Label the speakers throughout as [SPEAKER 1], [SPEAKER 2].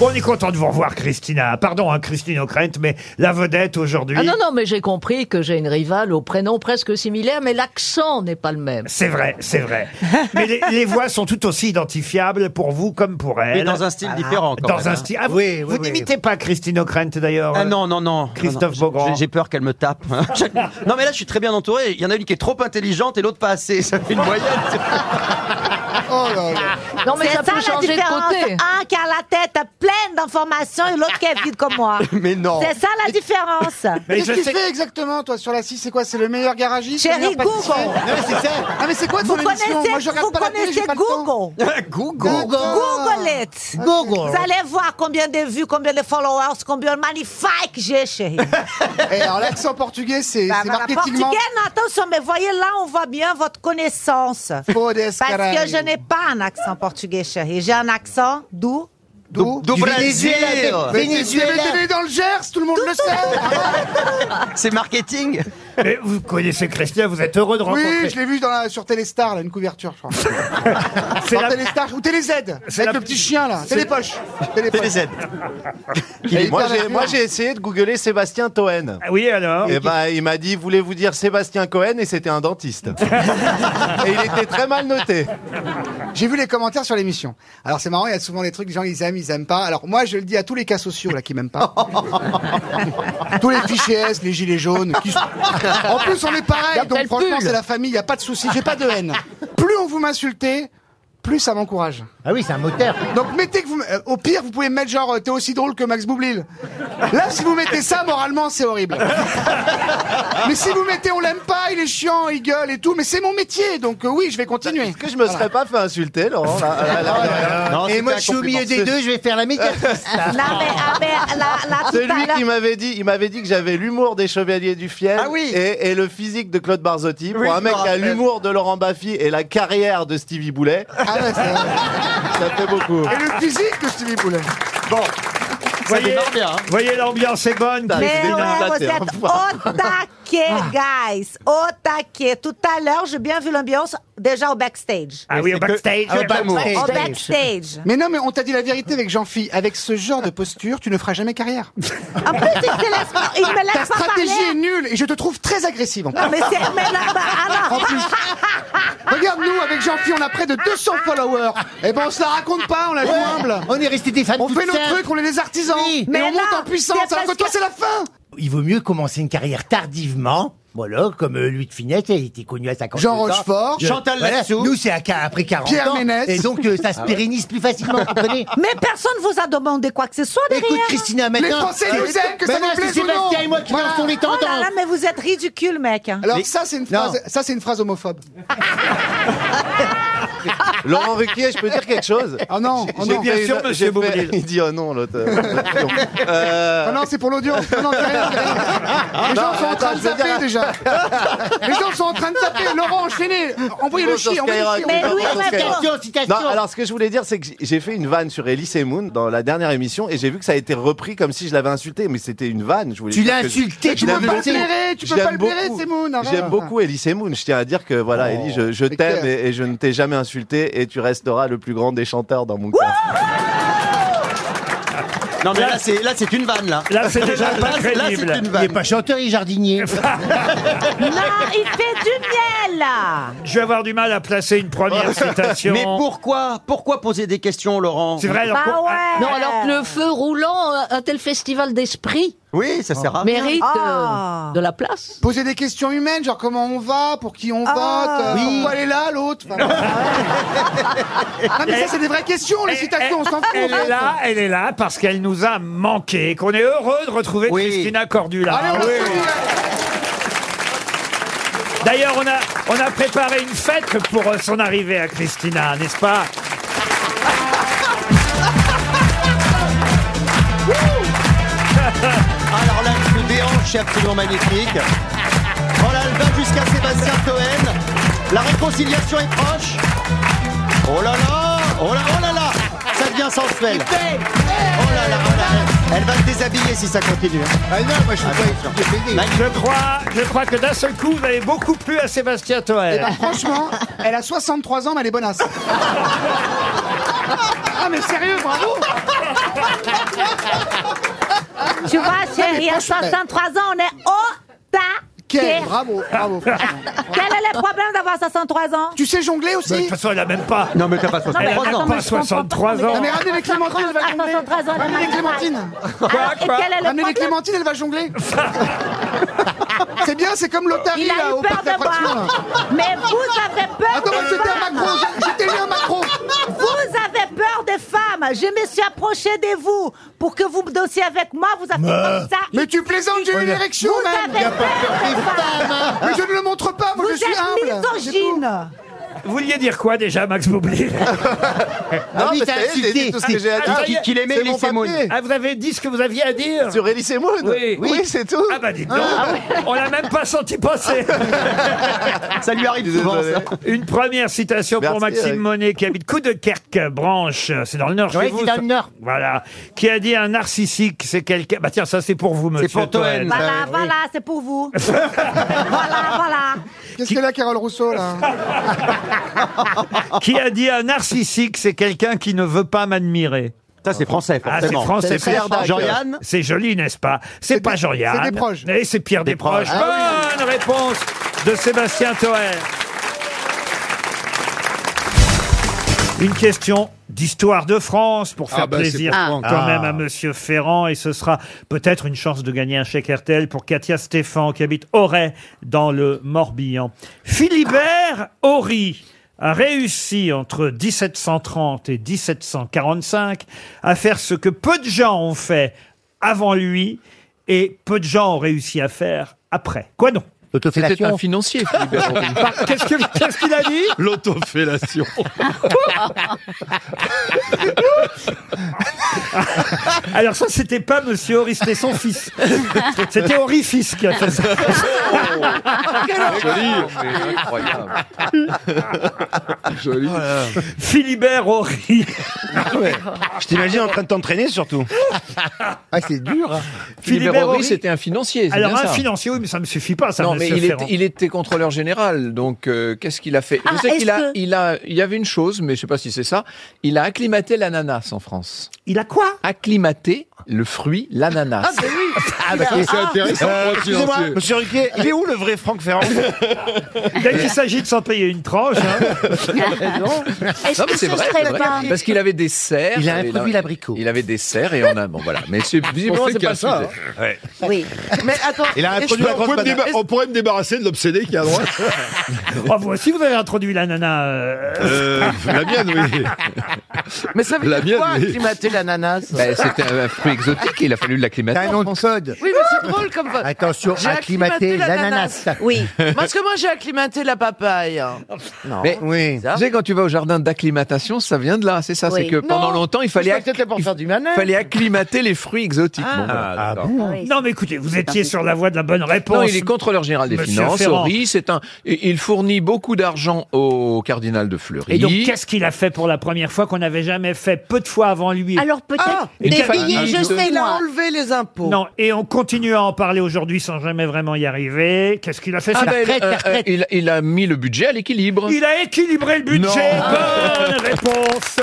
[SPEAKER 1] Bon, on est content de vous revoir, Christina. Pardon, hein, Christine O'Krent, mais la vedette aujourd'hui.
[SPEAKER 2] Ah non, non, mais j'ai compris que j'ai une rivale au prénom presque similaire, mais l'accent n'est pas le même.
[SPEAKER 1] C'est vrai, c'est vrai. Mais les, les voix sont tout aussi identifiables pour vous comme pour elle.
[SPEAKER 3] Mais dans un style différent, quand
[SPEAKER 1] dans
[SPEAKER 3] même,
[SPEAKER 1] un
[SPEAKER 3] hein.
[SPEAKER 1] style. Ah,
[SPEAKER 3] Oui, oui,
[SPEAKER 1] vous
[SPEAKER 3] oui.
[SPEAKER 1] n'imitez pas Christine O'Krent d'ailleurs.
[SPEAKER 3] Ah non, non, non.
[SPEAKER 1] Christophe
[SPEAKER 3] Non, non, j'ai-
[SPEAKER 1] Beaugrand.
[SPEAKER 3] j'ai- J'ai peur qu'elle me tape. Chaque- non, mais là, je suis très bien entouré. Il y en a une qui est trop intelligente et l'autre pas assez. Ça fait une moyenne.
[SPEAKER 1] Oh
[SPEAKER 2] Non, mais ça, peut changer de côté.
[SPEAKER 4] Un qui a la tête pleine d'informations et l'autre qui est vide comme moi.
[SPEAKER 3] Mais non.
[SPEAKER 4] C'est ça la différence.
[SPEAKER 1] Mais
[SPEAKER 5] Qu'est-ce
[SPEAKER 1] je
[SPEAKER 5] que tu
[SPEAKER 1] sais-
[SPEAKER 5] fais exactement, toi, sur la 6 C'est quoi C'est le meilleur garagiste
[SPEAKER 4] Chérie,
[SPEAKER 5] le meilleur pâtissier
[SPEAKER 4] Google.
[SPEAKER 5] Non, mais c'est ça Ah, mais c'est quoi
[SPEAKER 4] Vous
[SPEAKER 5] ton émission
[SPEAKER 4] connaissez,
[SPEAKER 5] Moi, je regarde
[SPEAKER 4] vous
[SPEAKER 5] pas la télé, j'ai
[SPEAKER 4] connaissez
[SPEAKER 5] pas le temps.
[SPEAKER 4] Google.
[SPEAKER 3] Google.
[SPEAKER 4] Google it. Vous allez voir combien de vues, combien de followers, combien de magnifiques j'ai, chérie.
[SPEAKER 5] Et alors, l'accent portugais, c'est
[SPEAKER 4] Bah,
[SPEAKER 5] c'est
[SPEAKER 4] voilà.
[SPEAKER 5] marketingment.
[SPEAKER 4] Portugais, non, attention, mais voyez là, on voit bien votre connaissance.
[SPEAKER 5] Fodes,
[SPEAKER 4] Parce que
[SPEAKER 5] caralho.
[SPEAKER 4] je n'ai pas un accent portugais, chérie. J'ai un accent doux.
[SPEAKER 5] D'où
[SPEAKER 3] Do Brésil.
[SPEAKER 5] Mais t'es- t'es né dans le Gers, tout le monde le sait
[SPEAKER 3] C'est marketing.
[SPEAKER 1] Mais vous connaissez Christina, vous êtes heureux de rencontrer.
[SPEAKER 5] Oui, je l'ai vu dans la- sur Téléstar, là, une couverture, je crois.
[SPEAKER 1] C'est
[SPEAKER 5] Dans
[SPEAKER 1] la-
[SPEAKER 5] Téléstar, ou TéléZ, avec
[SPEAKER 1] la-
[SPEAKER 5] le petit chien, là. Télépoche. Télépoche.
[SPEAKER 3] TVZ.
[SPEAKER 5] Et
[SPEAKER 6] Moi,
[SPEAKER 5] hyper
[SPEAKER 6] j'ai- moi,
[SPEAKER 5] naturel.
[SPEAKER 6] j'ai essayé de googler Sébastien Toen.
[SPEAKER 1] Ah Oui, alors.
[SPEAKER 6] Et bah, il m'a dit, voulez-vous dire Sébastien Cohen Et c'était un dentiste. et il était très mal noté.
[SPEAKER 5] J'ai vu les commentaires sur l'émission. Alors c'est marrant, il y a souvent des trucs, les gens ils aiment, ils aiment pas. Alors moi je le dis à tous les cas sociaux là qui m'aiment pas. tous les fichiers S, les gilets jaunes. qui sont- En plus on est pareil, donc
[SPEAKER 2] Appelle
[SPEAKER 5] franchement
[SPEAKER 2] Pull.
[SPEAKER 5] c'est la famille, il n'y a pas de souci, j'ai pas de haine. Plus on vous m'insultez, plus ça m'encourage.
[SPEAKER 7] Ah oui, c'est un moteur.
[SPEAKER 5] Donc mettez que vous... euh, Au pire, vous pouvez mettre genre euh, t'es aussi drôle que Max Boublil. Là si vous mettez ça, moralement c'est horrible. mais si vous mettez on l'aime pas, il est chiant, il gueule et tout, mais c'est mon métier, donc euh, oui je vais continuer.
[SPEAKER 6] Est-ce que je me serais pas fait insulter, Laurent là, à la- à la- à la-
[SPEAKER 3] Non,
[SPEAKER 7] Et
[SPEAKER 3] c'était
[SPEAKER 7] moi,
[SPEAKER 3] un
[SPEAKER 7] je suis au milieu des
[SPEAKER 3] compliment.
[SPEAKER 7] deux, je vais faire la médiatrice.
[SPEAKER 4] Non, mais, ah, mais là, là, tout à
[SPEAKER 6] Celui
[SPEAKER 4] l'heure-
[SPEAKER 6] qui m'avait dit, il m'avait dit que j'avais l'humour des Chevaliers du Fiel
[SPEAKER 3] Ah oui.
[SPEAKER 6] et, et le physique de Claude Barzotti. Pour
[SPEAKER 3] Oui, je
[SPEAKER 6] un mec
[SPEAKER 3] me
[SPEAKER 6] qui a
[SPEAKER 3] rappelle.
[SPEAKER 6] l'humour de Laurent Baffy et la carrière de Stevie Boulet,
[SPEAKER 5] Ah ouais, c'est-
[SPEAKER 6] ça fait beaucoup.
[SPEAKER 5] et le physique de Stevie Boulet.
[SPEAKER 1] voyez,
[SPEAKER 3] démarre bien, hein.
[SPEAKER 1] voyez, l'ambiance est bonne,
[SPEAKER 6] Mais
[SPEAKER 4] Mais
[SPEAKER 1] Christina.
[SPEAKER 4] ouais,
[SPEAKER 6] la
[SPEAKER 4] vous
[SPEAKER 6] terre.
[SPEAKER 4] êtes au taquet, guys. Au taquet. Tout à l'heure, j'ai bien vu l'ambiance déjà au backstage.
[SPEAKER 1] Ah oui, au backstage.
[SPEAKER 7] Ah, au backstage.
[SPEAKER 4] Au Oh, backstage.
[SPEAKER 5] Mais non, mais on t'a dit la vérité avec Jean-Phi. Avec ce genre de posture, tu ne feras jamais carrière.
[SPEAKER 4] En plus, il, te laisse pas- il me
[SPEAKER 5] Ta
[SPEAKER 4] laisse pas
[SPEAKER 5] stratégie
[SPEAKER 4] parler.
[SPEAKER 5] est nulle et je te trouve très agressive. En plus.
[SPEAKER 4] Non, mais c'est. Mais là, bah, alors.
[SPEAKER 5] En plus. Regarde-nous, avec Jean-Phi, on a près de 200 followers. Eh ben, on se la raconte pas, on la joue humble.
[SPEAKER 7] On est resté des femmes
[SPEAKER 5] On
[SPEAKER 7] toutes
[SPEAKER 5] fait nos
[SPEAKER 7] simples.
[SPEAKER 5] trucs, on est des artisans.
[SPEAKER 7] Oui.
[SPEAKER 5] Et
[SPEAKER 4] Mais
[SPEAKER 5] on monte
[SPEAKER 4] là,
[SPEAKER 5] en puissance.
[SPEAKER 4] c'est
[SPEAKER 5] Alors que
[SPEAKER 4] parce
[SPEAKER 5] toi,
[SPEAKER 4] que-
[SPEAKER 5] c'est la fin.
[SPEAKER 7] Il vaut mieux commencer une carrière tardivement. Voilà, comme euh, Louis de Funès, il était connu à 50
[SPEAKER 5] Jean
[SPEAKER 7] ans.
[SPEAKER 5] Rochefort.
[SPEAKER 7] Je-
[SPEAKER 3] Chantal Latsou. Ah
[SPEAKER 7] Nous, c'est à- après 40
[SPEAKER 5] Pierre
[SPEAKER 7] ans.
[SPEAKER 5] Ménès. Ah
[SPEAKER 7] Et donc, euh, ça se pérennise plus facilement, vous comprenez
[SPEAKER 4] Mais personne vous a demandé quoi que ce soit derrière. hein.
[SPEAKER 7] Écoute, Christina, maintenant...
[SPEAKER 5] Français
[SPEAKER 4] euh,
[SPEAKER 5] nous aiment, que ça
[SPEAKER 7] maintenant,
[SPEAKER 5] nous plaise
[SPEAKER 7] c'est
[SPEAKER 5] ou non.
[SPEAKER 7] Sébastien et moi qui
[SPEAKER 5] Voilà.
[SPEAKER 7] lançons les
[SPEAKER 4] Oh
[SPEAKER 7] tendances.
[SPEAKER 4] là là, mais vous êtes ridicule, mec.
[SPEAKER 5] Alors, ça, c'est une
[SPEAKER 7] Non.
[SPEAKER 5] phrase, ça, c'est une phrase homophobe.
[SPEAKER 6] Laurent Ruquier, je peux dire quelque chose
[SPEAKER 5] Oh non, oh
[SPEAKER 6] J'ai
[SPEAKER 5] non.
[SPEAKER 6] fait
[SPEAKER 1] bien sûr,
[SPEAKER 6] une-
[SPEAKER 1] monsieur
[SPEAKER 6] j'ai fait-
[SPEAKER 1] Boublil.
[SPEAKER 6] Il dit oh non, l'autre. euh, l'autre pion. Euh, ah,
[SPEAKER 5] Oh non, c'est pour l'audience. Non, non, dis rien, dis rien. Ah Les gens
[SPEAKER 6] Non,
[SPEAKER 5] sont en
[SPEAKER 6] attends,
[SPEAKER 5] train de
[SPEAKER 6] je veux dire-
[SPEAKER 5] taper déjà. Les gens sont en train de taper. Laurent, enchaînez. Envoyez le
[SPEAKER 6] Bon, sur
[SPEAKER 5] chien. envoyez le
[SPEAKER 6] Skyrock,
[SPEAKER 5] chien.
[SPEAKER 4] Mais
[SPEAKER 6] sur
[SPEAKER 4] oui, mais
[SPEAKER 6] Skyrock.
[SPEAKER 4] bon.
[SPEAKER 7] Citation, citation.
[SPEAKER 6] Non, alors ce que je voulais dire, c'est que j- j'ai fait une vanne sur Elise et Moon dans la dernière émission et j'ai vu que ça a été repris comme si je l'avais insulté, mais c'était une vanne. Je voulais
[SPEAKER 7] Tu
[SPEAKER 6] dire
[SPEAKER 7] l'as
[SPEAKER 6] que-
[SPEAKER 7] insulté, tu
[SPEAKER 5] Tu peux
[SPEAKER 7] l'as
[SPEAKER 5] pas le
[SPEAKER 7] blessé.
[SPEAKER 5] blairer, tu peux
[SPEAKER 6] J'aime
[SPEAKER 5] pas le blairer,
[SPEAKER 6] beaucoup.
[SPEAKER 5] c'est Moon. arrête.
[SPEAKER 6] J'aime beaucoup Elise et Moon. Je tiens à dire que voilà,
[SPEAKER 8] Oh,
[SPEAKER 6] Elise, je, je
[SPEAKER 5] c'est
[SPEAKER 6] t'aime
[SPEAKER 5] clair.
[SPEAKER 6] et, et je ne t'ai jamais insulté et tu resteras le plus grand des chanteurs dans mon cœur.
[SPEAKER 3] Non, mais là, c'est là, c'est une vanne, là.
[SPEAKER 1] Là, c'est déjà pas
[SPEAKER 3] Là, c'est- là, c'est
[SPEAKER 1] crédible.
[SPEAKER 3] une
[SPEAKER 7] Il n'est
[SPEAKER 3] vanne.
[SPEAKER 7] pas chanteur, il est jardinier.
[SPEAKER 4] Oh Non, il fait du miel.
[SPEAKER 1] Je vais avoir du mal à placer une première citation.
[SPEAKER 3] Mais pourquoi Pourquoi poser des questions, Laurent
[SPEAKER 1] C'est vrai, alors.
[SPEAKER 4] Bah
[SPEAKER 1] pour-
[SPEAKER 7] Ah.
[SPEAKER 4] ouais.
[SPEAKER 9] Non, alors que le feu roulant, euh, un- un tel festival d'esprit
[SPEAKER 3] Oui, ça sert à rien.
[SPEAKER 9] mérite
[SPEAKER 4] Ah.
[SPEAKER 9] euh, de la place.
[SPEAKER 5] Poser des questions humaines, genre comment on va, pour qui on vote,
[SPEAKER 4] Ah.
[SPEAKER 5] euh, pourquoi elle est là, l'autre. Enfin, ouais. non, mais ça, c'est des vraies questions, les citations, on s'en fout.
[SPEAKER 1] Elle est là, elle est là parce qu'elle nous a manqué, qu'on est heureux de retrouver
[SPEAKER 3] Oui.
[SPEAKER 1] Christina Cordula.
[SPEAKER 5] Allez, on la
[SPEAKER 1] Oui.
[SPEAKER 5] salue.
[SPEAKER 1] D'ailleurs, on a, on a préparé une fête pour euh, son arrivée à Christina, n'est-ce pas
[SPEAKER 3] Ah. Alors là, le déhanche est absolument magnifique. Voilà, elle va jusqu'à Sébastien Cohen. La réconciliation est proche. Oh là là Oh là, oh là là Ça devient sensuel. Oh là là, oh là là. Elle va se déshabiller si ça continue. hein.
[SPEAKER 6] Ah non, moi je suis
[SPEAKER 3] Là,
[SPEAKER 1] Je crois, je crois que d'un seul coup, vous avez beaucoup plu à Sébastien
[SPEAKER 10] Ah,
[SPEAKER 5] Eh ben,
[SPEAKER 1] Toer.
[SPEAKER 10] Oh,
[SPEAKER 5] Franchement, elle a 63 ans, mais elle est bonasse. Ah, mais sérieux, bravo
[SPEAKER 10] Tu vois, chérie, à 63 ans, on est au taquet.
[SPEAKER 5] Quel, bravo, bravo. franchement.
[SPEAKER 10] Quel est le problème d'avoir 63 ans
[SPEAKER 5] Tu sais jongler
[SPEAKER 1] Bah, De toute
[SPEAKER 5] aussi
[SPEAKER 1] façon, elle n'a même pas.
[SPEAKER 11] Non, mais t'as pas
[SPEAKER 10] Non, mais
[SPEAKER 1] Elle
[SPEAKER 10] attends,
[SPEAKER 1] n'a
[SPEAKER 10] mais
[SPEAKER 1] pas
[SPEAKER 10] je comprends pas.
[SPEAKER 1] 63 ans.
[SPEAKER 5] Non, mais ramenez les Clémentines, elle va
[SPEAKER 10] À
[SPEAKER 5] jongler.
[SPEAKER 10] 63 ans, elle
[SPEAKER 5] Ramenez
[SPEAKER 10] est
[SPEAKER 5] les Clémentines.
[SPEAKER 10] Ah, Et quel est le
[SPEAKER 5] Ramenez les
[SPEAKER 10] problème
[SPEAKER 5] Clémentines, elle va jongler. C'est bien, c'est comme l'Otari,
[SPEAKER 10] Il a
[SPEAKER 5] là,
[SPEAKER 10] eu
[SPEAKER 5] au
[SPEAKER 10] peur
[SPEAKER 5] parc
[SPEAKER 10] de moi.
[SPEAKER 5] d'attractions. là.
[SPEAKER 10] Mais vous avez peur
[SPEAKER 5] Attends,
[SPEAKER 10] des
[SPEAKER 5] j'étais à
[SPEAKER 10] femmes.
[SPEAKER 5] Macron, j'étais né à Macron.
[SPEAKER 10] Vous avez peur des femmes. Je me suis approchée de vous pour que vous me dansiez avec moi. Vous avez
[SPEAKER 1] Bah.
[SPEAKER 10] comme ça.
[SPEAKER 5] Mais tu plaisantes, j'ai eu une érection,
[SPEAKER 10] Vous
[SPEAKER 5] même.
[SPEAKER 10] avez peur des femmes. hein.
[SPEAKER 5] Mais je ne le montre pas, moi
[SPEAKER 10] Vous
[SPEAKER 5] je suis humble.
[SPEAKER 10] êtes
[SPEAKER 5] c'est tout.
[SPEAKER 10] misogyne.
[SPEAKER 1] Vous vouliez dire quoi déjà, Max Boublil
[SPEAKER 6] Non,
[SPEAKER 7] oui,
[SPEAKER 6] mais
[SPEAKER 7] t'as
[SPEAKER 6] ça y est, j'ai
[SPEAKER 7] insulté.
[SPEAKER 6] dit tout ce que j'ai à dire.
[SPEAKER 1] Ah, qui-
[SPEAKER 11] qu'il aimait
[SPEAKER 6] C'est
[SPEAKER 11] Elie
[SPEAKER 6] mon
[SPEAKER 11] Semoun.
[SPEAKER 6] papier.
[SPEAKER 1] Ah, vous avez dit ce que vous aviez à dire
[SPEAKER 6] Sur Elie Semoun
[SPEAKER 1] Oui.
[SPEAKER 6] Oui, c'est tout.
[SPEAKER 1] Ah bah dites donc, on l'a même pas senti passer.
[SPEAKER 11] Ça lui arrive souvent,
[SPEAKER 6] Désolé.
[SPEAKER 11] ça.
[SPEAKER 1] Une première citation pour
[SPEAKER 6] Merci,
[SPEAKER 1] Maxime
[SPEAKER 6] Eric.
[SPEAKER 1] Monet qui habite Coudekerque, branche, c'est dans le Nord
[SPEAKER 7] Ouais,
[SPEAKER 1] chez vous.
[SPEAKER 7] c'est dans
[SPEAKER 1] ça.
[SPEAKER 7] le Nord.
[SPEAKER 1] Voilà, qui a dit un narcissique, c'est quelqu'un. Bah tiens, ça c'est pour vous, monsieur.
[SPEAKER 11] pour Toen.
[SPEAKER 1] Toen.
[SPEAKER 10] Voilà, voilà, c'est pour vous. voilà, voilà.
[SPEAKER 5] Qu'est-ce qu'elle a, Carole Rousseau, là
[SPEAKER 1] qui a dit un narcissique, c'est quelqu'un qui ne veut pas m'admirer.
[SPEAKER 11] Ça, c'est français,
[SPEAKER 1] Ah, c'est
[SPEAKER 11] forcément.
[SPEAKER 1] français.
[SPEAKER 6] C'est Pierre Dac.
[SPEAKER 11] Jean-Yann
[SPEAKER 1] C'est joli, n'est-ce pas C'est pas
[SPEAKER 5] des-
[SPEAKER 1] Jean-Yann.
[SPEAKER 5] c'est des proches.
[SPEAKER 1] Et c'est Pierre des proches. Bonne réponse de Sébastien Toer. Une question d'histoire de France pour faire
[SPEAKER 12] Ah bah, c'est
[SPEAKER 1] plaisir
[SPEAKER 12] pour
[SPEAKER 1] quand même à Monsieur Ferrand et ce sera peut-être une chance de gagner un chèque RTL pour Katia Stéphan qui habite Auray dans le Morbihan. Philibert Horry a réussi entre 1730 et 1745 à faire ce que peu de gens ont fait avant lui et peu de gens ont réussi à faire après. Quoi non
[SPEAKER 12] C'était un
[SPEAKER 7] L'autofellation.
[SPEAKER 12] financier, Philibert Horry.
[SPEAKER 1] Bah, Qu'est-ce que- qu'est-ce qu'il a dit
[SPEAKER 12] L'autofellation.
[SPEAKER 1] Alors ça, c'était pas Monsieur Horry, c'était son fils. C'était Horry fils qui a fait ça.
[SPEAKER 12] Oh, Joli. incroyable. Joli.
[SPEAKER 1] Philibert Horry.
[SPEAKER 8] Ah, Je t'imagine en train de t'entraîner surtout.
[SPEAKER 7] Ah, c'est dur. hein.
[SPEAKER 1] Philibert
[SPEAKER 12] Philibert Horry,
[SPEAKER 1] Horry.
[SPEAKER 12] c'était un financier. c'est
[SPEAKER 1] Alors
[SPEAKER 12] bien
[SPEAKER 1] un
[SPEAKER 12] ça.
[SPEAKER 1] financier, oui, mais ça me suffit pas, ça,
[SPEAKER 12] non, mais
[SPEAKER 1] Monsieur
[SPEAKER 12] il
[SPEAKER 1] Ferrand.
[SPEAKER 12] était, il était contrôleur général, donc euh, qu'est-ce qu'il a fait
[SPEAKER 9] Ah,
[SPEAKER 12] Je sais qu'il
[SPEAKER 9] est-ce
[SPEAKER 12] a,
[SPEAKER 9] que-
[SPEAKER 12] il a, il y avait une chose, mais je sais pas si c'est ça. Il a acclimaté l'ananas en France.
[SPEAKER 1] Il a quoi
[SPEAKER 12] Acclimaté le fruit, l'ananas.
[SPEAKER 7] Ah, bah, c'est-
[SPEAKER 12] c'est intéressant.
[SPEAKER 8] Excusez-moi, monsieur Riquet, il est où le vrai Franck Ferrand
[SPEAKER 1] Dès qu'il s'agit de s'en payer une tranche, hein,
[SPEAKER 12] Non, mais c'est vrai, c'est vrai.
[SPEAKER 9] pas-
[SPEAKER 12] Parce qu'il avait des serres.
[SPEAKER 7] Il a introduit
[SPEAKER 12] il-
[SPEAKER 7] l'abricot.
[SPEAKER 12] Il avait des serres et en a. Bon, voilà. Mais c'est visiblement,
[SPEAKER 8] On sait
[SPEAKER 12] c'est
[SPEAKER 8] qu'il y a
[SPEAKER 12] pas
[SPEAKER 8] ça,
[SPEAKER 12] ça.
[SPEAKER 7] hein.
[SPEAKER 9] Oui.
[SPEAKER 8] Mais attends, il a introduit la grosse banane.
[SPEAKER 12] On pourrait me débarrasser de l'obsédé qui a droit.
[SPEAKER 1] oh, vous aussi, vous avez introduit la nana. euh,
[SPEAKER 12] la mienne, oui.
[SPEAKER 7] Mais ça veut
[SPEAKER 12] La
[SPEAKER 7] dire quoi,
[SPEAKER 12] mienne, oui.
[SPEAKER 7] acclimater l'ananas
[SPEAKER 12] Ben, C'était un fruit exotique et il a fallu l'acclimater.
[SPEAKER 7] T'as un nom de code.
[SPEAKER 13] Oui, mais c'est drôle comme fa-
[SPEAKER 7] Attention,
[SPEAKER 13] J'ai
[SPEAKER 7] acclimater
[SPEAKER 13] acclimaté
[SPEAKER 7] l'ananas.
[SPEAKER 9] Oui.
[SPEAKER 13] Parce que moi, j'ai acclimaté la papaye.
[SPEAKER 7] Non.
[SPEAKER 12] Mais-
[SPEAKER 7] oui.
[SPEAKER 12] Tu sais, quand tu vas au jardin d'acclimatation, ça vient de là, c'est ça.
[SPEAKER 9] Oui.
[SPEAKER 12] C'est que pendant
[SPEAKER 13] Non.
[SPEAKER 12] longtemps, il
[SPEAKER 13] Je
[SPEAKER 12] fallait,
[SPEAKER 13] crois que
[SPEAKER 12] acc-
[SPEAKER 13] c'était pour faire du manège.
[SPEAKER 12] il fallait acclimater les fruits
[SPEAKER 1] Ah,
[SPEAKER 12] exotiques.
[SPEAKER 3] Ah,
[SPEAKER 12] Bon, voilà.
[SPEAKER 1] bah. Non, mais écoutez, vous étiez sur la voie de la bonne réponse.
[SPEAKER 12] Non, il est contrôleur général des
[SPEAKER 1] Monsieur
[SPEAKER 12] finances.
[SPEAKER 1] Ferrand.
[SPEAKER 12] Horry, c'est un. et Il fournit beaucoup d'argent au cardinal de Fleury.
[SPEAKER 1] Et donc, qu'est-ce qu'il a fait pour la première fois qu'on n'avait jamais fait peu de fois avant lui
[SPEAKER 9] Alors peut-être
[SPEAKER 13] Ah,
[SPEAKER 9] des
[SPEAKER 12] une famille
[SPEAKER 9] billets, je
[SPEAKER 12] de-
[SPEAKER 9] sais
[SPEAKER 13] Il a
[SPEAKER 9] moi.
[SPEAKER 13] enlevé les impôts.
[SPEAKER 1] Non, et on continue à en parler aujourd'hui sans jamais vraiment y arriver. Qu'est-ce qu'il a fait
[SPEAKER 12] Ah
[SPEAKER 1] C'est la
[SPEAKER 12] ben,
[SPEAKER 7] retraite,
[SPEAKER 12] euh,
[SPEAKER 7] la retraite.
[SPEAKER 12] euh, il, il a mis le budget à l'équilibre.
[SPEAKER 1] Il a équilibré le budget. Bonne réponse.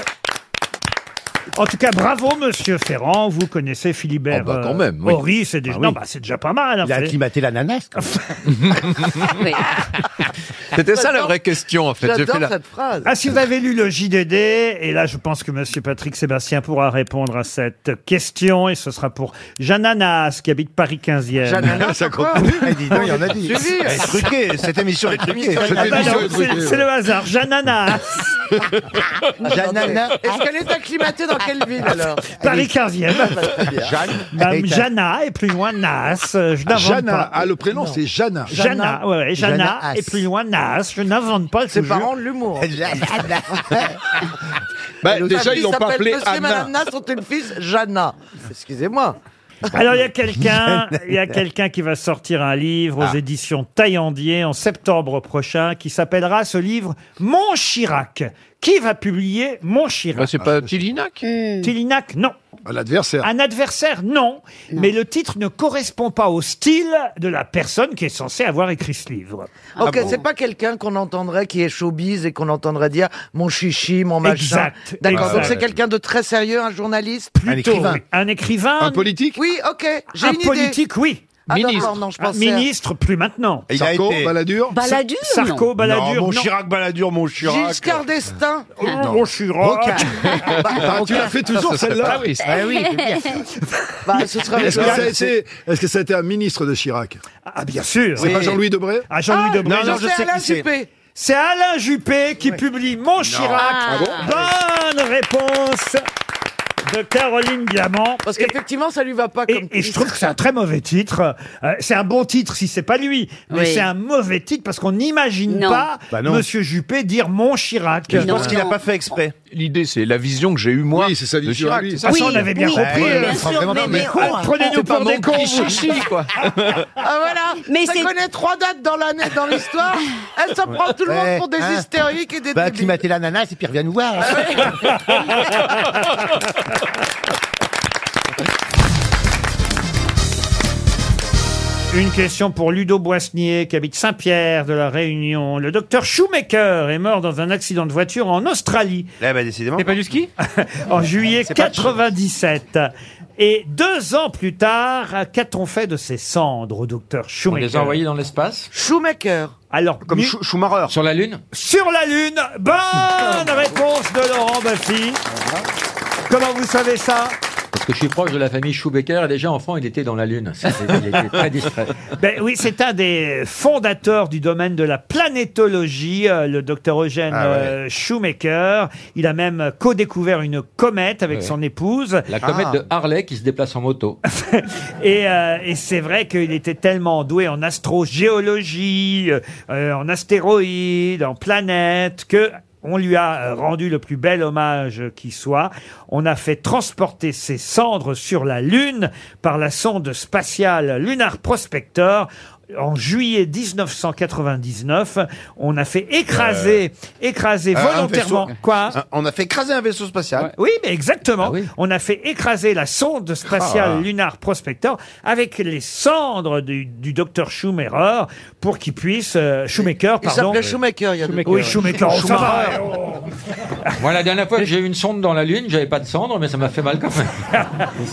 [SPEAKER 1] En tout cas, bravo, monsieur Ferrand. Vous connaissez Philibert
[SPEAKER 12] Ah bah, quand
[SPEAKER 1] euh,
[SPEAKER 12] même, oui.
[SPEAKER 1] Horry, c'est déjà,
[SPEAKER 7] Ah oui.
[SPEAKER 1] non, bah, c'est déjà pas mal. hein,
[SPEAKER 7] Il a
[SPEAKER 1] c'est-
[SPEAKER 7] acclimaté l'ananas. quoi.
[SPEAKER 9] Oui.
[SPEAKER 1] Ah,
[SPEAKER 12] C'était ça la vraie question en fait. J'ai
[SPEAKER 13] J'adore
[SPEAKER 12] fait la-
[SPEAKER 13] cette phrase.
[SPEAKER 1] Ah, si vous avez lu le JDD, et là, je pense que monsieur Patrick Sébastien pourra répondre à cette question, et ce sera pour Jeanne Anas, qui habite Paris 15e.
[SPEAKER 8] Ça compte.
[SPEAKER 7] Eh, dis donc, il y en a dit.
[SPEAKER 8] Eh, truqué, cette émission est truquée.
[SPEAKER 1] Ah bah
[SPEAKER 12] émission
[SPEAKER 1] non,
[SPEAKER 12] est
[SPEAKER 1] c'est
[SPEAKER 12] truquée,
[SPEAKER 1] c'est le hasard. Jeanne Anas,
[SPEAKER 7] Janana.
[SPEAKER 13] Est-ce qu'elle est acclimatée dans quelle ville alors
[SPEAKER 1] Paris 15e.
[SPEAKER 7] Jeanne.
[SPEAKER 1] Madame
[SPEAKER 7] Elle est-
[SPEAKER 1] Jana, et plus loin Nas. euh, Je n'invente
[SPEAKER 12] Jana,
[SPEAKER 1] pas.
[SPEAKER 12] ah, le prénom c'est Jana.
[SPEAKER 1] Jana, ouais, ouais,
[SPEAKER 7] Jana
[SPEAKER 1] Jana,
[SPEAKER 7] As.
[SPEAKER 1] et plus loin Nas. Je n'invente pas, je
[SPEAKER 13] C'est
[SPEAKER 1] vous jure.
[SPEAKER 13] parents de l'humour.
[SPEAKER 7] Janana.
[SPEAKER 12] Bah,
[SPEAKER 13] Sa fille s'appelle Monsieur et Madame Nas sont une fille Jana. Excusez-moi.
[SPEAKER 1] Alors il y a quelqu'un, il y a quelqu'un qui va sortir un livre
[SPEAKER 8] Ah.
[SPEAKER 1] aux éditions Taillandier en septembre prochain qui s'appellera ce livre Mon Chirac. Qui va publier Mon
[SPEAKER 12] Bah,
[SPEAKER 1] Chirac
[SPEAKER 12] c'est pas Tilinac
[SPEAKER 13] Hmm.
[SPEAKER 1] Télinac, non. Un adversaire. Un adversaire, non. Mais le titre ne correspond pas au style de la personne qui est censée avoir écrit ce livre.
[SPEAKER 13] Ok, Oh,
[SPEAKER 12] Ah
[SPEAKER 13] c'est pas quelqu'un qu'on entendrait qui est showbiz et qu'on entendrait dire mon chichi, mon machin.
[SPEAKER 1] Exact,
[SPEAKER 13] D'accord, donc
[SPEAKER 1] exact.
[SPEAKER 13] c'est quelqu'un de très sérieux, un journaliste
[SPEAKER 1] Plutôt, oui. Un écrivain. Un politique
[SPEAKER 13] Oui, ok, j'ai
[SPEAKER 1] Un
[SPEAKER 13] une idée.
[SPEAKER 1] politique, oui.
[SPEAKER 13] Ah, d'accord, non, je
[SPEAKER 1] Un
[SPEAKER 13] pensais à-
[SPEAKER 1] ministre, plus maintenant.
[SPEAKER 8] Il a Sarko, été- Balladur Balladur,
[SPEAKER 1] Sa- Sarko,
[SPEAKER 8] non.
[SPEAKER 1] Balladur.
[SPEAKER 8] Non, mon Chirac, Balladur, mon Chirac.
[SPEAKER 13] Giscard d'Estaing
[SPEAKER 8] non.
[SPEAKER 1] Mon Ah, Oh, Chirac.
[SPEAKER 8] Ah, tu l'as fait toujours, celle-là
[SPEAKER 14] Ah oui, c'est- Ah oui, bien sûr.
[SPEAKER 13] Bah, ce serait-
[SPEAKER 14] Est-ce que, ça a été- est-ce que ça a été un ministre de Chirac
[SPEAKER 1] Ah, bien sûr.
[SPEAKER 14] C'est
[SPEAKER 1] Oui.
[SPEAKER 14] pas Jean-Louis Debré
[SPEAKER 1] Ah, Jean-Louis Debré. C'est Alain Juppé qui publie Mon Chirac.
[SPEAKER 13] Ah
[SPEAKER 1] Bonne réponse de Caroline Diamant.
[SPEAKER 13] Parce qu'effectivement, ça lui va pas comme
[SPEAKER 1] Et je trouve que c'est un très mauvais titre. Euh, c'est un bon titre si c'est pas lui, mais
[SPEAKER 13] Oui.
[SPEAKER 1] c'est un mauvais titre parce qu'on n'imagine
[SPEAKER 13] Non.
[SPEAKER 1] pas
[SPEAKER 12] Bah non.
[SPEAKER 1] Monsieur Juppé dire Mon Chirac.
[SPEAKER 12] Mais je pense qu'il a pas
[SPEAKER 1] fait exprès.
[SPEAKER 12] L'idée, c'est la vision que j'ai eue moi. Oui, c'est sa
[SPEAKER 1] vision à lui. Ah, ça, on avait bien compris. Euh, enfin, vraiment pas, mais con, hein. C'est pas mon
[SPEAKER 12] Chichi, quoi.
[SPEAKER 13] Ah voilà,
[SPEAKER 4] Mais
[SPEAKER 13] mais ça
[SPEAKER 4] c'est-
[SPEAKER 13] connaît trois dates dans l'année, dans l'histoire. Elle s'en prend tout le monde pour des hystériques et des
[SPEAKER 7] Bah,
[SPEAKER 13] débiles. Ah
[SPEAKER 7] climater l'ananas et puis reviens nous voir.
[SPEAKER 1] Une question pour Ludo Boissnier, qui habite Saint-Pierre de la Réunion. Le docteur Shoemaker est mort dans un accident de voiture en Australie.
[SPEAKER 8] Là, bah, décidément.
[SPEAKER 1] C'est pas du ski En juillet 97. Et deux ans plus tard, qu'a-t-on fait de ces cendres, docteur Shoemaker
[SPEAKER 15] les a envoyés
[SPEAKER 1] dans l'espace Shoemaker Alors,
[SPEAKER 15] Comme
[SPEAKER 1] Schu-
[SPEAKER 8] Schumacher.
[SPEAKER 15] Sur la Lune
[SPEAKER 1] Sur la Lune Bonne réponse de Laurent Baffy Comment vous savez ça
[SPEAKER 15] Parce que je suis proche de la famille Schubecker et déjà enfant, il était dans la Lune. Ça, c'est- il était très distrait.
[SPEAKER 1] Ben oui, c'est un des fondateurs du domaine de la planétologie, euh, le docteur Eugène
[SPEAKER 15] Ah ouais.
[SPEAKER 1] euh, Shoemaker. Il a même co-découvert une comète avec
[SPEAKER 15] Ouais.
[SPEAKER 1] son épouse. Ah.
[SPEAKER 15] La comète
[SPEAKER 16] Ah.
[SPEAKER 15] de Harley qui se déplace en moto.
[SPEAKER 1] Et, euh, et c'est vrai qu'il était tellement doué en astrogéologie, euh, euh, en astéroïdes, en planètes, que on lui a euh, rendu le plus bel hommage qui soit. On a fait transporter ses cendres sur la Lune par la sonde spatiale Lunar Prospector. En juillet 1999, on a fait écraser, écraser
[SPEAKER 8] Euh, un
[SPEAKER 1] volontairement.
[SPEAKER 8] vaisseau.
[SPEAKER 1] Quoi
[SPEAKER 8] Un- On a fait écraser un vaisseau spatial.
[SPEAKER 1] oui, mais exactement. On a fait écraser la sonde spatiale
[SPEAKER 8] Ah.
[SPEAKER 1] Lunar Prospector avec les cendres du, du docteur Schumacher pour qu'il puisse euh, Schumacher,
[SPEAKER 13] Il
[SPEAKER 1] pardon.
[SPEAKER 13] s'appelait Shoemaker, il y a deux
[SPEAKER 1] Oui, Schumacher. oh, ça va.
[SPEAKER 15] Moi, la dernière fois que j'ai eu une sonde dans la Lune, j'avais pas de cendre, mais ça m'a fait mal quand même.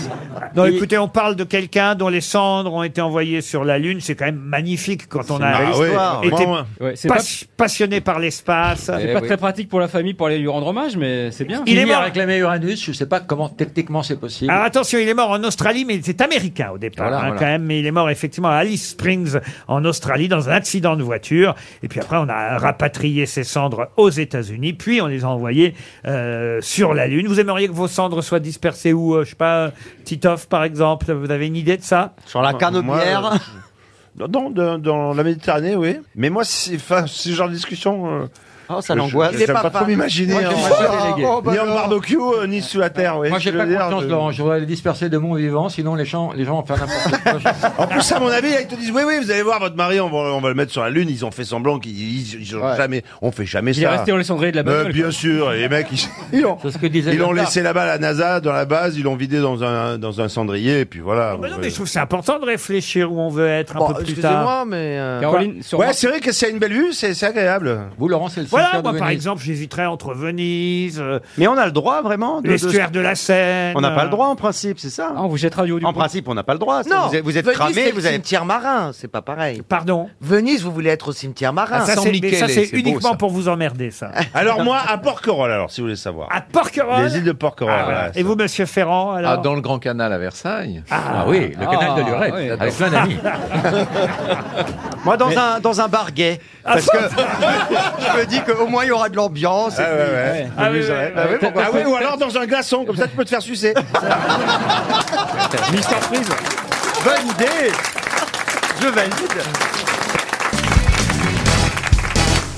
[SPEAKER 1] Non, écoutez, on parle de quelqu'un dont les cendres ont été envoyées sur la Lune. C'est quand même magnifique quand on
[SPEAKER 16] une
[SPEAKER 1] a
[SPEAKER 16] belle
[SPEAKER 1] euh,
[SPEAKER 16] histoire.
[SPEAKER 1] été
[SPEAKER 16] Bon, ouais. Ouais, c'est
[SPEAKER 1] pas-
[SPEAKER 16] pas-
[SPEAKER 1] passionné par l'espace.
[SPEAKER 15] Eh
[SPEAKER 16] C'est
[SPEAKER 17] Eh
[SPEAKER 16] pas très pratique pour la famille pour aller lui rendre hommage, mais c'est bien.
[SPEAKER 1] Il est mort.
[SPEAKER 15] réclamé Uranus, je sais pas comment techniquement c'est possible.
[SPEAKER 1] Alors attention, il est mort en Australie, mais il était américain au départ,
[SPEAKER 15] Voilà,
[SPEAKER 1] hein,
[SPEAKER 15] voilà.
[SPEAKER 1] quand même. Mais il est mort effectivement à Alice Springs, en Australie, dans un accident de voiture. Et puis après, on a rapatrié ses cendres aux États-Unis, puis on les a envoyées euh, sur la Lune. Vous aimeriez que vos cendres soient dispersées où euh, Je sais pas, Titov par exemple. Vous avez une idée de ça
[SPEAKER 8] Sur la cannebière dans, dans, dans la Méditerranée, oui. Mais moi, c'est- enfin, ce genre de discussion. euh,
[SPEAKER 13] Oh, ça
[SPEAKER 8] je-
[SPEAKER 13] l'angoisse.
[SPEAKER 8] je-
[SPEAKER 13] Il est
[SPEAKER 8] J'aime
[SPEAKER 13] pas
[SPEAKER 8] pas,
[SPEAKER 13] fan.
[SPEAKER 8] trop m'imaginer.
[SPEAKER 13] Moi,
[SPEAKER 8] hein.
[SPEAKER 13] j'aime pas les délégués. Oh, bah
[SPEAKER 8] ni en
[SPEAKER 13] alors.
[SPEAKER 8] barbecue, euh, ni sous la terre. oui.
[SPEAKER 15] Moi, j'ai
[SPEAKER 8] Je veux
[SPEAKER 15] pas
[SPEAKER 8] dire,
[SPEAKER 15] confiance,
[SPEAKER 8] je-
[SPEAKER 15] Laurent. Je voudrais les disperser de mon vivant, sinon les gens, les gens vont faire n'importe quoi.
[SPEAKER 8] En plus, à mon avis, là, ils te disent Oui, oui, vous allez voir, votre mari, on va, on va le mettre sur la lune. Ils ont fait semblant qu'ils ils- ils ont jamais. On fait jamais
[SPEAKER 16] Il
[SPEAKER 8] ça.
[SPEAKER 16] est resté dans les cendriers de la
[SPEAKER 8] Mais
[SPEAKER 16] bagnole,
[SPEAKER 8] Euh, bien
[SPEAKER 16] quoi.
[SPEAKER 8] sûr, et les mecs, ils, ils l'ont,
[SPEAKER 16] disait
[SPEAKER 8] ils l'ont
[SPEAKER 16] Lothar.
[SPEAKER 8] laissé là-bas à la NASA, dans la base, ils l'ont vidé dans un, dans un cendrier, et puis voilà.
[SPEAKER 1] Mais non, mais je trouve que c'est important de réfléchir où on veut être un peu plus tard.
[SPEAKER 8] mais. euh,
[SPEAKER 3] euh,
[SPEAKER 1] Caroline, sur-
[SPEAKER 8] ouais, c'est vrai que c'est une belle vue, c'est c'est agréable.
[SPEAKER 15] Vous, Laurent, c'est le
[SPEAKER 1] Voilà, moi par exemple, j'hésiterais entre Venise, euh,
[SPEAKER 18] Mais on a le droit vraiment de.
[SPEAKER 1] l'estuaire de la Seine.
[SPEAKER 18] On n'a pas le droit en principe, c'est ça
[SPEAKER 16] On vous jettera du haut
[SPEAKER 18] En principe, on n'a pas le droit.
[SPEAKER 13] Non,
[SPEAKER 18] vous êtes, vous êtes
[SPEAKER 13] Venise,
[SPEAKER 18] cramé,
[SPEAKER 13] c'est
[SPEAKER 18] vous
[SPEAKER 13] le
[SPEAKER 18] avez.
[SPEAKER 13] cimetière marin, c'est pas pareil.
[SPEAKER 1] Pardon
[SPEAKER 13] Venise, vous voulez être au cimetière marin.
[SPEAKER 1] Ah, ça, c'est- mais ça, c'est uniquement pour vous emmerder, ça.
[SPEAKER 8] Alors, moi, à Porquerolles, alors, si vous voulez savoir.
[SPEAKER 1] À Porquerolles
[SPEAKER 8] Les îles de Porquerolles.
[SPEAKER 1] Ah, voilà.
[SPEAKER 8] voilà.
[SPEAKER 1] Et vous, monsieur Ferrand, alors
[SPEAKER 12] Ah, dans le Grand Canal à Versailles.
[SPEAKER 1] Ah.
[SPEAKER 12] Ah, oui, le
[SPEAKER 1] Ah,
[SPEAKER 12] canal de Lurette,
[SPEAKER 1] oui,
[SPEAKER 12] avec plein d'amis.
[SPEAKER 18] Moi, dans un dans un bar gay,
[SPEAKER 1] Ah,
[SPEAKER 18] parce que je me dis qu'au moins il y aura de l'ambiance. et
[SPEAKER 8] Ah, ouais,
[SPEAKER 18] puis-
[SPEAKER 8] ouais.
[SPEAKER 18] Ah, oui,
[SPEAKER 8] ouais. Ah, oui, pourquoi- ah oui, ou alors dans un glaçon, comme ça tu peux te faire sucer.
[SPEAKER 18] Miss surprise. Bonne idée. Je valide.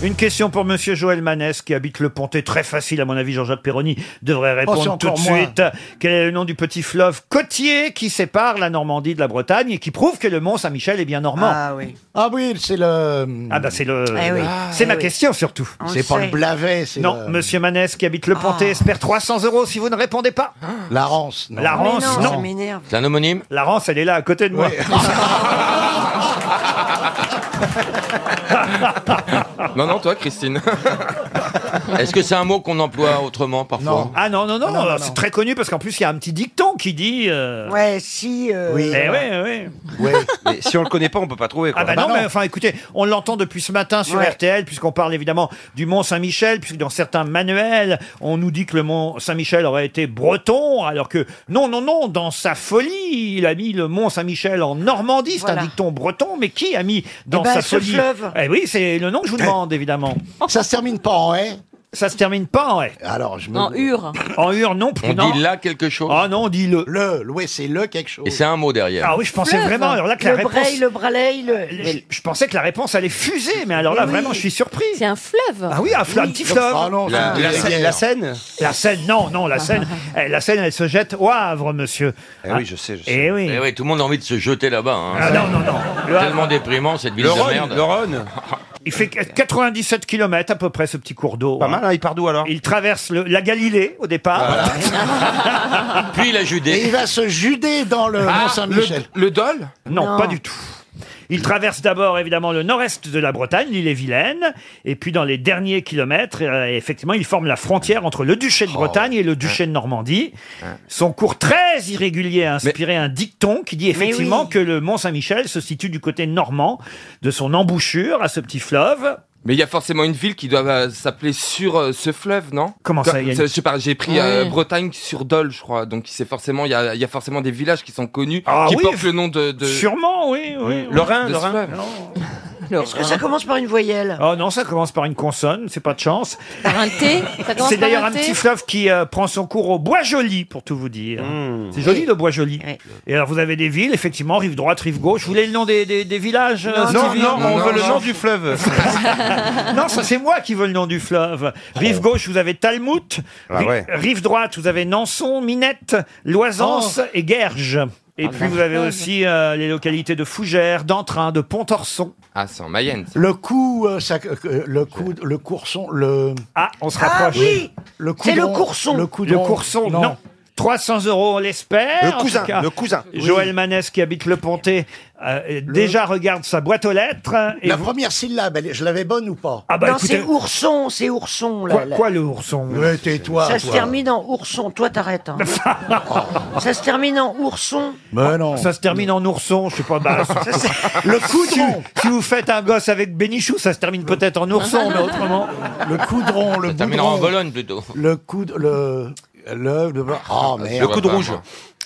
[SPEAKER 1] Une question pour Monsieur Joël Manès qui habite le Pontet. Très facile, à mon avis, Jean-Jacques Perroni devrait
[SPEAKER 18] Oh, c'est
[SPEAKER 1] répondre tout
[SPEAKER 18] encore
[SPEAKER 1] de
[SPEAKER 18] moi.
[SPEAKER 1] suite. Quel est le nom du petit fleuve côtier qui sépare la Normandie de la Bretagne et qui prouve que le Mont Saint-Michel est bien normand
[SPEAKER 18] Ah oui.
[SPEAKER 1] Ah oui, c'est le. Ah bah c'est le.
[SPEAKER 18] Eh oui.
[SPEAKER 1] C'est
[SPEAKER 18] Ah,
[SPEAKER 1] ma
[SPEAKER 18] eh oui.
[SPEAKER 1] question surtout.
[SPEAKER 18] On C'est le pas le sait. Ah. Blavet, c'est
[SPEAKER 1] Non,
[SPEAKER 18] le-
[SPEAKER 1] Monsieur Manès qui habite le Pontet espère 300 euros si vous ne répondez pas.
[SPEAKER 18] La Rance,
[SPEAKER 1] La Rance, non.
[SPEAKER 15] C'est un homonyme
[SPEAKER 1] La Rance, elle est là à côté de moi.
[SPEAKER 15] Non, non, toi, Christine. Est-ce que c'est un mot qu'on emploie autrement parfois
[SPEAKER 1] Ah non, non, non,
[SPEAKER 15] non,
[SPEAKER 1] c'est très connu parce qu'en plus il y a un petit dicton qui dit. euh,
[SPEAKER 10] Ouais, si. euh,
[SPEAKER 1] Eh ouais, ouais.
[SPEAKER 8] Mais si on le connaît pas, on peut pas trouver. Quoi.
[SPEAKER 1] Ah bah, non, mais enfin écoutez, on l'entend depuis ce matin sur
[SPEAKER 8] Ouais.
[SPEAKER 1] RTL, puisqu'on parle évidemment du Mont Saint-Michel, puisque dans certains manuels, on nous dit que le Mont Saint-Michel aurait été breton, alors que non, non, non, dans sa folie, il a mis le Mont Saint-Michel en Normandie, c'est
[SPEAKER 18] Voilà.
[SPEAKER 1] un dicton breton, mais qui a mis dans
[SPEAKER 18] Eh ben,
[SPEAKER 1] sa
[SPEAKER 18] ce
[SPEAKER 1] folie
[SPEAKER 18] fleuve.
[SPEAKER 1] Eh oui, c'est le nom que je vous demande évidemment. Ça se termine pas en haie Ça se termine pas en haie.
[SPEAKER 18] Alors, je me.
[SPEAKER 1] En
[SPEAKER 18] hure.
[SPEAKER 1] En hure, non plus.
[SPEAKER 15] On
[SPEAKER 1] non.
[SPEAKER 15] dit là quelque chose.
[SPEAKER 1] Ah non, on dit le.
[SPEAKER 18] Le, ouais, c'est le quelque chose.
[SPEAKER 15] Et c'est un mot derrière.
[SPEAKER 1] Ah oui, je pensais vraiment. Alors là, que la
[SPEAKER 4] le
[SPEAKER 1] réponse-
[SPEAKER 4] braille, le bralay, le.
[SPEAKER 1] Je, je pensais que la réponse allait fuser, mais alors là,
[SPEAKER 4] Oui.
[SPEAKER 1] vraiment, je suis surpris.
[SPEAKER 4] C'est un fleuve.
[SPEAKER 1] Ah oui, un, fl- un petit fleuve.
[SPEAKER 18] La- c'est la- une la- rivière. la Seine
[SPEAKER 1] La Seine, non, non, la Seine. eh, la Seine, elle se jette au Havre, monsieur.
[SPEAKER 15] Eh oui, je sais, je sais.
[SPEAKER 1] Eh oui.
[SPEAKER 15] Eh oui, tout le monde a envie de se jeter là-bas. hein.
[SPEAKER 1] Ah non, non, non.
[SPEAKER 15] C'est Tellement déprimant cette ville
[SPEAKER 1] Le
[SPEAKER 15] de
[SPEAKER 1] Rhône,
[SPEAKER 15] merde.
[SPEAKER 1] le Il fait 97 km à peu près, ce petit cours d'eau. Pas mal,
[SPEAKER 18] hein,
[SPEAKER 1] il part d'où alors Il traverse le- la Galilée au départ.
[SPEAKER 15] Puis la Judée.
[SPEAKER 18] Et il va se juder dans le
[SPEAKER 1] Ah,
[SPEAKER 18] Mont Saint-Michel.
[SPEAKER 1] Le, Dol non,
[SPEAKER 18] Non.
[SPEAKER 1] pas du tout. Il traverse d'abord évidemment le nord-est de la Bretagne, l'île et Vilaine, et puis dans les derniers kilomètres, euh, effectivement, il forme la frontière entre le duché
[SPEAKER 15] Oh.
[SPEAKER 1] de Bretagne et le duché de Normandie. Son cours très irrégulier a inspiré un dicton qui dit effectivement que le Mont Saint-Michel se situe du côté normand de son embouchure à ce petit fleuve.
[SPEAKER 19] Mais il y a forcément une ville qui doit euh, s'appeler sur euh, ce fleuve, non
[SPEAKER 1] Comment ça, il y a une-
[SPEAKER 19] Je sais pas, j'ai pris euh,
[SPEAKER 1] Ouais.
[SPEAKER 19] Bretagne sur Dole, je crois. Donc c'est forcément, il y a, il y a forcément des villages qui sont connus,
[SPEAKER 1] Ah
[SPEAKER 19] qui
[SPEAKER 1] oui,
[SPEAKER 19] portent le nom de. de-
[SPEAKER 1] Sûrement, oui, oui.
[SPEAKER 19] Le Rhin, De le ce Rhin. fleuve.
[SPEAKER 4] Est-ce que ça commence par une voyelle
[SPEAKER 1] Oh non, ça commence par une consonne, c'est pas de chance.
[SPEAKER 4] Par un T Ça commence
[SPEAKER 1] C'est
[SPEAKER 4] par
[SPEAKER 1] d'ailleurs un
[SPEAKER 4] T
[SPEAKER 1] petit fleuve qui euh, prend son cours au Bois-Joli, pour tout vous dire.
[SPEAKER 8] Mmh.
[SPEAKER 1] C'est joli le Bois-Joli. Et alors vous avez des villes, effectivement, rive droite, rive gauche. Vous voulez le nom des, des- des villages euh,
[SPEAKER 8] Non,
[SPEAKER 1] Stevie
[SPEAKER 8] non, on veut le nom du fleuve.
[SPEAKER 1] non, ça c'est moi qui veux le nom du fleuve.
[SPEAKER 7] Ah
[SPEAKER 1] Rive gauche, vous avez Talmout.
[SPEAKER 8] Ah
[SPEAKER 1] Ri-
[SPEAKER 8] ouais.
[SPEAKER 1] Rive droite, vous avez Nanson, Minette, Loisance
[SPEAKER 7] Oh.
[SPEAKER 1] et Gerges. Et
[SPEAKER 19] Ah,
[SPEAKER 1] puis
[SPEAKER 19] la
[SPEAKER 1] vous avez
[SPEAKER 19] fleuve.
[SPEAKER 1] aussi euh, les localités de Fougères, d'Entrain, de Pontorson.
[SPEAKER 19] Ah, c'est en Mayenne. ça.
[SPEAKER 7] Le coup, euh, ça- euh, le coup, le courson, le.
[SPEAKER 1] Ah, on se rapproche.
[SPEAKER 7] Le
[SPEAKER 1] C'est le courson.
[SPEAKER 7] Le coup
[SPEAKER 1] Le courson, non. 300 euros, on l'espère.
[SPEAKER 7] Le
[SPEAKER 1] en tout
[SPEAKER 7] cousin,
[SPEAKER 1] cas.
[SPEAKER 7] le cousin.
[SPEAKER 1] Joël Manès, qui habite le Pontet, euh, déjà regarde sa boîte aux lettres. hein, et
[SPEAKER 7] La
[SPEAKER 1] vous-
[SPEAKER 7] première syllabe, elle est- je l'avais bonne ou pas
[SPEAKER 1] Ah bah
[SPEAKER 4] non,
[SPEAKER 1] écoutez-
[SPEAKER 4] c'est ourson, c'est ourson. Là,
[SPEAKER 1] Quoi,
[SPEAKER 4] là.
[SPEAKER 1] quoi, le ourson
[SPEAKER 7] Ouais, tais-toi.
[SPEAKER 4] ça se
[SPEAKER 7] toi.
[SPEAKER 4] termine en ourson. Toi, t'arrêtes. hein. ça se termine en ourson.
[SPEAKER 7] Mais non.
[SPEAKER 1] Ah, Ça se termine en ourson, je sais pas. bah, ça, c'est-
[SPEAKER 7] Le
[SPEAKER 1] si,
[SPEAKER 7] coudron.
[SPEAKER 1] si vous faites un gosse avec Bénichou, ça se termine peut-être en ourson, mais autrement.
[SPEAKER 7] Le coudron, le
[SPEAKER 15] Ça terminera en
[SPEAKER 7] boudron.
[SPEAKER 15] Vologne plutôt.
[SPEAKER 7] Le coup, le. Le. le- Oh merde.
[SPEAKER 15] Le coudron rouge.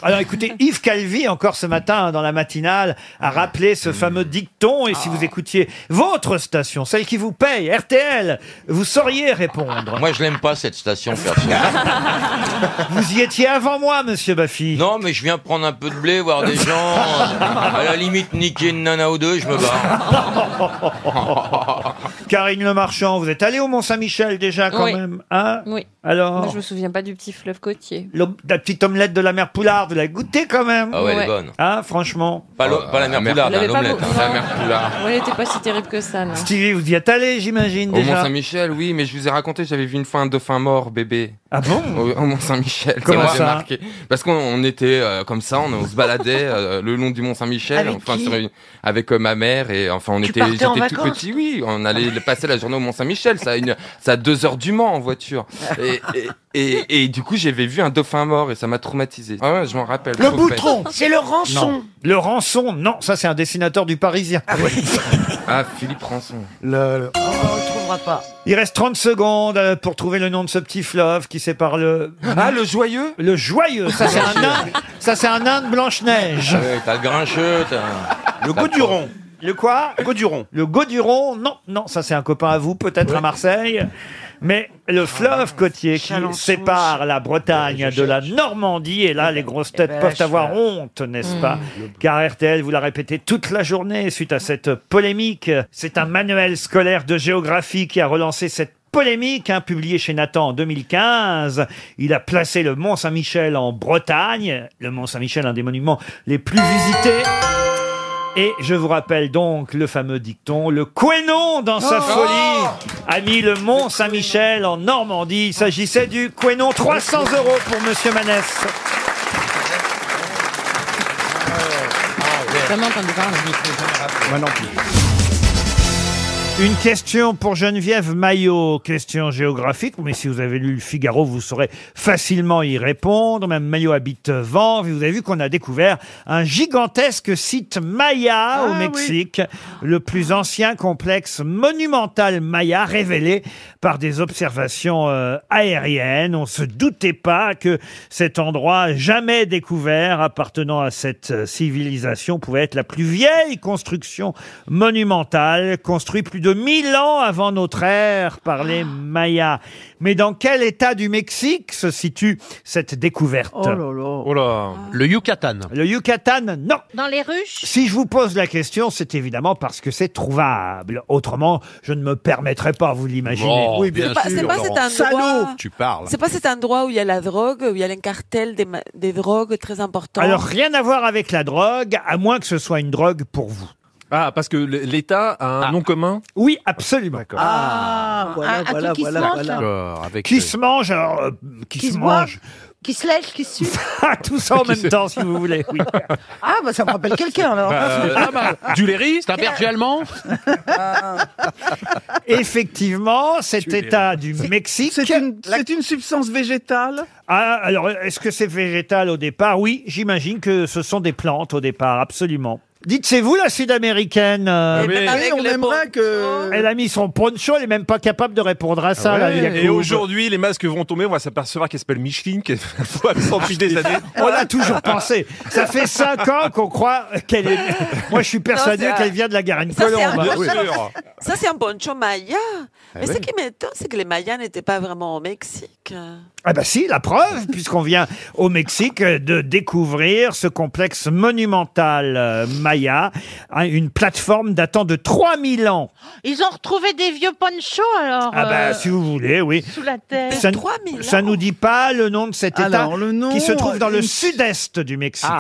[SPEAKER 1] Alors écoutez, Yves Calvi, encore ce matin, hein, dans la matinale, a rappelé ce fameux dicton. Et si vous écoutiez votre station, celle qui vous paye, RTL, vous sauriez répondre.
[SPEAKER 15] Moi, je l'aime pas cette station perso.
[SPEAKER 1] Vous y étiez avant moi, monsieur Baffy.
[SPEAKER 15] Non, mais je viens prendre un peu de blé, voir des gens. euh, À la limite, niquer une nana ou deux, je me barre.
[SPEAKER 1] Karine Le Marchand, vous êtes allé au Mont-Saint-Michel déjà quand
[SPEAKER 20] Oui.
[SPEAKER 1] même, hein
[SPEAKER 20] Oui.
[SPEAKER 1] Alors,
[SPEAKER 20] Moi, je me souviens pas du petit fleuve côtier.
[SPEAKER 1] l'om- la petite omelette de la mère Poulard, vous la goûtez quand même
[SPEAKER 15] Ah ouais, elle est Ouais. bonne.
[SPEAKER 1] Ah, franchement.
[SPEAKER 15] Pas,
[SPEAKER 19] Oh,
[SPEAKER 15] l'o- pas la mère Poulard,
[SPEAKER 20] Vous l'avez pas
[SPEAKER 15] l'omelette.
[SPEAKER 20] beau-
[SPEAKER 15] hein.
[SPEAKER 20] non.
[SPEAKER 15] La mère Poulard.
[SPEAKER 20] Ouais, elle était pas si terrible que ça, non.
[SPEAKER 1] Stevie, vous y êtes allé, j'imagine,
[SPEAKER 19] Au Mont
[SPEAKER 1] déjà
[SPEAKER 19] Saint-Michel, oui, mais je vous ai raconté, j'avais vu une fois un dauphin mort, bébé.
[SPEAKER 1] Ah bon
[SPEAKER 19] Au, au Mont Saint-Michel.
[SPEAKER 1] Comment
[SPEAKER 19] m'avait
[SPEAKER 1] ça
[SPEAKER 19] marqué. Parce qu'on on était euh, comme ça, on, on se baladait euh, le long du Mont Saint-Michel,
[SPEAKER 4] Avec
[SPEAKER 19] enfin
[SPEAKER 4] qui
[SPEAKER 19] sur une- avec euh, ma mère et enfin on
[SPEAKER 4] Tu
[SPEAKER 19] était,
[SPEAKER 4] partais en
[SPEAKER 19] j'étais tout
[SPEAKER 4] vacances
[SPEAKER 19] petit, oui, on allait le- passer la journée au Mont Saint-Michel, ça a une, ça a deux heures du Mans en voiture. Et, et, et- et du coup j'avais vu un dauphin mort et ça m'a traumatisé. Ah ouais, je m'en rappelle. trop bête.
[SPEAKER 4] C'est le rançon.
[SPEAKER 1] Non. Le rançon, non, ça c'est un dessinateur du Parisien.
[SPEAKER 19] Ah Philippe Rançon.
[SPEAKER 15] Ah
[SPEAKER 4] On ne trouvera pas.
[SPEAKER 1] Il reste 30 secondes euh, pour trouver le nom de ce petit fleuve qui sépare le...
[SPEAKER 19] Ah, le joyeux
[SPEAKER 1] Le joyeux, ça c'est un nain, ça c'est un nain de Blanche-Neige.
[SPEAKER 15] Ouais, t'as le grincheux, t'as...
[SPEAKER 1] Le goût du rond. Le quoi Goduron. Le Goduron, non, non, ça c'est un copain à vous, peut-être à Marseille. Mais le
[SPEAKER 18] Ah,
[SPEAKER 1] fleuve côtier qui
[SPEAKER 18] Chalençon,
[SPEAKER 1] sépare la Bretagne de la Normandie, et là les grosses têtes
[SPEAKER 18] ben,
[SPEAKER 1] peuvent
[SPEAKER 18] je
[SPEAKER 1] avoir
[SPEAKER 18] cherche.
[SPEAKER 1] honte, n'est-ce pas
[SPEAKER 18] Mm.
[SPEAKER 1] Car RTL vous l'a répété toute la journée suite à cette polémique. C'est un manuel scolaire de géographie qui a relancé cette polémique, hein, publié chez Nathan en 2015. Il a placé le Mont Saint-Michel en Bretagne. Le Mont Saint-Michel, un des monuments les plus visités. Et je vous rappelle donc le fameux dicton, le Quénon dans sa
[SPEAKER 18] Oh
[SPEAKER 1] folie a mis le Mont Saint-Michel en Normandie. Il s'agissait du Quénon 300 euros pour Monsieur Manès. Une question pour Geneviève Maillot, question géographique, mais si vous avez lu le Figaro, vous saurez facilement y répondre. Même Maillot habite Vanves, et vous avez vu qu'on a découvert un gigantesque site Maya au Mexique, le plus ancien complexe monumental Maya révélé par des observations euh, aériennes. On se doutait pas que cet endroit jamais découvert appartenant à cette euh, civilisation pouvait être la plus vieille construction monumentale construite plus de 1000 ans avant notre ère par les
[SPEAKER 21] Ah.
[SPEAKER 1] Mayas. Mais dans quel état du Mexique se situe cette découverte
[SPEAKER 18] Oh là là.
[SPEAKER 21] Ah.
[SPEAKER 1] Le Yucatan. Le Yucatan, non.
[SPEAKER 9] Dans les ruches
[SPEAKER 1] Si je vous pose la question, c'est évidemment parce que c'est trouvable. Autrement, je ne me permettrais pas, vous l'imaginez.
[SPEAKER 21] Oh, Oui, bien c'est pas- sûr, c'est pas Laurent. cet endroit- Salaud
[SPEAKER 1] Tu parles.
[SPEAKER 21] C'est pas cet endroit où il y a la drogue, où il y a un cartel des, ma- des drogues très important.
[SPEAKER 1] Alors, rien à voir avec la drogue, à moins que ce soit une drogue pour vous. Ah.
[SPEAKER 22] Ah, parce que l- l'État a un nom commun
[SPEAKER 1] Oui, absolument.
[SPEAKER 18] Ah, voilà,
[SPEAKER 4] un
[SPEAKER 18] voilà,
[SPEAKER 4] truc qui se
[SPEAKER 18] voilà,
[SPEAKER 4] mange,
[SPEAKER 18] voilà.
[SPEAKER 4] là.
[SPEAKER 22] D'accord, avec
[SPEAKER 1] Qui se mange, alors, euh, qui, se, mange
[SPEAKER 4] Qui se lèche, qui se suce.
[SPEAKER 1] Tout ça en même temps, si vous voulez. oui. Ah,
[SPEAKER 4] Ah, bah ça me rappelle quelqu'un, alors.
[SPEAKER 22] Bah, euh, pas mal. Du Léry, c'est un
[SPEAKER 4] Quel-
[SPEAKER 22] berger allemand
[SPEAKER 4] Ah.
[SPEAKER 1] Effectivement, cet état du Mexique. C'est une,
[SPEAKER 18] substance végétale
[SPEAKER 1] Ah, alors, est-ce que c'est végétal au départ Oui, j'imagine que ce sont des plantes au départ, absolument. Dites, c'est vous la sud-américaine
[SPEAKER 21] Eh ben,
[SPEAKER 1] euh,
[SPEAKER 18] on aimerait que.
[SPEAKER 1] Elle a mis son poncho, elle est même pas capable de répondre à ça.
[SPEAKER 23] Ah
[SPEAKER 22] Ouais.
[SPEAKER 6] Ah
[SPEAKER 1] la Yacoub.
[SPEAKER 22] Et aujourd'hui, les masques vont tomber. On va s'apercevoir qu'elle s'appelle Micheline, qui est faut absente depuis des années.
[SPEAKER 1] On a toujours pensé. Ça fait cinq ans qu'on croit qu'elle est. Moi, je suis persuadé
[SPEAKER 21] Non, c'est-
[SPEAKER 1] qu'elle vient de la Garenne
[SPEAKER 21] Ça, c'est un,
[SPEAKER 1] Colombe.
[SPEAKER 21] ça, ça, c'est un poncho maya.
[SPEAKER 19] Ah
[SPEAKER 1] Eh
[SPEAKER 21] Mais ce
[SPEAKER 1] oui.
[SPEAKER 21] qui m'étonne, c'est que les mayas n'étaient pas vraiment au Mexique.
[SPEAKER 1] Ah bah si, la preuve, puisqu'on vient au Mexique euh, de découvrir ce complexe monumental euh, maya, hein, une plateforme datant de 3000 ans.
[SPEAKER 9] Ils ont retrouvé des vieux ponchos alors
[SPEAKER 1] Ah bah
[SPEAKER 9] euh,
[SPEAKER 1] si vous voulez, oui.
[SPEAKER 9] sous la
[SPEAKER 18] Euh,
[SPEAKER 9] terre.
[SPEAKER 1] Ça, ça nous dit pas le nom de cet état
[SPEAKER 18] Alors, le nom, Ah.
[SPEAKER 1] qui se trouve dans le
[SPEAKER 18] une-
[SPEAKER 1] sud-est du Mexique.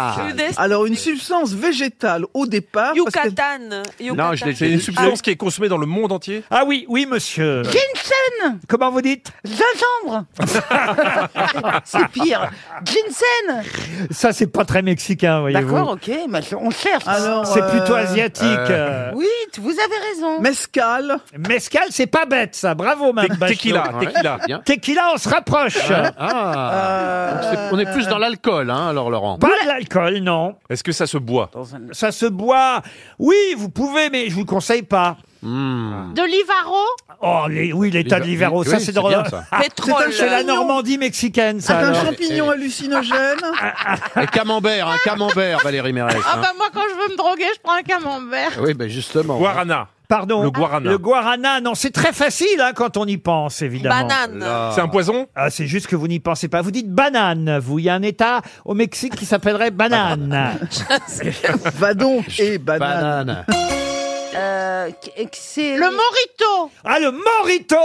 [SPEAKER 18] Alors, une substance végétale au départ.
[SPEAKER 21] Yucatan. Yucatan.
[SPEAKER 22] C'est une substance qui est consommée dans le monde entier.
[SPEAKER 1] Ah oui, oui, monsieur.
[SPEAKER 4] Ginseng
[SPEAKER 1] Comment vous dites
[SPEAKER 4] Gingembre C'est pire. Ginseng
[SPEAKER 1] Ça, c'est pas très mexicain, voyez-vous.
[SPEAKER 4] D'accord, ok, mais on cherche.
[SPEAKER 1] C'est plutôt asiatique. euh.
[SPEAKER 4] Oui, tu- vous avez raison.
[SPEAKER 18] Mescal.
[SPEAKER 1] Mescal, c'est pas bête, ça. Bravo, Mme Bachelot.
[SPEAKER 22] tequila, tequila. Bien.
[SPEAKER 1] Tequila, on se rapproche.
[SPEAKER 6] Euh.
[SPEAKER 22] Ah.
[SPEAKER 1] Donc c'est- on est plus dans
[SPEAKER 22] l'alcool, hein, alors Laurent.
[SPEAKER 1] Pas de l'alcool, Euh, non.
[SPEAKER 22] Est-ce que ça se boit
[SPEAKER 1] Ça se boit. Oui, vous pouvez, mais je vous le conseille pas.
[SPEAKER 11] Hmm.
[SPEAKER 9] De l'Ivaro
[SPEAKER 1] Oh, les- oui, l'état de l'hiver,
[SPEAKER 18] Oui,
[SPEAKER 1] ça
[SPEAKER 18] oui,
[SPEAKER 1] c'est
[SPEAKER 18] c'est
[SPEAKER 1] drôle. Ah,
[SPEAKER 18] bien, ça. Pétrole.
[SPEAKER 1] C'est la Normandie mexicaine,
[SPEAKER 18] C'est
[SPEAKER 1] ça.
[SPEAKER 18] un
[SPEAKER 1] alors. Ah,
[SPEAKER 18] champignon hallucinogène.
[SPEAKER 22] Un camembert,
[SPEAKER 11] hein,
[SPEAKER 22] un camembert, Valérie Mérès.
[SPEAKER 9] Ah bah moi quand je veux me droguer, je prends un camembert.
[SPEAKER 22] Oui, ben
[SPEAKER 11] hein.
[SPEAKER 22] justement. Guarana.
[SPEAKER 1] Pardon.
[SPEAKER 22] Le guarana.
[SPEAKER 1] Le guarana, non, c'est très facile hein, quand on y pense, évidemment.
[SPEAKER 22] Banane. Là. C'est un poison
[SPEAKER 1] ah, C'est juste que vous n'y pensez pas. Vous dites banane, vous. Il y a un état au Mexique qui s'appellerait banane.
[SPEAKER 18] Va donc et
[SPEAKER 1] Ah.
[SPEAKER 18] banane.
[SPEAKER 4] Euh, qu- c'est...
[SPEAKER 9] Le morito
[SPEAKER 1] Ah, le morito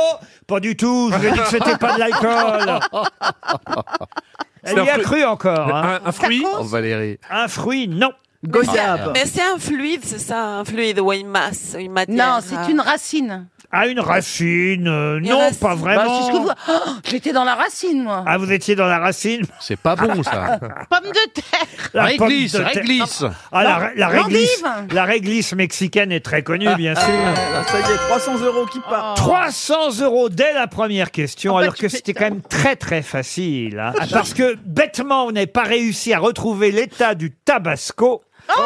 [SPEAKER 1] Pas du tout, je vous ai dit que c'était pas de l'alcool. Elle
[SPEAKER 22] C'est un
[SPEAKER 1] y a
[SPEAKER 22] fruit-
[SPEAKER 1] cru encore. hein.
[SPEAKER 22] Un, un fruit
[SPEAKER 21] Tacos
[SPEAKER 22] Valérie.
[SPEAKER 1] Un fruit, non.
[SPEAKER 21] Mais c'est- Mais c'est un fluide, c'est ça, un fluide ou une masse, une matière.
[SPEAKER 4] Non,
[SPEAKER 20] euh.
[SPEAKER 4] c'est une racine.
[SPEAKER 1] Ah, une racine euh,
[SPEAKER 4] Une
[SPEAKER 1] Non,
[SPEAKER 4] racine.
[SPEAKER 1] pas vraiment.
[SPEAKER 4] Bah, c'est ce que vous- Oh, J'étais dans la racine, moi.
[SPEAKER 1] Ah, vous étiez dans la racine
[SPEAKER 22] C'est pas bon, ça.
[SPEAKER 9] Pomme de terre
[SPEAKER 1] La pomme
[SPEAKER 22] Réglisse,
[SPEAKER 1] de terre.
[SPEAKER 22] réglisse.
[SPEAKER 1] Ah, la, la
[SPEAKER 18] L'endive.
[SPEAKER 1] réglisse, la réglisse mexicaine est très connue, bien
[SPEAKER 12] Ah,
[SPEAKER 1] sûr.
[SPEAKER 18] Ça y est, 300 euros qui partent.
[SPEAKER 1] 300 euros dès la première question, alors que c'était quand même très très facile. hein. Ah, Parce que bêtement, on n'avait pas réussi à retrouver l'état du tabasco.
[SPEAKER 9] Oh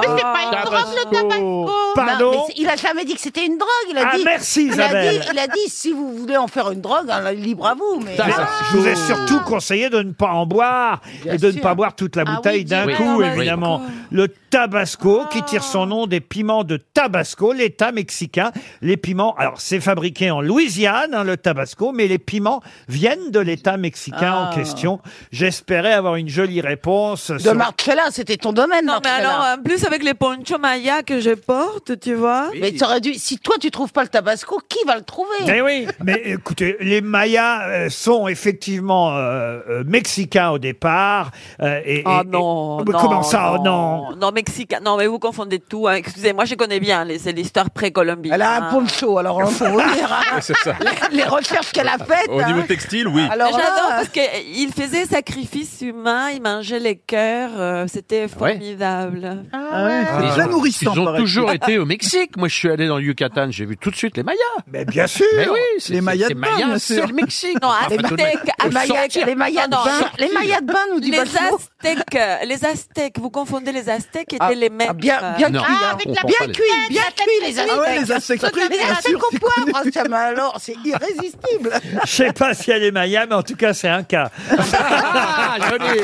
[SPEAKER 9] Mais c'est pas une drogue le tabasco
[SPEAKER 1] Par Pardon
[SPEAKER 4] mais c'est- il a jamais dit que c'était une drogue. Il a
[SPEAKER 1] Ah,
[SPEAKER 4] dit,
[SPEAKER 1] merci,
[SPEAKER 4] il a
[SPEAKER 1] Isabelle.
[SPEAKER 4] dit, il a dit, si vous voulez en faire une drogue, alors, libre à vous. Mais Ah.
[SPEAKER 1] Mais Ah Je vous ai surtout conseillé de ne pas en boire
[SPEAKER 4] Bien
[SPEAKER 1] et de ne
[SPEAKER 4] sûr.
[SPEAKER 1] pas boire toute la
[SPEAKER 4] Ah oui,
[SPEAKER 1] bouteille d'un
[SPEAKER 4] direct.
[SPEAKER 1] coup,
[SPEAKER 4] Oui, oui. Oh.
[SPEAKER 1] évidemment. Le tabasco, qui tire son nom des piments de Tabasco, l'État mexicain. Les piments, alors c'est fabriqué en Louisiane, hein, le tabasco, mais les piments viennent de l'État mexicain en
[SPEAKER 4] Ah.
[SPEAKER 1] question. J'espérais avoir une jolie réponse.
[SPEAKER 4] De Marcella, c'était ton domaine,
[SPEAKER 20] Non, mais
[SPEAKER 4] Marcella.
[SPEAKER 20] alors, en plus, avec les ponchos maya que je porte, tu vois.
[SPEAKER 4] Mais t'aurais dû, si toi tu trouves pas le tabasco, qui va le trouver
[SPEAKER 1] Mais Eh oui, mais écoutez, les Mayas euh, sont effectivement euh, euh, mexicains au départ. euh, et,
[SPEAKER 20] Ah
[SPEAKER 1] et- et-
[SPEAKER 20] non,
[SPEAKER 1] Mais
[SPEAKER 20] non,
[SPEAKER 1] Comment ça, oh non
[SPEAKER 20] Non, mexicain. Non, mais vous confondez tout. hein. Excusez-moi, je connais bien. les- C'est l'histoire Ah. précolombienne.
[SPEAKER 4] Elle a
[SPEAKER 9] Ah.
[SPEAKER 4] un poncho, alors on peut revenir. hein.
[SPEAKER 23] Ouais, c'est ça.
[SPEAKER 4] Les, les recherches qu'elle a faites.
[SPEAKER 23] Au niveau
[SPEAKER 4] hein.
[SPEAKER 23] textile, oui.
[SPEAKER 4] Alors là,
[SPEAKER 20] J'adore
[SPEAKER 4] euh,
[SPEAKER 20] parce qu'il faisait sacrifice humain, il mangeait les cœurs, euh, c'était
[SPEAKER 11] ouais.
[SPEAKER 20] formidable.
[SPEAKER 11] Ils
[SPEAKER 20] Ah.
[SPEAKER 11] ont- Ils ont toujours été au Mexique. Moi, je suis allé dans le Yucatan, j'ai vu tout de suite les Mayas.
[SPEAKER 1] Mais bien sûr.
[SPEAKER 11] Mais oui, c'est-
[SPEAKER 24] Les
[SPEAKER 11] c'est-
[SPEAKER 24] Mayas
[SPEAKER 11] c'est
[SPEAKER 24] de Bain, bien
[SPEAKER 11] c'est
[SPEAKER 24] sûr.
[SPEAKER 11] le Mexique.
[SPEAKER 20] Non,
[SPEAKER 11] Enfin,
[SPEAKER 20] Aztèques,
[SPEAKER 11] tout de même, faut
[SPEAKER 20] Aztèques,
[SPEAKER 11] sortir.
[SPEAKER 20] non, non,
[SPEAKER 4] bain, les Mayas de bain, nous dit
[SPEAKER 20] Les
[SPEAKER 4] Balfour.
[SPEAKER 20] Aztèques, euh, les Aztèques, vous confondez les Aztèques étaient
[SPEAKER 4] Ah,
[SPEAKER 20] les mêmes.
[SPEAKER 4] bien, bien
[SPEAKER 20] euh,
[SPEAKER 4] cuit,
[SPEAKER 9] Ah,
[SPEAKER 4] hein.
[SPEAKER 11] comprend
[SPEAKER 4] bien
[SPEAKER 11] pas les-
[SPEAKER 4] cuit, bien cuit, les Aztèques.
[SPEAKER 24] Ah ouais, les Aztèques
[SPEAKER 4] Toi,
[SPEAKER 24] crus,
[SPEAKER 4] les
[SPEAKER 24] bien
[SPEAKER 4] Aztèques
[SPEAKER 24] sûr,
[SPEAKER 4] au poivre, ça m'a alors, c'est irrésistible.
[SPEAKER 1] Je sais pas si elle est Maya, mais en tout cas, c'est un cas.
[SPEAKER 11] Ah, joli.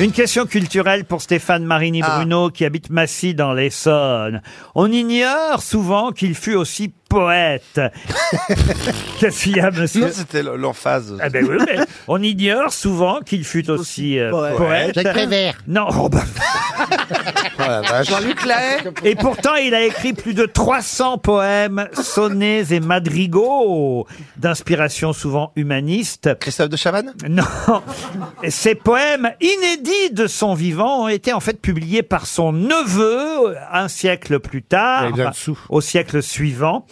[SPEAKER 1] Une question culturelle pour Stéphane Marini
[SPEAKER 8] Ah.
[SPEAKER 1] Bruno qui habite Massy dans l'Essonne. On ignore souvent qu'il fut aussi poète. Qu'est-ce qu'il y a, monsieur
[SPEAKER 8] Non, c'était l- l'emphase.
[SPEAKER 1] Ah ben oui, mais on ignore souvent qu'il fut aussi euh,
[SPEAKER 8] poète.
[SPEAKER 1] poète.
[SPEAKER 8] Jacques
[SPEAKER 1] Prévert. Non. oh bah.
[SPEAKER 8] Jean-Luc Lahaye.
[SPEAKER 1] Et pourtant, il a écrit plus de 300 poèmes, sonnets et madrigaux, d'inspiration souvent humaniste.
[SPEAKER 8] Christophe de Chavannes
[SPEAKER 1] Non. Et Ces poèmes inédits de son vivant ont été en fait publiés par son neveu un siècle plus tard,
[SPEAKER 8] Il avait besoin de
[SPEAKER 1] enfin, au siècle suivant.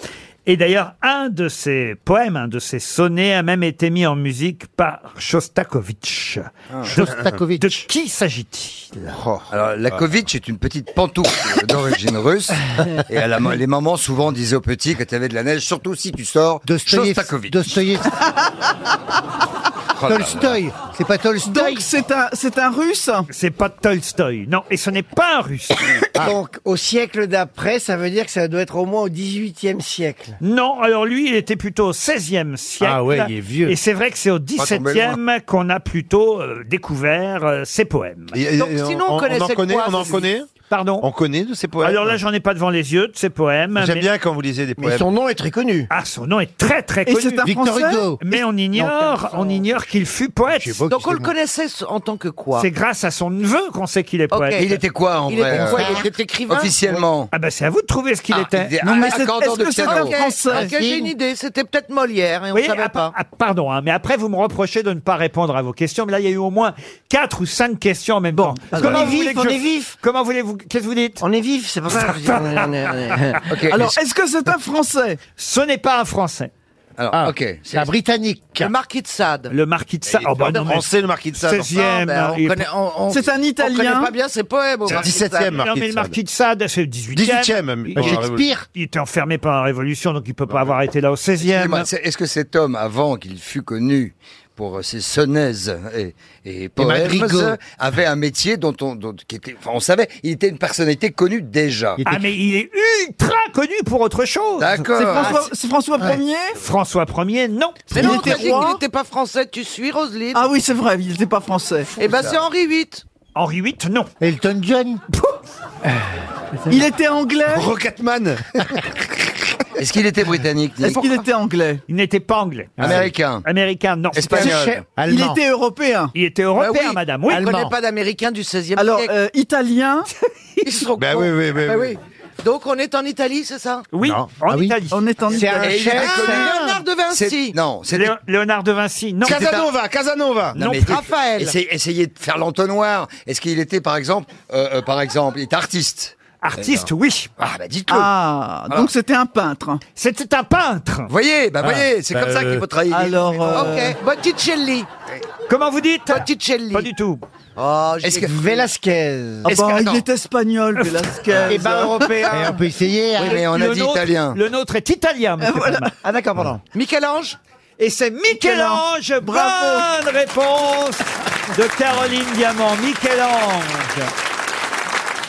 [SPEAKER 1] Et d'ailleurs, un de ses poèmes, un de ses sonnets a même été mis en musique par Shostakovich.
[SPEAKER 24] Ah.
[SPEAKER 1] Shostakovich. De qui s'agit-il
[SPEAKER 24] Oh. Alors,
[SPEAKER 1] Ah.
[SPEAKER 24] la Covid, c'est une petite pantoufle d'origine russe. Et à la- les mamans souvent disaient aux petits que tu avais de la neige, surtout si tu sors de Shostakovich.
[SPEAKER 8] Oh là là.
[SPEAKER 24] c'est pas Tolstoy.
[SPEAKER 13] Donc c'est un, c'est un russe
[SPEAKER 1] C'est pas Tolstoy, non, et ce n'est pas un russe.
[SPEAKER 25] Donc, au siècle d'après, ça veut dire que ça doit être au moins au 18e siècle.
[SPEAKER 1] Non, alors lui, il était plutôt au 16e siècle.
[SPEAKER 25] Ah ouais, il est vieux.
[SPEAKER 1] Et c'est vrai que c'est au
[SPEAKER 25] Pas tombé loin.
[SPEAKER 1] 17e qu'on a plutôt euh, découvert euh, ses poèmes.
[SPEAKER 8] Donc, et on- sinon, on on- connaissait on en quoi, connaît, on en vous connaît dites
[SPEAKER 1] Pardon
[SPEAKER 8] On connaît de ces poèmes
[SPEAKER 1] Alors là, j'en ai pas devant les yeux de ses poèmes.
[SPEAKER 8] J'aime
[SPEAKER 1] mais-
[SPEAKER 8] bien quand vous lisez des poèmes.
[SPEAKER 1] nom est très connu. Ah, son nom est très très
[SPEAKER 8] Et
[SPEAKER 1] connu.
[SPEAKER 8] c'est un Victor Français Hugo.
[SPEAKER 1] Mais on ignore, on ignore qu'il fut poète.
[SPEAKER 3] Donc on le connaissait en tant que quoi
[SPEAKER 1] C'est grâce à son neveu qu'on sait qu'il est
[SPEAKER 3] Ok.
[SPEAKER 1] poète.
[SPEAKER 3] Il était quoi, en Il vrai, était quoi
[SPEAKER 1] Euh,
[SPEAKER 3] Il était écrivain Officiellement.
[SPEAKER 1] Ah bah c'est à vous de trouver ce qu'il
[SPEAKER 3] Ah, il
[SPEAKER 1] était.
[SPEAKER 3] était- Non, mais c'est- accordeur est-ce de que c'est piano. un Français
[SPEAKER 1] Ah,
[SPEAKER 3] Ok, j'ai une idée,
[SPEAKER 1] c'était peut-être Molière et on savait pas. ah, pardon, hein, mais après vous me reprochez de ne pas répondre à vos questions. Mais là il y a eu au moins quatre ou cinq questions en même temps.
[SPEAKER 25] on est vif,
[SPEAKER 1] voulez que
[SPEAKER 25] on
[SPEAKER 1] je-
[SPEAKER 25] est vif.
[SPEAKER 1] Comment voulez-vous Qu'est-ce que vous dites
[SPEAKER 25] On est vif, c'est pas ça.
[SPEAKER 1] Alors est-ce que c'est un Français Ce n'est pas un Français.
[SPEAKER 3] Alors,
[SPEAKER 24] Ah.
[SPEAKER 3] ok.
[SPEAKER 1] C'est un Britannique.
[SPEAKER 3] Le marquis de Sade.
[SPEAKER 1] Le marquis de Sade. Oh, bah,
[SPEAKER 3] Il est pas français, le marquis de Sade.
[SPEAKER 1] 16e.
[SPEAKER 3] Ah, ben, on
[SPEAKER 1] hein, il-
[SPEAKER 3] connaît- on- on- C'est un on Italien. connaît pas bien ses poèmes au
[SPEAKER 1] C'est
[SPEAKER 3] marquis de Sade.
[SPEAKER 1] 17e, Non,
[SPEAKER 3] Marquis
[SPEAKER 1] mais
[SPEAKER 3] de
[SPEAKER 1] le
[SPEAKER 3] Sade.
[SPEAKER 1] marquis de Sade, c'est le 18e.
[SPEAKER 3] 18e, même,
[SPEAKER 1] Il-
[SPEAKER 3] pendant la Shakespeare. Révolution.
[SPEAKER 1] Il était enfermé pendant la Révolution, donc il peut pas avoir été là au
[SPEAKER 3] Excusez-moi,
[SPEAKER 1] 16e.
[SPEAKER 3] c'est- Est-ce que cet homme, avant qu'il fût connu pour euh, ses sonnets et, et poèmes,
[SPEAKER 25] madrigaux.
[SPEAKER 3] avait un métier dont on, dont- qui était, enfin, on savait, il était une personnalité connue déjà.
[SPEAKER 1] Ah, mais il est ultra connu pour autre chose.
[SPEAKER 3] D'accord. Ah, C'est François-
[SPEAKER 13] Ah,
[SPEAKER 3] c'est François
[SPEAKER 1] Ouais.
[SPEAKER 3] Ier
[SPEAKER 1] François Ier, non.
[SPEAKER 3] Mais non, t'as dit qu'il
[SPEAKER 13] roi
[SPEAKER 3] était pas français, tu suis Roselyne.
[SPEAKER 13] Ah oui, c'est vrai, il n'était pas français.
[SPEAKER 3] Eh ben, c'est Henri VIII.
[SPEAKER 1] Henri VIII, non. Euh,
[SPEAKER 25] Elton John
[SPEAKER 13] Il était anglais
[SPEAKER 3] Rocketman Est-ce qu'il était britannique
[SPEAKER 13] Est-ce qu'il était anglais
[SPEAKER 1] Il n'était pas anglais.
[SPEAKER 3] Ah, Américain.
[SPEAKER 1] Américain, non.
[SPEAKER 3] Espagnol. Ah
[SPEAKER 13] Il était européen.
[SPEAKER 1] Il était européen, madame. Oui,
[SPEAKER 3] On ne connaît pas d'Américain du 16e
[SPEAKER 13] Alors,
[SPEAKER 3] siècle.
[SPEAKER 13] euh, italien.
[SPEAKER 3] Ils sont
[SPEAKER 13] Ben
[SPEAKER 3] cons.
[SPEAKER 13] oui, oui, oui,
[SPEAKER 3] Ben
[SPEAKER 13] oui.
[SPEAKER 3] Donc on est en Italie, c'est ça
[SPEAKER 1] Oui, en
[SPEAKER 3] Ah
[SPEAKER 1] Italie. Ah,
[SPEAKER 13] On est en Italie.
[SPEAKER 3] Et il a connu Léonard de Vinci.
[SPEAKER 1] Non, c'est Lé- Léonard de Vinci. Non.
[SPEAKER 3] Casanova, Casanova.
[SPEAKER 1] Non,
[SPEAKER 3] mais
[SPEAKER 1] plus.
[SPEAKER 3] Raphaël. Essayez, essayez de faire l'entonnoir. Est-ce qu'il était, par exemple, euh, euh, par exemple, il est artiste Euh,
[SPEAKER 1] Artiste, oui.
[SPEAKER 3] Ah, bah dites-le.
[SPEAKER 13] Ah,
[SPEAKER 3] Voilà.
[SPEAKER 13] donc c'était un peintre.
[SPEAKER 1] C'était un peintre.
[SPEAKER 3] Voyez,
[SPEAKER 25] Ah,
[SPEAKER 3] bah
[SPEAKER 1] Ah,
[SPEAKER 3] voyez, c'est comme ça
[SPEAKER 25] euh,
[SPEAKER 3] qu'il faut travailler.
[SPEAKER 13] Alors, euh,
[SPEAKER 3] Ok, Botticelli.
[SPEAKER 1] Comment vous dites
[SPEAKER 3] Botticelli. Pas
[SPEAKER 1] du tout.
[SPEAKER 3] Oh,
[SPEAKER 25] Est-ce que Velasquez
[SPEAKER 13] ah bah, il est espagnol, Velasquez.
[SPEAKER 1] Eh
[SPEAKER 3] Eh
[SPEAKER 25] Et
[SPEAKER 1] ben,
[SPEAKER 3] ben,
[SPEAKER 25] pas européen.
[SPEAKER 13] Mais
[SPEAKER 25] on peut essayer.
[SPEAKER 3] hein.
[SPEAKER 1] Le- le nôtre- Le nôtre est italien, monsieur Palma.
[SPEAKER 25] Ah d'accord, pardon.
[SPEAKER 3] Michel-Ange
[SPEAKER 1] Et c'est Michel-Ange. Bravo. Bonne réponse de Caroline Diamant, Michel-Ange.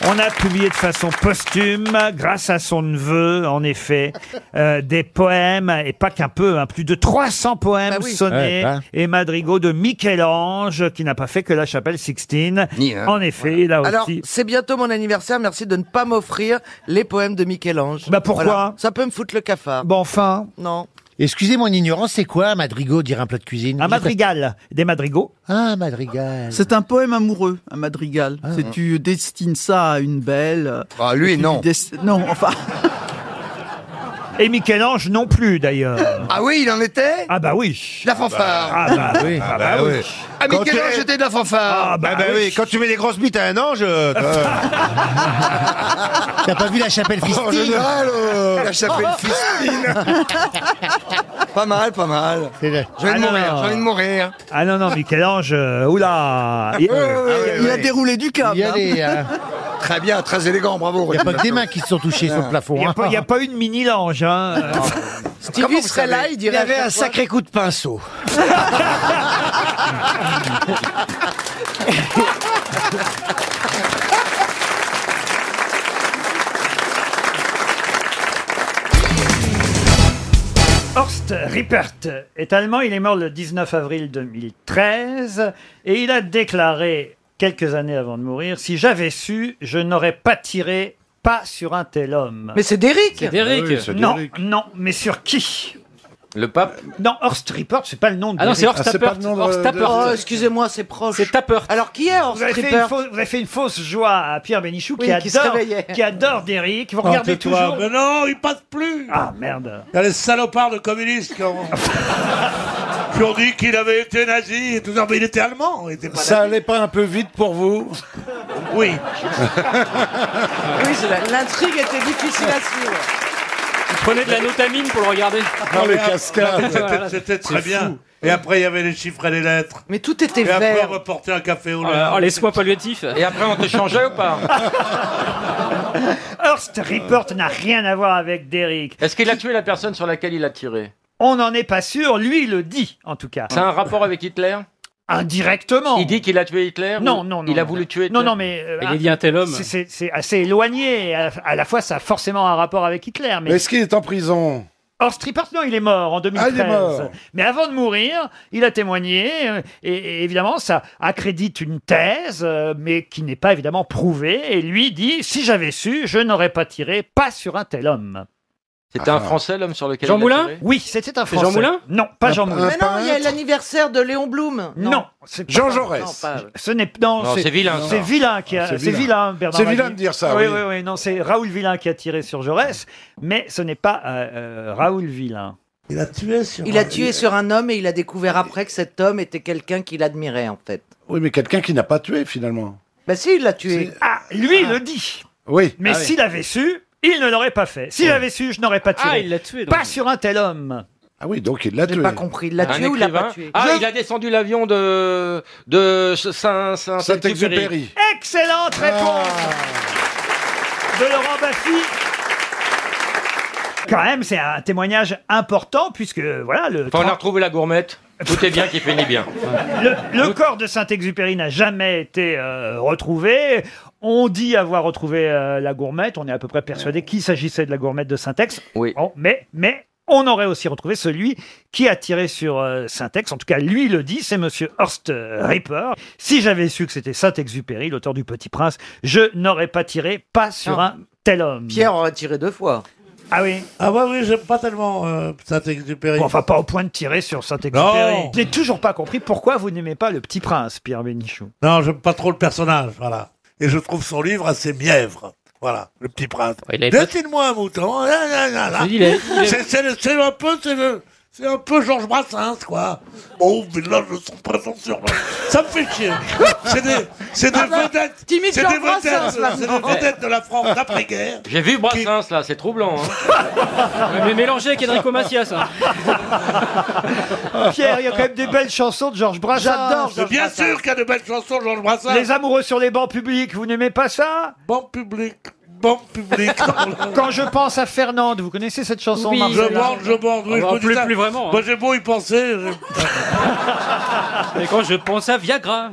[SPEAKER 1] On a publié de façon posthume, grâce à son neveu, en effet, euh, des poèmes, et pas qu'un peu, hein, plus de 300 poèmes
[SPEAKER 2] Bah oui.
[SPEAKER 1] sonnés
[SPEAKER 2] Ouais, bah.
[SPEAKER 1] et madrigaux de Michel-Ange, qui n'a pas fait que la chapelle Sixtine. En effet, il a aussi...
[SPEAKER 13] Alors, c'est bientôt mon anniversaire, merci de ne pas m'offrir les poèmes de Michel-Ange.
[SPEAKER 1] Bah pourquoi
[SPEAKER 13] Ça peut me foutre le cafard.
[SPEAKER 1] Bon, enfin.
[SPEAKER 13] Non.
[SPEAKER 7] Excusez mon ignorance, c'est quoi un madrigo, dire un plat de cuisine
[SPEAKER 13] Un madrigal,
[SPEAKER 1] des madrigaux.
[SPEAKER 7] Ah, un madrigal.
[SPEAKER 26] C'est un poème amoureux, un madrigal.
[SPEAKER 7] Ah.
[SPEAKER 26] c'est tu destines ça à une belle.
[SPEAKER 18] Ah, lui, non.
[SPEAKER 26] Non, enfin.
[SPEAKER 1] Et Michel-Ange non plus, d'ailleurs.
[SPEAKER 18] Ah oui, il en était
[SPEAKER 1] Ah bah oui.
[SPEAKER 18] La fanfare.
[SPEAKER 1] Ah bah oui. Ah bah oui.
[SPEAKER 18] Ah,
[SPEAKER 8] Quand
[SPEAKER 18] Michel-Ange
[SPEAKER 8] tu-
[SPEAKER 18] était de la fanfare.
[SPEAKER 8] Ah bah, oui. quand tu mets des grosses bites à un ange. euh,
[SPEAKER 7] T'as pas vu la chapelle
[SPEAKER 8] Oh,
[SPEAKER 7] Fistine
[SPEAKER 18] En général, euh, la chapelle Fistine. pas mal, pas mal. J'ai envie de mourir, j'ai envie de mourir.
[SPEAKER 1] Ah non, non, Michel-Ange, euh, oula
[SPEAKER 8] Ah
[SPEAKER 1] Ah
[SPEAKER 18] Ouais, ouais, ouais, Il a ouais.
[SPEAKER 26] déroulé du câble.
[SPEAKER 18] Il y a des,
[SPEAKER 3] euh,
[SPEAKER 7] euh,
[SPEAKER 18] hein. Très bien, très élégant, bravo.
[SPEAKER 1] Il y a pas que des mains
[SPEAKER 7] qui se sont touchées sur le plafond,
[SPEAKER 1] Il n'y a, pas- il y a pas eu de mini-lange. Hein.
[SPEAKER 13] Stevie serait là, il dirait. à chaque fois-
[SPEAKER 7] coup de pinceau.
[SPEAKER 1] Horst Rippert est allemand, il est mort le 19 avril 2013 et il a déclaré quelques années avant de mourir Si j'avais su, je n'aurais pas tiré pas sur un tel homme.
[SPEAKER 13] Mais c'est Derrick C'est Derrick.
[SPEAKER 1] Derrick.
[SPEAKER 13] Oui, c'est
[SPEAKER 1] Non,
[SPEAKER 13] Derrick.
[SPEAKER 1] non, mais sur qui
[SPEAKER 19] Le pape
[SPEAKER 1] Non, Horst Rippert, c'est pas le nom de
[SPEAKER 13] Ah non, c'est
[SPEAKER 1] Derrick.
[SPEAKER 13] Horst Ah, c'est Tappert. pas le nom de- Horst Tappert. Oh,
[SPEAKER 1] excusez-moi, c'est proche. C'est Tappert.
[SPEAKER 13] Alors qui est Horst
[SPEAKER 1] vous avez, fait une
[SPEAKER 13] Rippert
[SPEAKER 1] fausse, vous avez fait une fausse joie à Pierre Bénichou
[SPEAKER 13] Oui,
[SPEAKER 1] qui,
[SPEAKER 13] qui se
[SPEAKER 1] adore,
[SPEAKER 13] réveillait.
[SPEAKER 1] qui adore Derrick. Vous regardez
[SPEAKER 11] Tais-toi.
[SPEAKER 1] toujours.
[SPEAKER 11] Mais non, il passe plus.
[SPEAKER 1] Ah merde.
[SPEAKER 11] Il y a les salopards de communistes qui ont, qui ont dit qu'il avait été nazi et tout ça. Mais il était allemand. Il était pas
[SPEAKER 6] Ça allait pas un peu vite pour vous
[SPEAKER 11] nazi. Oui.
[SPEAKER 13] Oui, c'est la- l'intrigue était difficile à suivre.
[SPEAKER 11] Prenez de la notamine pour le regarder.
[SPEAKER 6] Non, les cascades.
[SPEAKER 11] C'était, c'était très
[SPEAKER 6] C'est
[SPEAKER 11] bien.
[SPEAKER 6] fou.
[SPEAKER 11] Et après, il y avait les chiffres et les lettres.
[SPEAKER 13] Mais tout était
[SPEAKER 11] et après,
[SPEAKER 13] vert.
[SPEAKER 11] on reportait un café au
[SPEAKER 16] Oh,
[SPEAKER 11] lait.
[SPEAKER 16] là, oh, les soins palliatifs.
[SPEAKER 11] Et après, on t'échangeait ou pas
[SPEAKER 1] Horst Rippert n'a rien à voir avec Derrick.
[SPEAKER 2] Est-ce qu'il a tué la personne sur laquelle il a tiré
[SPEAKER 1] On n'en est pas sûr, lui il le dit en tout cas.
[SPEAKER 2] C'est un rapport avec Hitler
[SPEAKER 1] Indirectement.
[SPEAKER 2] Il dit qu'il a tué Hitler ou
[SPEAKER 1] Non, non, non.
[SPEAKER 2] Il a
[SPEAKER 1] non.
[SPEAKER 2] voulu tuer Hitler
[SPEAKER 1] Non, non, mais. euh,
[SPEAKER 2] Il est lié à un tel homme.
[SPEAKER 1] c'est- C'est c'est assez éloigné. et À, à la fois, ça a forcément un rapport avec Hitler. Mais
[SPEAKER 6] Est-ce qu'il est en prison
[SPEAKER 1] Horst Rippert, non, il est mort en 2013.
[SPEAKER 6] il est mort.
[SPEAKER 1] Mais avant de mourir, il a témoigné. euh, Et, et évidemment, ça accrédite une thèse, euh, mais qui n'est pas évidemment prouvée. Et lui dit si j'avais su, je n'aurais pas tiré, pas sur un tel homme.
[SPEAKER 2] C'était
[SPEAKER 6] Ah.
[SPEAKER 2] un Français, l'homme sur lequel
[SPEAKER 1] Jean
[SPEAKER 2] il a
[SPEAKER 1] Moulin
[SPEAKER 2] tiré
[SPEAKER 1] Oui, c'était un
[SPEAKER 2] C'est
[SPEAKER 1] Français.
[SPEAKER 2] Jean Moulin
[SPEAKER 1] Non, pas Jean Moulin.
[SPEAKER 13] Mais non, il y a l'anniversaire de Léon Blum.
[SPEAKER 1] Non, c'est pas-
[SPEAKER 13] Jean
[SPEAKER 1] Non,
[SPEAKER 13] Jaurès.
[SPEAKER 1] pas- Ce n'est non,
[SPEAKER 2] Non, c'est vilain, ça.
[SPEAKER 1] C'est vilain qui a.
[SPEAKER 2] C'est
[SPEAKER 1] C'est
[SPEAKER 2] vilain.
[SPEAKER 1] vilain, Bernard.
[SPEAKER 2] C'est vilain
[SPEAKER 1] Mabille.
[SPEAKER 2] de dire ça,
[SPEAKER 1] Oui,
[SPEAKER 2] oui.
[SPEAKER 1] oui, oui. Non, c'est Raoul Vilain qui a tiré sur Jaurès, mais ce n'est pas euh, euh, Raoul Vilain.
[SPEAKER 11] Il a tué sur.
[SPEAKER 13] Il a tué sur un homme et il a découvert après que cet homme était quelqu'un qu'il admirait en fait.
[SPEAKER 6] Oui, mais quelqu'un qui n'a pas tué finalement.
[SPEAKER 13] Bah si, il l'a tué.
[SPEAKER 1] Ah, lui, il le dit.
[SPEAKER 6] Ah Oui.
[SPEAKER 13] Ah
[SPEAKER 1] Mais s'il avait su, il ne l'aurait pas fait. S'il avait su, je n'aurais pas tiré.
[SPEAKER 11] Ah, il l'a tué, donc.
[SPEAKER 1] Pas sur un tel homme.
[SPEAKER 6] Ah oui, donc il l'a tué.
[SPEAKER 13] pas compris, il l'a
[SPEAKER 2] Un
[SPEAKER 13] tué ou il l'a
[SPEAKER 2] écrivain
[SPEAKER 13] pas tué
[SPEAKER 2] Ah, il a descendu l'avion de, de Saint- Saint- Saint-Exupéry.
[SPEAKER 1] Excellente réponse Ah. de Laurent Baffy. Quand même, c'est un témoignage important puisque voilà le.
[SPEAKER 2] Enfin, on a retrouvé la gourmette. Tout est bien qui finit bien.
[SPEAKER 1] Le, le corps de Saint-Exupéry n'a jamais été euh, retrouvé. On dit avoir retrouvé euh, la gourmette. On est à peu près persuadé qu'il s'agissait de la gourmette de Saint-Ex.
[SPEAKER 2] Oui.
[SPEAKER 1] mais, mais on aurait aussi retrouvé celui qui a tiré sur euh, Saint-Ex. En tout cas, lui le dit, c'est Monsieur Horst euh, Ripper. Si j'avais su que c'était Saint-Exupéry, l'auteur du Petit Prince, je n'aurais pas tiré, pas sur
[SPEAKER 13] Non.
[SPEAKER 1] un tel homme.
[SPEAKER 13] Pierre aurait tiré deux fois.
[SPEAKER 1] Ah oui
[SPEAKER 11] Ah ouais, oui, j'aime pas tellement euh, Saint-Exupéry.
[SPEAKER 1] Bon, enfin, pas au point de tirer sur Saint-Exupéry. Je n'ai toujours pas compris pourquoi vous n'aimez pas le Petit Prince, Pierre Bénichou.
[SPEAKER 11] Non, j'aime pas trop le personnage, voilà. Et je trouve son livre assez mièvre. Voilà, le petit prince.
[SPEAKER 2] il avait pas-
[SPEAKER 11] Dessine-moi un mouton. hein, là, là, là, là.
[SPEAKER 2] Il a- il a-
[SPEAKER 11] C'est- C'est le- c'est un peu, c'est le- c'est un peu Georges Brassens, quoi. Oh, mais là, je suis prétentieux. là. Ça me fait chier. C'est des, c'est des
[SPEAKER 2] Ah bah,
[SPEAKER 11] vedettes. C'est des
[SPEAKER 2] t'imites Georges
[SPEAKER 11] vedettes,
[SPEAKER 2] Brassens, là.
[SPEAKER 11] c'est des vedettes de la France d'après-guerre.
[SPEAKER 2] J'ai vu Brassens là, c'est troublant. hein.
[SPEAKER 16] Ouais, Mais mélangé avec Enrico Macias. hein.
[SPEAKER 1] Ah. Pierre, il y a quand même des belles chansons de Georges Brassens.
[SPEAKER 11] Mais Bien sûr qu'il y a de belles chansons, Georges Brassens.
[SPEAKER 1] Les amoureux sur les bancs publics, vous n'aimez pas ça
[SPEAKER 11] Bon public. banque publique.
[SPEAKER 1] Quand je pense à Fernande, vous connaissez cette chanson
[SPEAKER 11] Oui,
[SPEAKER 1] Marcella
[SPEAKER 11] je bande, je bande, oui, je
[SPEAKER 1] Ah bah,
[SPEAKER 11] me dis
[SPEAKER 1] plus-
[SPEAKER 11] ça.
[SPEAKER 1] plus vraiment, hein.
[SPEAKER 11] Moi, j'ai beau y penser. je-
[SPEAKER 16] Et quand je pense à Viagra.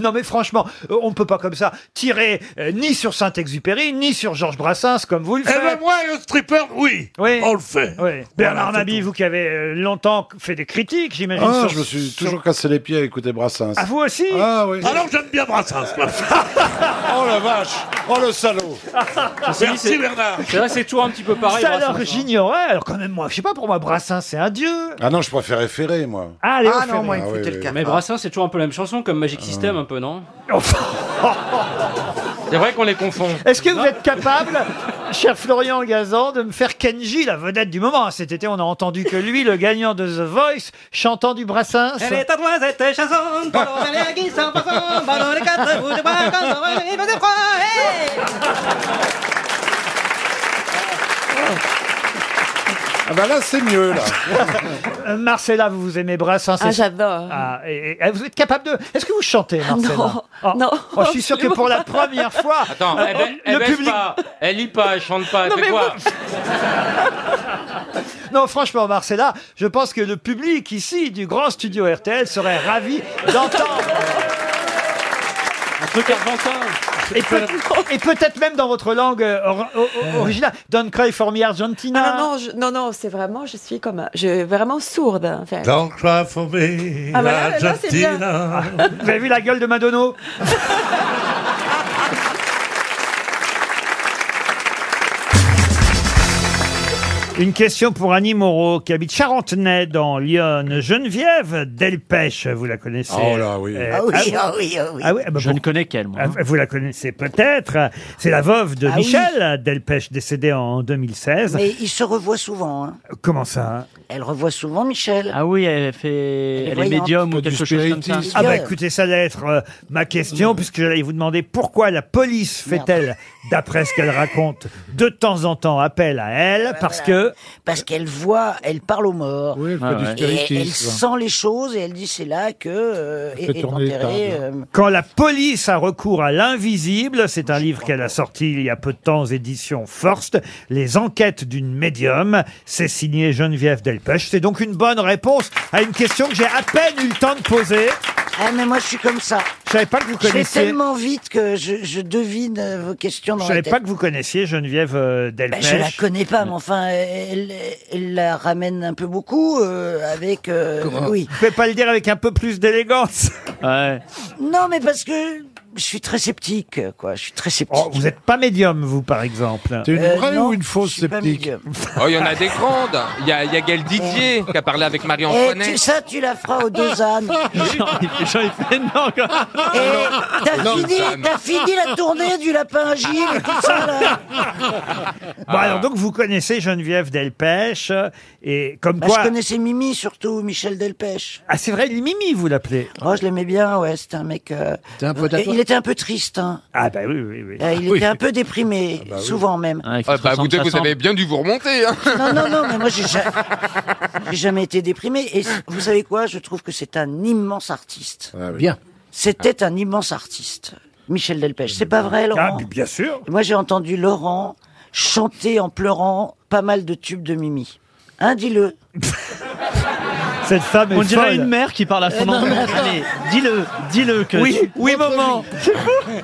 [SPEAKER 1] non mais franchement, euh, on ne peut pas comme ça tirer euh, ni sur Saint-Exupéry, ni sur Georges Brassens comme vous le faites.
[SPEAKER 11] ben moi, le stripper, oui,
[SPEAKER 1] on le
[SPEAKER 11] fait.
[SPEAKER 1] Bernard
[SPEAKER 6] Voilà, c'est
[SPEAKER 1] Mabille, vous qui avez euh, longtemps fait des critiques, j'imagine.
[SPEAKER 6] Ah,
[SPEAKER 1] sur-
[SPEAKER 6] je me suis
[SPEAKER 1] Oh, sur-
[SPEAKER 6] toujours cassé les pieds à écouter Brassens.
[SPEAKER 1] Ah vous aussi
[SPEAKER 6] Ah oui.
[SPEAKER 11] Alors j'aime bien Brassens.
[SPEAKER 6] oh la vache Oh le salaud
[SPEAKER 11] Merci, Bernard.
[SPEAKER 16] C'est vrai, c'est toujours un petit peu pareil.
[SPEAKER 1] Ça
[SPEAKER 16] Brassens,
[SPEAKER 1] alors
[SPEAKER 16] hein.
[SPEAKER 1] j'ignorais, alors quand même moi, je sais pas, pour moi Brassens c'est un dieu.
[SPEAKER 6] Ah non, je préférais Ferré, moi. Ah
[SPEAKER 1] Ah, Léo Ferré.
[SPEAKER 16] Euh, Mais Brassens, c'est toujours un peu la même chanson, comme Magic System, un peu, non
[SPEAKER 19] C'est vrai qu'on les confond.
[SPEAKER 1] Ah. Est-ce que vous êtes capable, cher Florian Gazan, de me faire Kenji, la vedette du moment Cet été, on a entendu que lui, le gagnant de The Voice, chantant du Brassens.
[SPEAKER 16] Elle est à toi, cette chanson, pour aller à qui s'en passe,
[SPEAKER 27] Bah,
[SPEAKER 16] pendant les quatre bouts de bois, quand on va arriver, il fait froid, hey
[SPEAKER 6] Ah bah là, c'est mieux, là.
[SPEAKER 1] Euh, Marcella, vous, vous aimez Brassens
[SPEAKER 20] Ah,
[SPEAKER 1] c'est-
[SPEAKER 20] j'adore. Ah,
[SPEAKER 1] Ah, et- et- vous êtes capable de. Est-ce que vous chantez, Marcella
[SPEAKER 20] Non,
[SPEAKER 1] Oh,
[SPEAKER 20] non,
[SPEAKER 1] oh, je suis sûr que pour la
[SPEAKER 20] absolument pas.
[SPEAKER 1] première fois,
[SPEAKER 19] Attends,
[SPEAKER 1] euh,
[SPEAKER 2] eh ben,
[SPEAKER 19] elle, ba- elle
[SPEAKER 1] le
[SPEAKER 19] baise
[SPEAKER 1] public.
[SPEAKER 19] pas, elle lit pas, elle chante pas,
[SPEAKER 1] Non,
[SPEAKER 19] c'est
[SPEAKER 1] mais
[SPEAKER 19] quoi
[SPEAKER 1] Non, franchement, Marcella, je pense que le public ici du grand studio RTL serait ravi d'entendre. Un truc argentin. Et, peut- et peut-être même dans votre langue euh, or- o- o- originale. Don't cry for me, Argentina.
[SPEAKER 20] Ah non, non, je- non, non, c'est vraiment, je suis comme, je vraiment sourde. en fait.
[SPEAKER 11] Don't cry for me,
[SPEAKER 1] bah
[SPEAKER 20] Ah, voilà, là, c'est
[SPEAKER 6] Ah.
[SPEAKER 11] Argentina.
[SPEAKER 1] Vous avez vu la gueule de Madonna Une question pour Annie Moreau, qui habite Charentenay, dans Lyon. Geneviève Delpech, vous la connaissez
[SPEAKER 6] Oh là, oui.
[SPEAKER 1] Euh,
[SPEAKER 6] Ah
[SPEAKER 1] ah oui,
[SPEAKER 6] ah oui, ah oui.
[SPEAKER 1] ah oui, ah bah
[SPEAKER 6] Je
[SPEAKER 1] bon.
[SPEAKER 6] ne
[SPEAKER 16] connais qu'elle, moi.
[SPEAKER 1] Ah, Vous la connaissez peut-être. C'est la veuve de
[SPEAKER 4] Ah oui.
[SPEAKER 1] Michel Delpech, décédée en 2016.
[SPEAKER 4] Mais il se revoit souvent. hein.
[SPEAKER 1] Comment ça
[SPEAKER 4] Elle revoit souvent Michel.
[SPEAKER 16] Ah oui, elle fait.
[SPEAKER 4] est voyante.
[SPEAKER 16] médium ou quelque chose comme ça.
[SPEAKER 1] Ah bah écoutez, ça allait être euh, ma question, puisque j'allais vous demander pourquoi la police fait-elle, d'après ce qu'elle raconte, de temps en temps appel à elle, parce que...
[SPEAKER 4] Parce qu'elle voit, elle parle aux morts.
[SPEAKER 1] fait Ah du ouais.
[SPEAKER 4] Et elle
[SPEAKER 1] spiritisme.
[SPEAKER 4] sent les choses et elle dit c'est là que euh, est, est enterré. euh,
[SPEAKER 1] Quand la police a recours à l'invisible, c'est un livre qu'elle a sorti il y a peu de temps aux éditions Forst, Les enquêtes d'une médium, c'est signé Geneviève Delpech. C'est donc une bonne réponse à une question que j'ai à peine eu le temps de poser.
[SPEAKER 4] Ah mais moi je suis comme ça.
[SPEAKER 1] Je savais pas que vous
[SPEAKER 4] Je vais
[SPEAKER 1] connaissiez...
[SPEAKER 4] tellement vite que je, je devine euh, vos questions
[SPEAKER 1] Je
[SPEAKER 4] dans
[SPEAKER 1] savais
[SPEAKER 4] la tête.
[SPEAKER 1] pas que vous connaissiez Geneviève euh,
[SPEAKER 4] Ben,
[SPEAKER 1] Delpech.
[SPEAKER 4] je la connais pas, mais enfin, elle, elle la ramène un peu beaucoup euh, avec. euh, oui.
[SPEAKER 1] Vous pouvez pas le dire avec un peu plus d'élégance.
[SPEAKER 4] Non, mais parce que je suis très sceptique, quoi. Je suis très sceptique.
[SPEAKER 1] Oh, vous n'êtes pas médium, vous, par exemple.
[SPEAKER 4] T'es une Euh, vraie non, ou une fausse je suis pas sceptique
[SPEAKER 19] Oh, il y en a des grandes. Il y a, il y a Gaël Didier qui a parlé avec
[SPEAKER 4] Et
[SPEAKER 19] Marie-Antoinette.
[SPEAKER 4] Eh, tu, ça, tu la feras aux deux ânes. Et t'as
[SPEAKER 19] Non,
[SPEAKER 4] fini,
[SPEAKER 19] Sam.
[SPEAKER 4] t'as fini la tournée du lapin à Gilles et tout ça, là.
[SPEAKER 16] Ah.
[SPEAKER 1] Bon, alors donc, vous connaissez Geneviève Delpech, euh, et comme
[SPEAKER 4] Bah,
[SPEAKER 1] quoi...
[SPEAKER 4] je connaissais Mimi surtout, Michel Delpech.
[SPEAKER 1] Ah, c'est vrai, Mimi, vous l'appelez
[SPEAKER 4] Oh, je l'aimais bien, ouais, c'était un mec. euh,
[SPEAKER 1] pote à
[SPEAKER 4] euh,
[SPEAKER 1] toi
[SPEAKER 4] il était un peu triste, hein.
[SPEAKER 1] Ah, bah oui, oui, oui.
[SPEAKER 4] Euh, il était un peu déprimé,
[SPEAKER 15] Bah
[SPEAKER 1] oui.
[SPEAKER 4] souvent même.
[SPEAKER 19] Ah, bah, vous deux, vous avez bien dû vous remonter. hein.
[SPEAKER 4] Non, non, non, mais moi, j'ai ja- j'ai jamais été déprimé. Et c- vous savez quoi Je trouve que c'est un immense artiste.
[SPEAKER 1] Ah
[SPEAKER 6] Bien.
[SPEAKER 4] C'était un immense artiste, Michel Delpech. C'est pas vrai, Laurent
[SPEAKER 1] Ah, Bien sûr.
[SPEAKER 4] Moi, j'ai entendu Laurent chanter en pleurant pas mal de tubes de Mimi. Hein, dis-le.
[SPEAKER 1] Cette femme est
[SPEAKER 16] On dirait
[SPEAKER 1] folle.
[SPEAKER 16] une mère qui parle à
[SPEAKER 4] Eh
[SPEAKER 16] son
[SPEAKER 4] non,
[SPEAKER 16] enfant.
[SPEAKER 4] mais attends.
[SPEAKER 16] Allez, dis-le, dis-le que.
[SPEAKER 1] Oui,
[SPEAKER 16] tu- Ah,
[SPEAKER 1] oui, maman.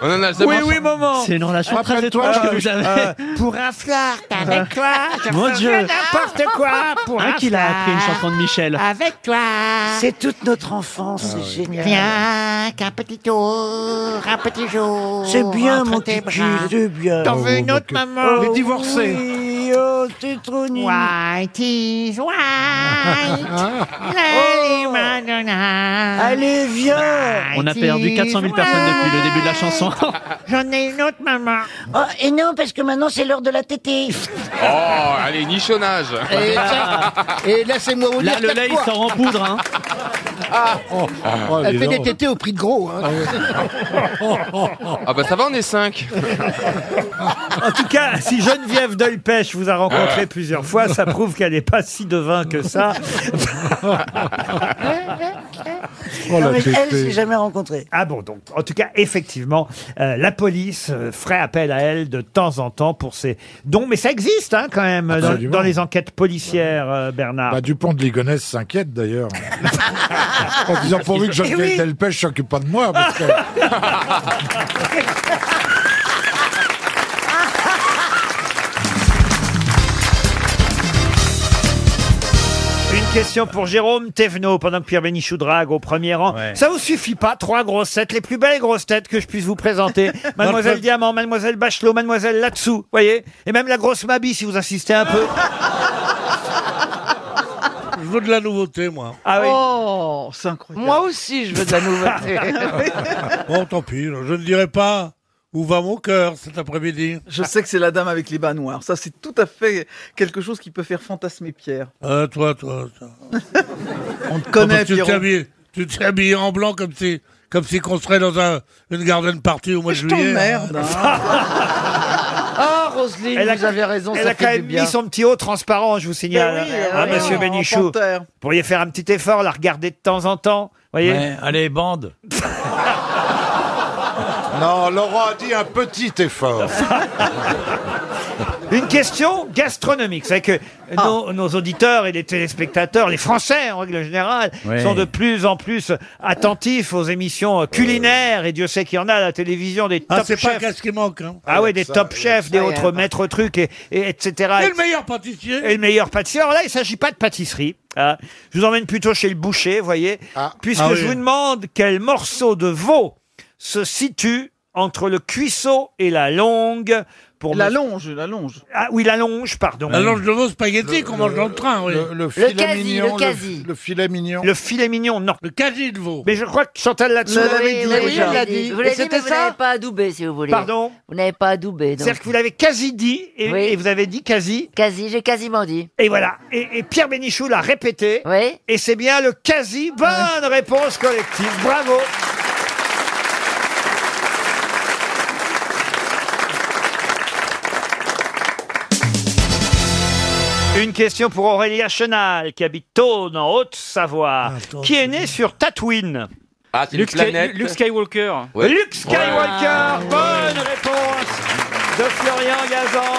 [SPEAKER 19] On en a
[SPEAKER 1] Oui,
[SPEAKER 19] jamais-
[SPEAKER 1] oui, maman.
[SPEAKER 16] C'est une relation très étrange que vous avez.
[SPEAKER 1] euh, pour un flirt avec toi, je
[SPEAKER 16] Mon
[SPEAKER 1] ferai
[SPEAKER 16] Dieu.
[SPEAKER 1] n'importe quoi pour
[SPEAKER 16] Hein,
[SPEAKER 1] un
[SPEAKER 16] qu'il a appris une
[SPEAKER 1] flirt
[SPEAKER 16] chanson de Michel.
[SPEAKER 1] Avec toi,
[SPEAKER 4] C'est toute notre enfance, c'est génial.
[SPEAKER 1] rien qu'un petit tour, un petit jour.
[SPEAKER 4] C'est bien,
[SPEAKER 1] entre
[SPEAKER 4] mon
[SPEAKER 1] tes
[SPEAKER 4] kiki,
[SPEAKER 1] bras.
[SPEAKER 4] c'est bien.
[SPEAKER 1] T'en veux une autre, maman
[SPEAKER 4] Oh, Oui, oh, t'es trop nul.
[SPEAKER 1] White is white, Lady Madonna.
[SPEAKER 4] Oh. Allez, viens
[SPEAKER 16] On a perdu 400 000 personnes depuis le début de la chanson.
[SPEAKER 1] J'en ai une autre, maman.
[SPEAKER 4] Oh, et non, parce que maintenant, c'est l'heure de la tétée.
[SPEAKER 19] Oh, allez, nichonnage. Ah,
[SPEAKER 27] Et, ça- Ah, et laissez-moi vous
[SPEAKER 16] Là,
[SPEAKER 27] dire
[SPEAKER 16] le
[SPEAKER 27] quatre
[SPEAKER 16] lait, il
[SPEAKER 27] fois.
[SPEAKER 16] sort en poudre. Hein.
[SPEAKER 27] Elle fait des tétés au prix de gros. hein.
[SPEAKER 19] Ah, bah, ça va, on est cinq.
[SPEAKER 1] En tout cas, si Geneviève Delpech vous a
[SPEAKER 5] Ah.
[SPEAKER 1] rencontré plusieurs fois, ça prouve qu'elle n'est pas si devin que ça.
[SPEAKER 10] Oh, la Non, mais elle, tétée. c'est jamais
[SPEAKER 1] rencontrée. Ah bon, donc, en tout cas, effectivement, euh, la police euh, ferait appel à elle de temps en temps pour ses dons. Mais ça existe, hein, quand même, dans,
[SPEAKER 5] Absolument.
[SPEAKER 1] dans les enquêtes policières, euh, Bernard.
[SPEAKER 5] Bah, Dupont de Ligonnès s'inquiète d'ailleurs.
[SPEAKER 1] Ah,
[SPEAKER 5] en disant pourvu que Geneviève
[SPEAKER 1] Eh oui.
[SPEAKER 5] Delpech s'occupe pas de moi. Parce que...
[SPEAKER 1] ah. Une question pour Jérôme Thévenot, pendant que Pierre Bénichou drague au premier rang. Ça vous suffit pas, trois grosses têtes, les plus belles grosses têtes que je puisse vous présenter.
[SPEAKER 16] Dans
[SPEAKER 1] Mademoiselle
[SPEAKER 16] le-
[SPEAKER 1] Diamant, Mademoiselle Bachelot, Mademoiselle Latsou, voyez Et même la grosse Mabi, si vous insistez un peu.
[SPEAKER 11] Je veux de la nouveauté, moi.
[SPEAKER 1] Ah oui.
[SPEAKER 11] Oh, c'est incroyable. Moi aussi, je veux de la
[SPEAKER 16] nouveauté.
[SPEAKER 11] bon, tant pis. Je ne dirai pas où va mon cœur cet après-midi.
[SPEAKER 26] Je sais que c'est la dame avec les bas noirs. Ça, c'est tout à fait quelque chose qui peut faire fantasmer Pierre.
[SPEAKER 11] Euh, toi, toi, toi.
[SPEAKER 26] On te connaît,
[SPEAKER 11] tu t'es
[SPEAKER 26] Pierrot.
[SPEAKER 11] habillé, tu t'es habillé en blanc comme si, comme si qu'on serait dans un, une garden party au mois de
[SPEAKER 16] Je
[SPEAKER 11] juillet. hein.
[SPEAKER 16] t'emmerde,
[SPEAKER 13] Ah, Roselyne,
[SPEAKER 1] Elle a-
[SPEAKER 13] vous avez raison,
[SPEAKER 1] Elle
[SPEAKER 13] ça
[SPEAKER 1] a
[SPEAKER 13] fait
[SPEAKER 1] quand
[SPEAKER 13] du
[SPEAKER 1] même
[SPEAKER 13] bien.
[SPEAKER 1] mis son petit haut transparent, je vous signale.
[SPEAKER 13] Mais Eh oui,
[SPEAKER 1] Hein,
[SPEAKER 13] oui,
[SPEAKER 1] monsieur
[SPEAKER 13] en- en
[SPEAKER 1] Bénichou. Vous
[SPEAKER 13] panthère.
[SPEAKER 1] pourriez faire un petit effort, la regarder de temps en temps, voyez
[SPEAKER 12] allez, bande.
[SPEAKER 6] Non, Laurent a dit un petit effort.
[SPEAKER 1] Une question gastronomique. C'est que
[SPEAKER 11] Ah.
[SPEAKER 1] nos, nos auditeurs et les téléspectateurs, les Français en règle générale,
[SPEAKER 12] Oui.
[SPEAKER 1] sont de plus en plus attentifs aux émissions culinaires. Et Dieu sait qu'il y en a à la télévision des
[SPEAKER 11] Ah,
[SPEAKER 1] top
[SPEAKER 11] c'est pas
[SPEAKER 1] chefs.
[SPEAKER 11] qu'est-ce qui manque. Hein.
[SPEAKER 1] Ah ouais, des
[SPEAKER 11] Ça,
[SPEAKER 1] top
[SPEAKER 11] oui.
[SPEAKER 1] chefs, des
[SPEAKER 11] Ah,
[SPEAKER 1] autres
[SPEAKER 11] ouais.
[SPEAKER 1] maîtres trucs, et, et- etc.
[SPEAKER 11] Et le meilleur pâtissier.
[SPEAKER 1] Et le meilleur pâtissier. Alors là, il ne s'agit pas de pâtisserie. hein. Je vous emmène plutôt chez le boucher, vous voyez. Puisque
[SPEAKER 11] Ah oui.
[SPEAKER 1] je vous demande quel morceau de veau se situe entre le cuisseau et la longue. Pour
[SPEAKER 26] La
[SPEAKER 1] me-
[SPEAKER 26] longe, la longe.
[SPEAKER 1] Ah oui, la longe, pardon.
[SPEAKER 11] La longe de veau spaghetti qu'on mange dans le train, oui.
[SPEAKER 1] le- le
[SPEAKER 11] Le
[SPEAKER 1] filet quasi, mignon, le le- quasi.
[SPEAKER 11] Le filet mignon.
[SPEAKER 1] Le filet mignon, non.
[SPEAKER 11] Le quasi de veau.
[SPEAKER 1] Mais je crois que Chantal là-dessous.
[SPEAKER 14] Vous l'avez dit, mais vous n'avez pas adoubé, si vous voulez.
[SPEAKER 1] Pardon
[SPEAKER 14] Vous n'avez pas adoubé. donc.
[SPEAKER 1] C'est-à-dire que vous l'avez quasi dit et,
[SPEAKER 14] Oui.
[SPEAKER 1] et vous avez dit quasi.
[SPEAKER 14] Quasi, j'ai quasiment dit.
[SPEAKER 1] Et voilà. Et, et Pierre Bénichou l'a répété.
[SPEAKER 14] Oui.
[SPEAKER 1] Et c'est bien le quasi. Bonne réponse collective. Bravo. Une question pour Aurélia Chenal, qui habite Thône, en Haute-Savoie, qui est née sur Tatooine.
[SPEAKER 19] Ah, c'est une Luke Sky- planète. Luke
[SPEAKER 1] Skywalker.
[SPEAKER 19] Ouais.
[SPEAKER 1] Luke Skywalker,
[SPEAKER 19] Ah,
[SPEAKER 1] bonne réponse de Florian Gazan.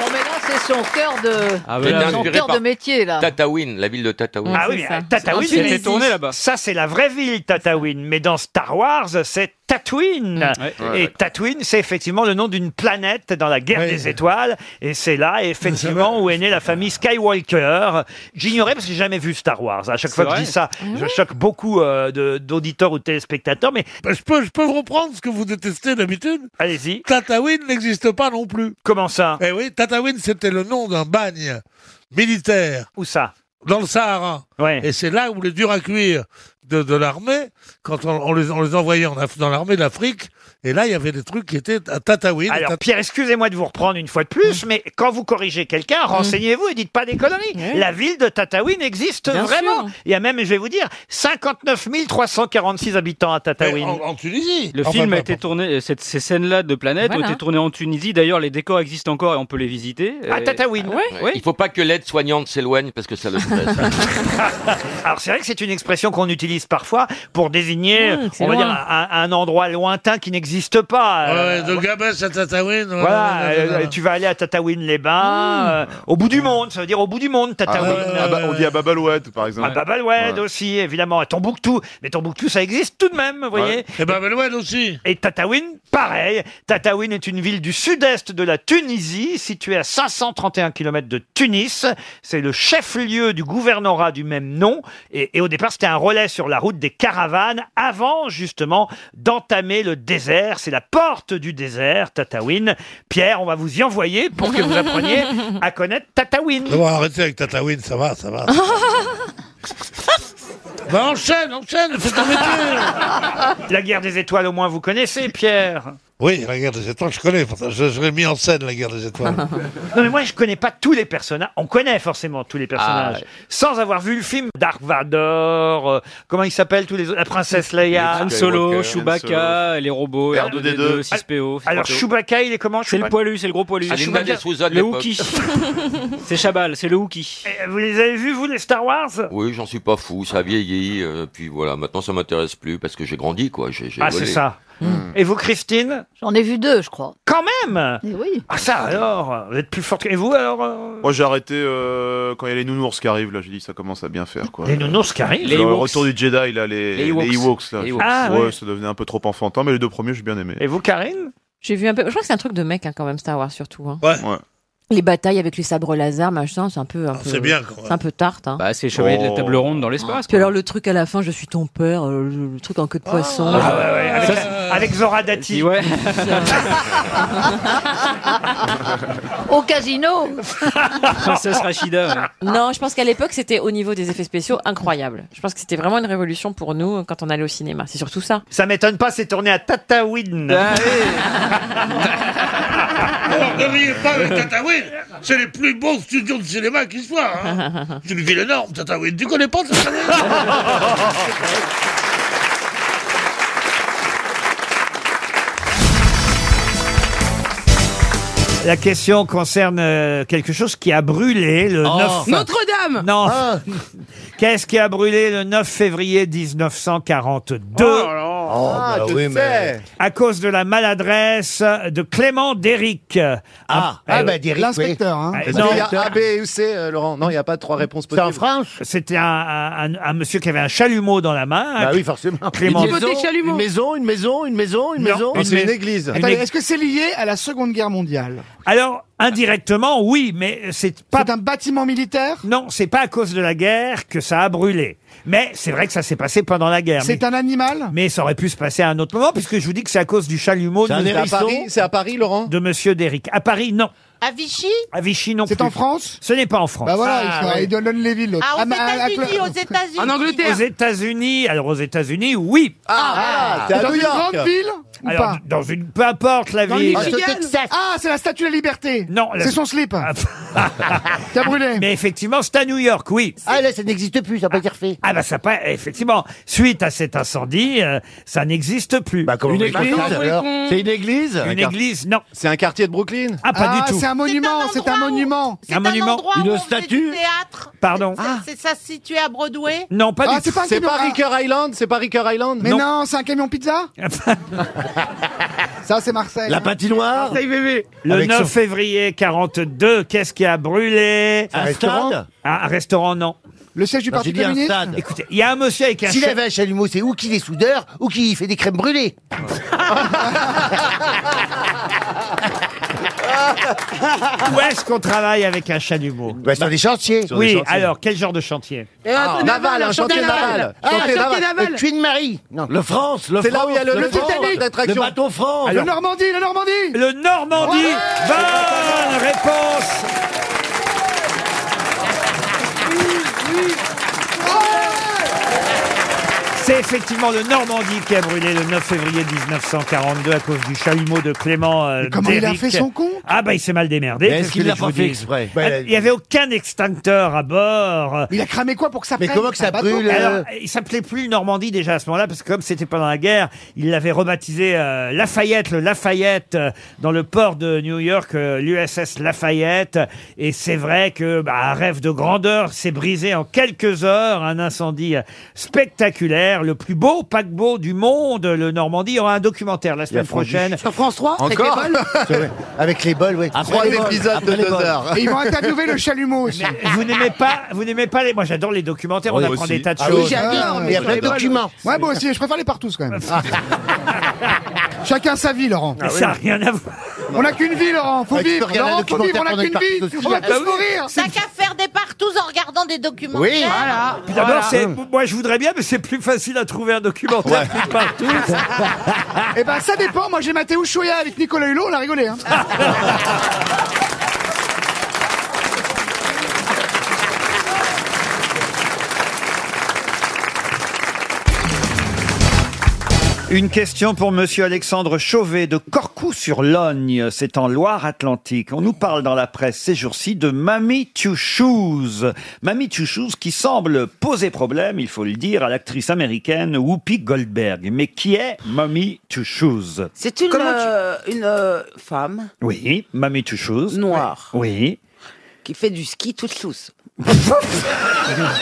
[SPEAKER 9] Bon, mais là, c'est son cœur de,
[SPEAKER 3] Ah,
[SPEAKER 19] Ah
[SPEAKER 9] son cœur de métier,
[SPEAKER 1] Oh,
[SPEAKER 9] là.
[SPEAKER 19] Tataouine, la ville de Tataouine.
[SPEAKER 1] Ah oui, mais Tataouine,
[SPEAKER 19] C'était
[SPEAKER 1] c'est- Ça, c'est la vraie ville, Tatooine. Mais dans Star Wars, c'est Tatooine.
[SPEAKER 19] Ouais,
[SPEAKER 1] Et
[SPEAKER 19] ouais.
[SPEAKER 1] Tatooine, c'est effectivement le nom d'une planète dans la guerre des étoiles. Et c'est là, effectivement, où est née la famille Skywalker. J'ignorais parce que j'ai jamais vu Star Wars. À chaque
[SPEAKER 11] C'est
[SPEAKER 1] fois que
[SPEAKER 11] vrai
[SPEAKER 1] je dis ça, je choque beaucoup euh, de- d'auditeurs ou de téléspectateurs. Mais
[SPEAKER 11] Je peux, je peux vous reprendre ce que vous détestez d'habitude
[SPEAKER 1] Allez-y.
[SPEAKER 11] Tatawin n'existe pas non plus.
[SPEAKER 1] Comment ça
[SPEAKER 11] Eh oui, Tatawin, c'était le nom d'un bagne militaire.
[SPEAKER 1] Où ça
[SPEAKER 11] Dans le Sahara.
[SPEAKER 1] Ouais.
[SPEAKER 11] Et c'est là où les durs à cuire de, de l'armée, quand on, on les, on les envoyait en Af- dans l'armée d'Afrique, et là, il y avait des trucs qui étaient à Tatawin.
[SPEAKER 1] Alors, Pierre, excusez-moi de vous reprendre une fois de plus,
[SPEAKER 11] Mm.
[SPEAKER 1] mais quand vous corrigez quelqu'un, renseignez-vous et dites pas des conneries. La ville de Tataouine existe
[SPEAKER 11] Eh Bien
[SPEAKER 1] vraiment.
[SPEAKER 11] sûr.
[SPEAKER 1] Il y a même, je vais vous dire, 59 346 habitants à Tataouine.
[SPEAKER 11] En, en Tunisie.
[SPEAKER 17] Le
[SPEAKER 1] Enfin,
[SPEAKER 17] film
[SPEAKER 1] peu
[SPEAKER 17] a été tourné, euh, cette- ces scènes-là de Planète ont
[SPEAKER 1] Voilà.
[SPEAKER 17] été tournées en Tunisie. D'ailleurs, les décors existent encore et on peut les visiter.
[SPEAKER 1] À
[SPEAKER 17] Euh,
[SPEAKER 1] Tataouine.
[SPEAKER 17] oui.
[SPEAKER 19] Il faut pas que l'aide soignante s'éloigne parce que ça le stresse.
[SPEAKER 11] oh.
[SPEAKER 1] Alors c'est vrai que c'est une expression qu'on utilise parfois pour désigner,
[SPEAKER 11] Mmh, c'est
[SPEAKER 1] on va
[SPEAKER 11] loin.
[SPEAKER 1] dire, un, un endroit lointain qui n'existe pas. Euh,
[SPEAKER 11] Ouais, de Gabès à Tatawin.
[SPEAKER 1] Voilà, euh, tu vas aller à Tataouine-les-Bains,
[SPEAKER 11] Mm.
[SPEAKER 1] euh, au bout du monde, ça veut dire au bout du monde,
[SPEAKER 11] Ah,
[SPEAKER 22] Ah, bah,
[SPEAKER 1] Tataouine.
[SPEAKER 23] on dit à Babalouette, par exemple.
[SPEAKER 1] À Babaloued
[SPEAKER 23] Ouais.
[SPEAKER 1] aussi, évidemment, à Tombouctou. Mais Tombouctou, ça existe tout de même, vous voyez.
[SPEAKER 23] Ouais.
[SPEAKER 1] Et
[SPEAKER 11] Babaloued aussi.
[SPEAKER 1] Et Tataouine, pareil. Tataouine est une ville du sud-est de la Tunisie, située à 531 km de Tunis. C'est le chef-lieu du gouvernorat du même nom. Et, et au départ, c'était un relais sur la route des caravanes avant, justement, d'entamer le désert. C'est la porte du désert, Tataouine. Pierre, on va vous y envoyer pour que vous appreniez à connaître Tataouine.
[SPEAKER 11] On va arrêter avec Tatawin, ça va,
[SPEAKER 28] Ah
[SPEAKER 11] ça va. Bah, enchaîne, enchaîne, fais ton métier.
[SPEAKER 1] La guerre des étoiles, au moins, vous connaissez, Pierre.
[SPEAKER 11] Oui, la guerre des étoiles, je connais. pour ça, Je serais mis en scène la guerre des étoiles.
[SPEAKER 1] Non mais moi je connais pas tous les personnages. On connaît forcément tous les personnages,
[SPEAKER 17] Ah,
[SPEAKER 11] ouais.
[SPEAKER 1] sans avoir vu le film Dark Vador. euh, comment ils s'appellent tous les autres La princesse
[SPEAKER 17] Bah,
[SPEAKER 1] Leia,
[SPEAKER 17] Han Solo, Chewbacca, les robots, R2D2, 6PO.
[SPEAKER 1] Alors Chewbacca, il est comment
[SPEAKER 17] C'est le
[SPEAKER 1] Chewbacca
[SPEAKER 17] poilu, c'est le gros poilu.
[SPEAKER 1] Ah, Linda
[SPEAKER 17] Chewbacca,
[SPEAKER 1] Desrousseaux
[SPEAKER 17] Le
[SPEAKER 1] de l'époque.
[SPEAKER 17] Wookie. c'est Chabal, c'est le Wookie.
[SPEAKER 1] Eh, Vous les avez vus, vous, les Star Wars
[SPEAKER 19] Oui, j'en suis pas fou, ça a vieilli, euh, puis voilà, maintenant ça m'intéresse plus parce que j'ai grandi, quoi. j'ai- j'ai
[SPEAKER 1] Ah, c'est
[SPEAKER 19] évolué.
[SPEAKER 1] ça. Et vous, Christine
[SPEAKER 29] J'en ai vu deux, je crois.
[SPEAKER 1] Quand même
[SPEAKER 29] Eh oui.
[SPEAKER 1] Ah ça alors, vous êtes plus forte que... Et vous alors euh
[SPEAKER 23] Moi j'ai arrêté euh, quand il y a les nounours qui arrivent là, j'ai dit ça commence à bien faire quoi.
[SPEAKER 1] Les nounours qui arrivent
[SPEAKER 23] Le
[SPEAKER 1] Les Ewoks.
[SPEAKER 23] retour du Jedi là, les,
[SPEAKER 1] Les
[SPEAKER 23] les
[SPEAKER 1] Ewoks.
[SPEAKER 23] Ewoks, là.
[SPEAKER 1] Les Ewoks. Ah,
[SPEAKER 23] ouais,
[SPEAKER 1] ouais.
[SPEAKER 23] ça devenait un peu trop enfantin, mais les deux premiers j'ai bien aimé.
[SPEAKER 1] Et vous Karine
[SPEAKER 20] J'ai vu un peu. Je crois que c'est un truc de mec hein, quand même, Star Wars surtout. hein.
[SPEAKER 23] Ouais.
[SPEAKER 20] Les batailles avec les sabres laser, machin, c'est un peu. un peu-
[SPEAKER 17] Ah, c'est bien, quand même.
[SPEAKER 20] C'est un peu tarte. Hein.
[SPEAKER 17] Bah, c'est Chevalier
[SPEAKER 19] Oh.
[SPEAKER 17] de la Table Ronde dans l'espace.
[SPEAKER 20] Puis alors le truc à la fin, je suis ton père, euh, le, le truc en queue de poisson.
[SPEAKER 1] Ah ouais, ouais, avec, avec Zora Dati.
[SPEAKER 17] Ouais.
[SPEAKER 29] Au casino
[SPEAKER 17] Princesse Rachida.
[SPEAKER 20] Non, je pense qu'à l'époque, c'était au niveau des effets spéciaux incroyable. Je pense que c'était vraiment une révolution pour nous euh, quand on allait au cinéma. C'est surtout ça.
[SPEAKER 1] Ça m'étonne pas, c'est tourné à Tataouine.
[SPEAKER 11] Alors Oh, ne riez pas avec Tataouine, c'est les plus beaux studios de cinéma qui soient. hein. C'est une ville énorme, Tataouine. Tu connais pas Tataouine
[SPEAKER 1] La question concerne euh, quelque chose qui a brûlé le
[SPEAKER 3] Oh.
[SPEAKER 1] 9...
[SPEAKER 5] Notre-Dame
[SPEAKER 1] Non Ah.
[SPEAKER 3] Ah.
[SPEAKER 1] Qu'est-ce qui a brûlé le 9 février 1942
[SPEAKER 3] Ah, bah je oui, sais. mais-
[SPEAKER 1] À cause de la maladresse de Clément Déric. Ah, Eh,
[SPEAKER 3] Ah, bah, Déric, oui. L'inspecteur, hein. Parce qu'il y a A, B euh,
[SPEAKER 1] ou C, Laurent. Non, il n'y a pas trois réponses
[SPEAKER 3] C'est en possibles.
[SPEAKER 1] France C'était un, un- un- un monsieur qui avait un chalumeau dans la main.
[SPEAKER 3] Bah oui,
[SPEAKER 1] forcément. Clément
[SPEAKER 3] Une maison,
[SPEAKER 5] Chalumeau.
[SPEAKER 3] une maison, une maison, une maison, une
[SPEAKER 1] Non,
[SPEAKER 3] maison.
[SPEAKER 1] une mais- une
[SPEAKER 5] Attendez,
[SPEAKER 1] église.
[SPEAKER 5] est-ce que c'est lié à la Seconde Guerre mondiale
[SPEAKER 1] Alors, indirectement, oui, mais c'est pas... C'est un bâtiment militaire Non, c'est pas à cause de la guerre que ça a brûlé. Mais c'est vrai que ça s'est passé pendant la guerre.
[SPEAKER 5] C'est
[SPEAKER 1] Mais-
[SPEAKER 5] un animal
[SPEAKER 1] Mais ça aurait pu se passer à un autre moment, puisque je vous dis que c'est à cause du chalumeau
[SPEAKER 5] C'est
[SPEAKER 1] de
[SPEAKER 5] un
[SPEAKER 1] Monsieur-
[SPEAKER 5] hérisson
[SPEAKER 1] C'est à Paris, Laurent De Monsieur Déric. À Paris, non.
[SPEAKER 5] À Vichy
[SPEAKER 1] À Vichy, non
[SPEAKER 5] C'est en France
[SPEAKER 1] Ce n'est pas en France.
[SPEAKER 5] Bah voilà, il faut-
[SPEAKER 1] Ah. oui.
[SPEAKER 5] il donne les villes. l'autre.
[SPEAKER 30] Ah, aux
[SPEAKER 5] ma- à- à-
[SPEAKER 30] États-Unis, aux États-Unis. En Angleterre.
[SPEAKER 1] Aux États-Unis, alors aux États-Unis, oui.
[SPEAKER 5] Ah, c'est à Dans New une York. grande ville ou
[SPEAKER 1] Alors,
[SPEAKER 5] pas
[SPEAKER 1] dans une, peu importe la
[SPEAKER 5] Dans le
[SPEAKER 1] ville.
[SPEAKER 5] Michigan Ah, c'est la Statue de la Liberté
[SPEAKER 1] Non, la-
[SPEAKER 5] C'est son slip
[SPEAKER 1] T'as brûlé. Mais effectivement, c'est à New York, oui. Ah là, ça n'existe plus, ça n'a pas été refait. Ah bah ça pas, effectivement, suite à cet incendie, euh, ça n'existe plus.
[SPEAKER 3] Une Bah, on église, dit, alors C'est une église
[SPEAKER 1] Une église, non. C'est un quartier de Brooklyn Ah pas du tout.
[SPEAKER 5] C'est un monument, c'est un monument.
[SPEAKER 1] Un monument. Une statue
[SPEAKER 30] Théâtre.
[SPEAKER 1] Pardon.
[SPEAKER 3] Ah,
[SPEAKER 30] C'est ça se situait à Broadway
[SPEAKER 1] Ah. Non, pas
[SPEAKER 5] Ah,
[SPEAKER 1] du tout.
[SPEAKER 5] pas un camion- ah.
[SPEAKER 3] Island, c'est pas Ricker Island
[SPEAKER 5] Mais non, c'est un camion pizza Ça, c'est Marseille. hein. Marseille bébé.
[SPEAKER 1] Le
[SPEAKER 5] Avec
[SPEAKER 1] 9
[SPEAKER 5] son-
[SPEAKER 1] février 42, qu'est-ce qui a brûlé
[SPEAKER 5] Un Un restaurant stade
[SPEAKER 1] Ah, Un restaurant, non.
[SPEAKER 5] Le siège du
[SPEAKER 1] Non,
[SPEAKER 5] Parti
[SPEAKER 1] j'ai dit un
[SPEAKER 5] communiste
[SPEAKER 1] stade. Écoutez, il y a un monsieur avec un
[SPEAKER 3] S'il
[SPEAKER 1] cha-
[SPEAKER 3] avait un chalumeau, c'est ou qu'il est soudeur ou qu'il fait des crèmes brûlées.
[SPEAKER 1] Où est-ce qu'on travaille avec un chalumeau
[SPEAKER 3] sur des chantiers. Sur des
[SPEAKER 1] Oui,
[SPEAKER 3] chantiers.
[SPEAKER 1] alors, quel genre de chantier
[SPEAKER 17] Eh,
[SPEAKER 3] Euh, Ah, naval, un chantier naval.
[SPEAKER 1] Ah,
[SPEAKER 3] Chantier naval.
[SPEAKER 5] naval.
[SPEAKER 3] Le Queen Marie. Non. Le France,
[SPEAKER 5] le C'est là France, où il y a le- le le France, Titanic. l'attraction.
[SPEAKER 3] Le bateau France.
[SPEAKER 5] Le Normandie, le Normandie
[SPEAKER 1] Le Normandie Bonne réponse C'est effectivement le Normandie qui a brûlé le 9 février 1942 à cause du chalumeau de Clément euh,
[SPEAKER 5] comment il a
[SPEAKER 1] Déric.
[SPEAKER 5] fait son con
[SPEAKER 1] Ah bah il s'est mal démerdé.
[SPEAKER 3] Mais
[SPEAKER 1] qu'est-ce
[SPEAKER 3] est-ce qu'il
[SPEAKER 1] que
[SPEAKER 3] l'a
[SPEAKER 1] je vous
[SPEAKER 3] pas fait
[SPEAKER 1] dis
[SPEAKER 3] exprès
[SPEAKER 1] Ah, Il n'y avait aucun extincteur à bord.
[SPEAKER 5] Il a cramé quoi pour que ça Ah bah prenne Un bateau
[SPEAKER 3] euh
[SPEAKER 1] Alors, il s'appelait plus Normandie déjà à ce moment-là, parce que comme c'était pendant la guerre, il l'avait rebaptisé euh, Lafayette, le Lafayette, euh, dans le port de New York, euh, l'USS Lafayette. Et c'est vrai que bah, un rêve de grandeur s'est brisé en quelques heures. Un incendie euh, spectaculaire, le plus beau paquebot du monde, le Normandie. Il y aura un documentaire la semaine
[SPEAKER 3] fondu.
[SPEAKER 1] prochaine.
[SPEAKER 3] Sur
[SPEAKER 5] France 3
[SPEAKER 3] avec Encore les bols C'est vrai. Avec les bols, oui.
[SPEAKER 1] Après les bols. Après les bols.
[SPEAKER 5] Et ils vont interviewer le chalumeau aussi.
[SPEAKER 1] Vous n'aimez pas, vous n'aimez pas les. Moi, j'adore les documentaires.
[SPEAKER 3] Oui,
[SPEAKER 1] on apprend
[SPEAKER 3] aussi.
[SPEAKER 1] des tas de
[SPEAKER 3] Ah oui,
[SPEAKER 1] choses.
[SPEAKER 3] j'adore, mais Il y a sur plein les de bols. documents.
[SPEAKER 5] Ouais, moi aussi, je préfère les partous quand même. Chacun sa vie, Laurent.
[SPEAKER 1] Mais ça n'a rien à voir.
[SPEAKER 5] On n'a qu'une vie, Laurent. Faut
[SPEAKER 3] Ouais, tu peux
[SPEAKER 5] vivre,
[SPEAKER 3] regarder
[SPEAKER 5] Laurent.
[SPEAKER 3] un
[SPEAKER 5] Faut vivre, on
[SPEAKER 3] documentaire
[SPEAKER 5] n'a qu'une
[SPEAKER 3] pendant une partie
[SPEAKER 5] vie.
[SPEAKER 3] de
[SPEAKER 13] Oh,
[SPEAKER 5] On va
[SPEAKER 3] Bah
[SPEAKER 5] tous
[SPEAKER 3] oui.
[SPEAKER 20] Ah
[SPEAKER 5] mourir.
[SPEAKER 30] T'as qu'à faire des partous en regardant des documents.
[SPEAKER 3] Oui.
[SPEAKER 30] Voilà.
[SPEAKER 1] Puis D'abord, c'est- moi je voudrais bien, mais c'est plus facile à trouver un documentaire qu'une partouze.
[SPEAKER 5] Eh ben, ça dépend. Moi, j'ai maté Ushuaïa avec Nicolas Hulot. On a rigolé. Hein.
[SPEAKER 1] Une question pour Monsieur Alexandre Chauvet de Corcou-sur-Logne, c'est en Loire-Atlantique. On nous parle dans la presse ces jours-ci de Mamie Two Shoes. Mamie Two Shoes qui semble poser problème, il faut le dire, à l'actrice américaine Whoopi Goldberg. Mais qui est Mamie Two Shoes
[SPEAKER 14] C'est une, euh, une euh, femme
[SPEAKER 1] Oui, Mamie Two Shoes.
[SPEAKER 14] Noire.
[SPEAKER 1] Oui.
[SPEAKER 14] qui fait du ski toute chose.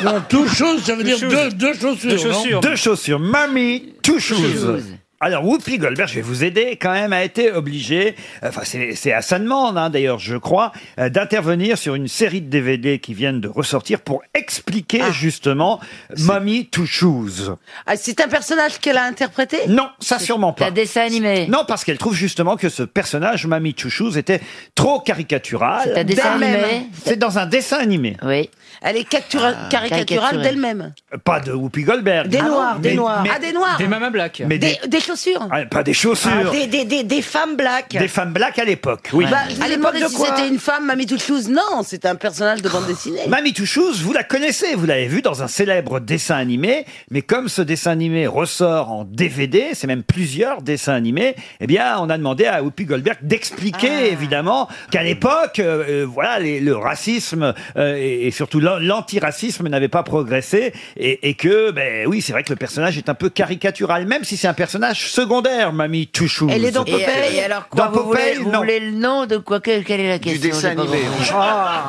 [SPEAKER 11] Non, tout chose, ça veut dire deux, deux chaussures. non
[SPEAKER 1] Deux chaussures. Mamie, two shoes. Alors, Whoopi Goldberg, je vais vous aider, quand même, a été obligée, euh, enfin, c'est c'est à sa demande, hein, d'ailleurs, je crois, euh, d'intervenir sur une série de DVD qui viennent de ressortir pour expliquer, justement, Mamie Two Shoes.
[SPEAKER 14] Ah, c'est un personnage qu'elle a interprété
[SPEAKER 1] Non, ça sûrement pas.
[SPEAKER 14] Un dessin animé.
[SPEAKER 1] Non, parce qu'elle trouve justement que ce personnage, Mamie Two Shoes, était trop caricatural.
[SPEAKER 14] C'est un dessin
[SPEAKER 1] d'elle-même.
[SPEAKER 14] animé
[SPEAKER 1] C'est dans un dessin animé.
[SPEAKER 14] Oui. Elle est captura- Euh, Ah,
[SPEAKER 1] Ah,
[SPEAKER 14] caricaturale
[SPEAKER 1] caricaturée.
[SPEAKER 14] d'elle-même.
[SPEAKER 1] Pas de Whoopi Goldberg.
[SPEAKER 14] Des noirs, des
[SPEAKER 1] Mais-
[SPEAKER 14] noirs.
[SPEAKER 1] mais-
[SPEAKER 14] ah, des noirs.
[SPEAKER 1] Des mamas black. Mais
[SPEAKER 14] des,
[SPEAKER 1] des-
[SPEAKER 14] des chaussures.
[SPEAKER 1] Ah, pas des chaussures.
[SPEAKER 14] Ah, des, des, des, des femmes black.
[SPEAKER 1] Des femmes black à l'époque, oui.
[SPEAKER 14] Bah, je vous demandais si c'était une femme, Mamie Touchlouse. Non, c'est un personnage de bande dessinée.
[SPEAKER 1] Mamie Two Shoes, vous la connaissez, vous l'avez vue dans un célèbre dessin animé, mais comme ce dessin animé ressort en DVD, c'est même plusieurs dessins animés, eh bien, on a demandé à Whoopi Goldberg d'expliquer,
[SPEAKER 14] Ah.
[SPEAKER 1] évidemment, qu'à l'époque, euh, euh, voilà, les- le racisme euh, et, et surtout l'an- l'antiracisme n'avait pas progressé, et, et que, ben oui, c'est vrai que le personnage est un peu caricatural, même si c'est un personnage secondaire, Mamie Two Shoes.
[SPEAKER 14] Elle est dans
[SPEAKER 1] Et-
[SPEAKER 14] Popeye,
[SPEAKER 1] euh,
[SPEAKER 14] alors quoi
[SPEAKER 1] dans
[SPEAKER 14] vous,
[SPEAKER 1] Popeye,
[SPEAKER 14] voulez, vous
[SPEAKER 1] non.
[SPEAKER 14] voulez le nom de quoi que- Quelle est la question
[SPEAKER 1] dessin
[SPEAKER 14] j'ai pas
[SPEAKER 1] animé.
[SPEAKER 14] compris.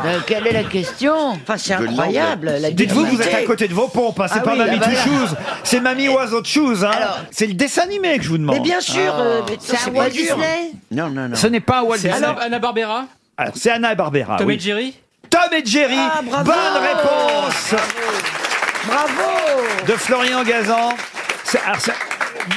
[SPEAKER 14] Euh, Quelle est la question Enfin, c'est incroyable. la
[SPEAKER 1] Dites-vous, vous êtes
[SPEAKER 14] diversité.
[SPEAKER 1] à côté de vos pompes, hein, c'est
[SPEAKER 14] Ah
[SPEAKER 1] pas
[SPEAKER 14] oui,
[SPEAKER 1] Mamie
[SPEAKER 14] ah bah
[SPEAKER 1] Two
[SPEAKER 14] là.
[SPEAKER 1] Shoes, c'est Mamie Oiseau de Shoes. hein. C'est le dessin animé que je vous demande.
[SPEAKER 14] Mais bien sûr,
[SPEAKER 1] Ah.
[SPEAKER 14] euh, mais c'est un Walt Disney.
[SPEAKER 1] Non, non, non. Ce n'est pas un Walt
[SPEAKER 17] C'est Ah
[SPEAKER 1] Disney.
[SPEAKER 17] Anna, Anna Barbera
[SPEAKER 14] euh,
[SPEAKER 1] Alors, c'est Anna et Barbera.
[SPEAKER 17] Tom
[SPEAKER 1] oui.
[SPEAKER 17] et Jerry
[SPEAKER 1] Tom et Jerry.
[SPEAKER 17] Ah, bravo.
[SPEAKER 1] Bonne réponse
[SPEAKER 14] Bravo
[SPEAKER 1] de Florian Gazan. C'est- alors, c'est-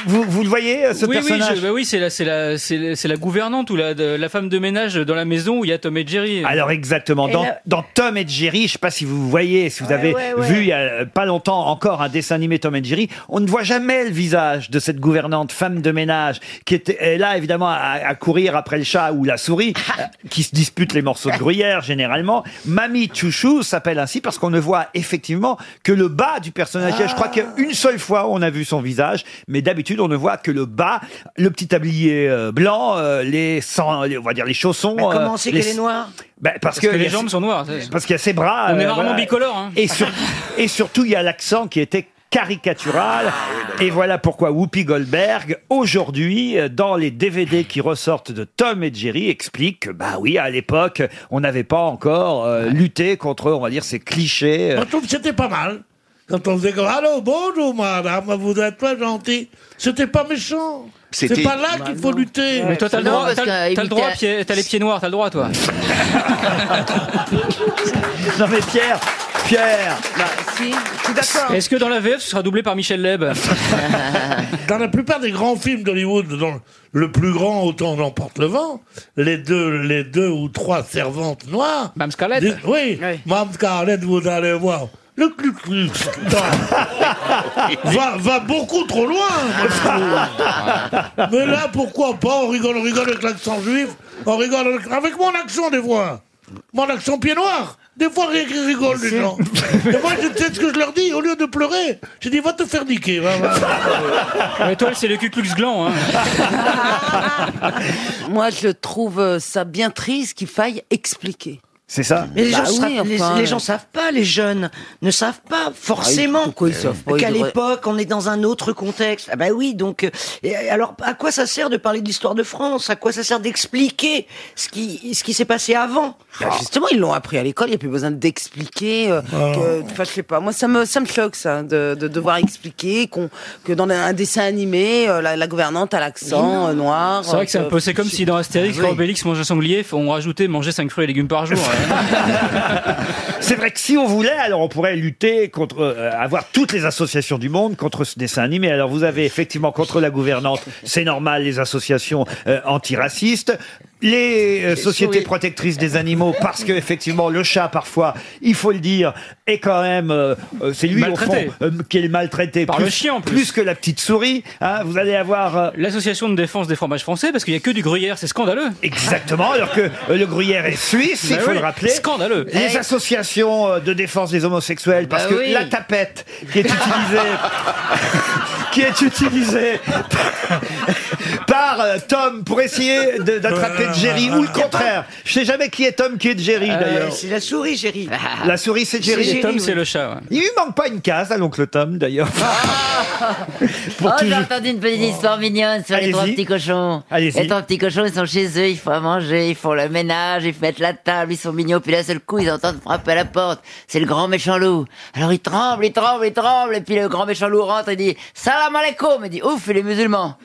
[SPEAKER 1] vous, vous le voyez, euh, ce
[SPEAKER 17] oui,
[SPEAKER 1] personnage
[SPEAKER 17] Oui, je- bah oui c'est la, c'est la, c'est la- c'est la gouvernante ou la, de- la femme de ménage dans la maison où il y a Tom et Jerry.
[SPEAKER 1] Alors exactement,
[SPEAKER 17] Et
[SPEAKER 1] dans,
[SPEAKER 17] la-
[SPEAKER 1] dans Tom et Jerry, je sais pas si vous voyez, si vous avez
[SPEAKER 17] ouais, ouais.
[SPEAKER 1] vu il y a euh, pas longtemps encore un dessin animé Tom et Jerry, on ne voit jamais le visage de cette gouvernante femme de ménage qui était est là évidemment à, à courir après le chat ou la souris, euh, qui se dispute les morceaux de gruyère généralement. Mamie Chouchou s'appelle ainsi parce qu'on ne voit effectivement que le bas du personnage. Je crois
[SPEAKER 17] Ah.
[SPEAKER 1] qu'une seule fois on a vu son visage, mais d'habitude on ne voit que le bas, le petit tablier euh, blanc, euh, les, sans- les- on va dire les chaussons. euh,
[SPEAKER 17] Mais comment on sait qu'elle
[SPEAKER 1] les-
[SPEAKER 17] est noire
[SPEAKER 1] Ben, parce,
[SPEAKER 17] Parce que
[SPEAKER 1] il y
[SPEAKER 17] les
[SPEAKER 1] a-
[SPEAKER 17] jambes sont noires, ça.
[SPEAKER 1] Parce qu'il y a ses bras. euh,
[SPEAKER 17] On est rarement bicolore, hein.
[SPEAKER 1] Et, sur- et surtout, il y a l'accent qui était
[SPEAKER 17] Ah,
[SPEAKER 1] caricatural. et voilà pourquoi Whoopi Goldberg, aujourd'hui, euh, dans les DVD qui ressortent de Tom et Jerry, explique que, bah oui, à l'époque, on n'avait pas encore euh, lutté contre, on va dire, ces clichés. euh,
[SPEAKER 11] Moi, je trouve que c'était pas mal. Quand on faisait comme Allô, bonjour madame, vous êtes pas gentil. C'était pas méchant. C'est
[SPEAKER 17] C'était-
[SPEAKER 11] pas là qu'il faut lutter.
[SPEAKER 17] Mais toi, t'as le
[SPEAKER 11] Non,
[SPEAKER 17] droit,
[SPEAKER 11] parce
[SPEAKER 17] t'as,
[SPEAKER 11] que,
[SPEAKER 17] t'as le droit,
[SPEAKER 11] imiter-
[SPEAKER 17] pied- t'as les pieds noirs, t'as le droit, toi.
[SPEAKER 1] non mais Pierre, Pierre.
[SPEAKER 14] si, je suis d'accord.
[SPEAKER 17] Est-ce que dans la VF, ce sera doublé par Michel Leb
[SPEAKER 11] Dans la plupart des grands films d'Hollywood, dont le plus grand autant l'emporte le vent, les deux, les deux ou trois servantes noires.
[SPEAKER 17] Mme Scarlett.
[SPEAKER 11] oui, Mme Scarlett, vous allez voir. Le clu clu va, va beaucoup trop loin. moi, je trouve. Mais là, pourquoi pas On rigole, on rigole avec l'accent juif. On rigole avec, avec mon accent des fois. Mon accent pied noir. Des fois, ils rigolent les gens. Et moi, je sais ce que je leur dis. Au lieu de pleurer, je dis va te faire niquer. va, va.
[SPEAKER 17] Ouais, toi, c'est le Ku Klux Klan. Hein.
[SPEAKER 14] Moi, je trouve euh, ça bien triste qu'il faille expliquer.
[SPEAKER 1] C'est ça
[SPEAKER 4] Mais les,
[SPEAKER 14] Bah
[SPEAKER 4] gens,
[SPEAKER 14] oui,
[SPEAKER 4] savent- les-
[SPEAKER 14] enfin,
[SPEAKER 4] les
[SPEAKER 14] euh.
[SPEAKER 4] gens savent pas, les jeunes ne savent pas forcément
[SPEAKER 14] pourquoi Ah, ils savent pas, ils
[SPEAKER 4] qu'à
[SPEAKER 14] devraient-
[SPEAKER 4] l'époque on est dans un autre contexte. Ah bah oui, donc euh, et alors à quoi ça sert de parler de l'histoire de France À quoi ça sert d'expliquer ce qui ce qui s'est passé avant Ah.
[SPEAKER 14] Bah, justement, ils l'ont appris à l'école, il n'y a plus besoin d'expliquer. euh, que- Enfin, je sais pas. Moi, ça me, ça me choque, ça, de, de devoir expliquer qu'on que dans un dessin animé, euh, la, la gouvernante a l'accent euh, noir.
[SPEAKER 17] C'est vrai que c'est un
[SPEAKER 14] euh,
[SPEAKER 17] peu, c'est comme si dans Astérix,
[SPEAKER 14] Ah oui.
[SPEAKER 17] Obélix, Manger Sanglier, on rajoutait manger 5 fruits et légumes par jour. hein.
[SPEAKER 1] C'est vrai que si on voulait, alors on pourrait lutter contre, euh, avoir toutes les associations du monde contre ce dessin animé. Alors vous avez effectivement contre la gouvernante, c'est normal, les associations euh, antiracistes. Les euh, sociétés
[SPEAKER 17] souris.
[SPEAKER 1] protectrices des animaux, parce que effectivement le chat parfois, il faut le dire, est quand même, euh, euh, c'est lui au fond
[SPEAKER 17] Maltraité.
[SPEAKER 1] euh, qui est maltraité
[SPEAKER 17] Par
[SPEAKER 1] plus,
[SPEAKER 17] le chien, en plus.
[SPEAKER 1] que la petite souris. hein. vous allez avoir euh,
[SPEAKER 17] L'association de défense des fromages français, parce qu'il n'y a que du gruyère, c'est scandaleux.
[SPEAKER 1] Exactement, alors que euh, le gruyère est suisse,
[SPEAKER 17] Bah
[SPEAKER 1] il faut
[SPEAKER 17] oui,
[SPEAKER 1] le rappeler.
[SPEAKER 17] Scandaleux.
[SPEAKER 1] Les associations euh, de défense des homosexuels, parce
[SPEAKER 17] Bah
[SPEAKER 1] que
[SPEAKER 17] oui.
[SPEAKER 1] la tapette qui est utilisée
[SPEAKER 2] qui est utilisé par euh, Tom pour essayer de- d'attraper Jerry ou le contraire. Je sais jamais qui est Tom, qui est Jerry d'ailleurs.
[SPEAKER 4] C'est la souris, Jerry.
[SPEAKER 14] Ah.
[SPEAKER 2] La souris, c'est Jerry.
[SPEAKER 4] Euh, C'est Jerry, oui.
[SPEAKER 2] chat. Il lui manque pas une case à l'oncle Tom, d'ailleurs. Pour
[SPEAKER 8] oh, j'ai
[SPEAKER 2] toujours-
[SPEAKER 8] entendu une petite histoire mignonne sur les
[SPEAKER 2] Allez-y.
[SPEAKER 8] trois petits cochons.
[SPEAKER 2] Allez-y.
[SPEAKER 8] Les trois petits cochons, ils sont chez eux, ils font à manger, ils font le ménage, ils mettent la table, ils sont mignons, puis d'un seul coup, ils entendent frapper à la porte. C'est le grand méchant loup. Alors ils tremblent, ils tremblent, ils tremblent, et puis le grand méchant loup rentre et dit « Salam alaikum !» Il dit « Ouf, il est musulman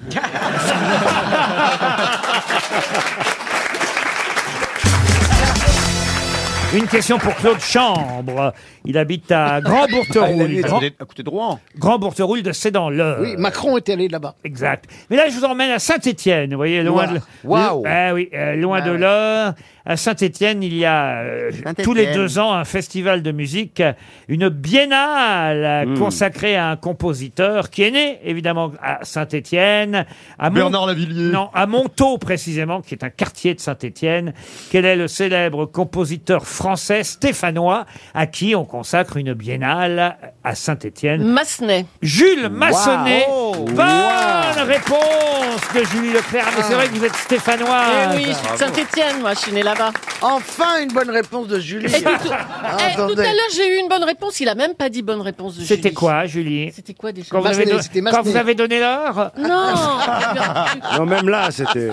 [SPEAKER 1] Une question pour Claude Chambre. Il habite à Grand
[SPEAKER 18] Ah, Il
[SPEAKER 1] Bourteroul.
[SPEAKER 18] habite à
[SPEAKER 1] Grand,
[SPEAKER 18] côté- à côté de Rouen.
[SPEAKER 1] Grand Bourteroul de Sedan l'heure.
[SPEAKER 18] Oui, Macron
[SPEAKER 1] était allé là-bas. Exact. Mais là, je vous emmène à Saint-Étienne. Vous voyez,
[SPEAKER 18] Ouah.
[SPEAKER 1] loin de
[SPEAKER 18] Waouh.
[SPEAKER 1] le- Ah oui, euh, loin de l'heure. À Saint-Étienne, il y a euh, tous les deux ans un festival de musique, euh, une biennale euh,
[SPEAKER 18] Hmm.
[SPEAKER 1] consacrée à un compositeur qui est né évidemment à Saint-Étienne, à
[SPEAKER 18] Bernard
[SPEAKER 1] Lavilliers. Non, à Montaut précisément, qui est un quartier de Saint-Étienne. Quel est le célèbre compositeur français stéphanois à qui on consacre une biennale à Saint-Étienne
[SPEAKER 15] Massenet.
[SPEAKER 1] Jules Massonnet.
[SPEAKER 15] Wow.
[SPEAKER 13] Oh.
[SPEAKER 1] Bonne
[SPEAKER 15] Wow.
[SPEAKER 1] réponse de Oh, Julie Leclerc. Mais c'est
[SPEAKER 13] Ah.
[SPEAKER 1] vrai que vous êtes stéphanois.
[SPEAKER 15] Eh oui, je suis de Saint-Étienne, moi, je suis née là-bas.
[SPEAKER 13] Enfin une bonne réponse de Julie. Ah,
[SPEAKER 15] Et tout, eh, tout à
[SPEAKER 13] Attendez.
[SPEAKER 15] l'heure, j'ai eu une bonne réponse. Il a même pas dit bonne réponse de Julie.
[SPEAKER 1] C'était quoi, Julie
[SPEAKER 15] C'était quoi déjà
[SPEAKER 1] quand vous, avez don- quand vous avez donné l'heure
[SPEAKER 15] Non
[SPEAKER 22] Non, même là, c'était.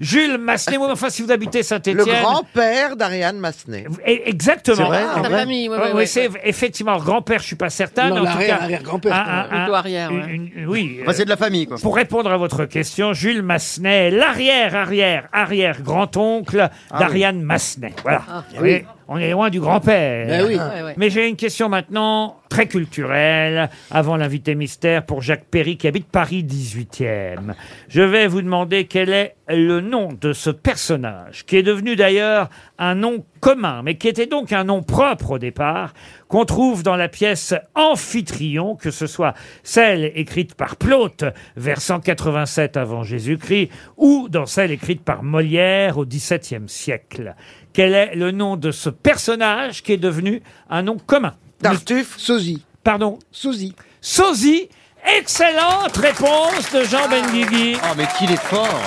[SPEAKER 1] Jules Massenet, ouais, enfin si vous habitez Saint-Étienne.
[SPEAKER 13] Le grand-père d'Ariane Massenet.
[SPEAKER 1] Exactement. Ah,
[SPEAKER 13] C'est vrai, en Sa vrai Ah, famille, ouais, ouais, ouais.
[SPEAKER 1] c'est effectivement grand-père, je suis pas certain.
[SPEAKER 13] Non,
[SPEAKER 1] mais en tout
[SPEAKER 13] l'arrière-
[SPEAKER 1] cas,
[SPEAKER 13] arrière-grand-père,
[SPEAKER 1] un-
[SPEAKER 13] quoi.
[SPEAKER 1] un- un-
[SPEAKER 13] Euh, Plutôt arrière, ouais.
[SPEAKER 1] Ah, une- une- oui.
[SPEAKER 13] Enfin, Bah, c'est de la
[SPEAKER 1] famille. Pour répondre à votre question, Jules Massenet, l'arrière, arrière, arrière grand-oncle
[SPEAKER 13] Ah
[SPEAKER 1] d'Ariane
[SPEAKER 13] oui.
[SPEAKER 1] Massenet. Voilà.
[SPEAKER 13] Ah,
[SPEAKER 1] Vous voyez,
[SPEAKER 13] oui.
[SPEAKER 1] On est loin du grand-père.
[SPEAKER 13] Ben oui. Ouais, ouais.
[SPEAKER 1] Mais j'ai une question maintenant très culturelle, avant l'invité mystère pour Jacques Perry qui habite Paris 18e. Je vais vous demander quel est le nom de ce personnage, qui est devenu d'ailleurs un nom commun, mais qui était donc un nom propre au départ, qu'on trouve dans la pièce Amphitryon, que ce soit celle écrite par Plaute vers 187 avant Jésus-Christ, ou dans celle écrite par Molière au XVIIe siècle. Quel est le nom de ce personnage qui est devenu un nom commun Tartuffe Sosie. Pardon Sosie. Sosie Excellente réponse de
[SPEAKER 15] Ah.
[SPEAKER 1] Jean Benguigui.
[SPEAKER 18] Ah,
[SPEAKER 1] Oh, mais qu'il est fort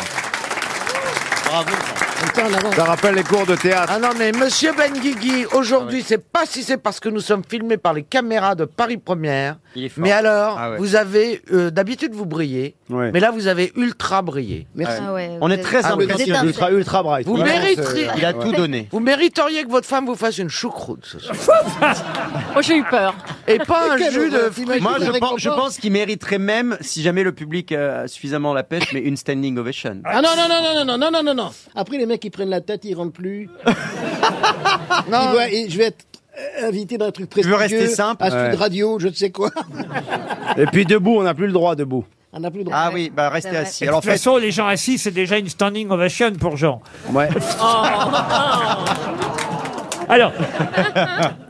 [SPEAKER 13] Bravo.
[SPEAKER 22] Ça rappelle les cours de théâtre. Ah
[SPEAKER 13] Ah non mais Monsieur Benguigui, aujourd'hui, c'est pas si c'est parce que nous sommes filmés par les caméras de Paris Première,
[SPEAKER 22] Il est fort.
[SPEAKER 13] mais alors
[SPEAKER 22] Ah ouais.
[SPEAKER 13] vous avez euh, d'habitude vous brillez,
[SPEAKER 22] Ouais.
[SPEAKER 13] mais là vous avez ultra brillé.
[SPEAKER 22] Merci. Ah ouais, On vous est êtes- très
[SPEAKER 13] Ah oui.
[SPEAKER 22] impressionnés. Vous êtes Ultra- ultra bright.
[SPEAKER 13] Vous
[SPEAKER 22] Vraiment,
[SPEAKER 13] mériteriez.
[SPEAKER 22] c'est- il a tout donné.
[SPEAKER 13] Vous mériteriez que votre femme vous fasse une choucroute ce soir.
[SPEAKER 15] Moi, Oh, j'ai eu peur.
[SPEAKER 13] Ah. Et pas un jus de fruits.
[SPEAKER 18] Moi, je pense, je pense qu'il mériterait même, si jamais le public euh, a suffisamment la pêche, mais une standing ovation.
[SPEAKER 3] Ah non, non, non, non, non, non, non, non, non, non. Après, les mecs, ils prennent la tête, ils rentrent plus. non. je vais être euh, invité d'un truc
[SPEAKER 22] Tu veux
[SPEAKER 3] prestigieux.
[SPEAKER 22] rester simple
[SPEAKER 3] À Sud
[SPEAKER 22] Ouais.
[SPEAKER 3] Radio, je ne sais quoi.
[SPEAKER 22] Et puis debout, on n'a plus le droit debout.
[SPEAKER 3] On n'a plus le droit.
[SPEAKER 18] Ah oui, bah restez
[SPEAKER 3] C'est vrai.
[SPEAKER 18] assis.
[SPEAKER 1] de toute façon, les gens assis, c'est déjà une standing ovation pour Jean.
[SPEAKER 22] Ouais.
[SPEAKER 1] Oh. Alors,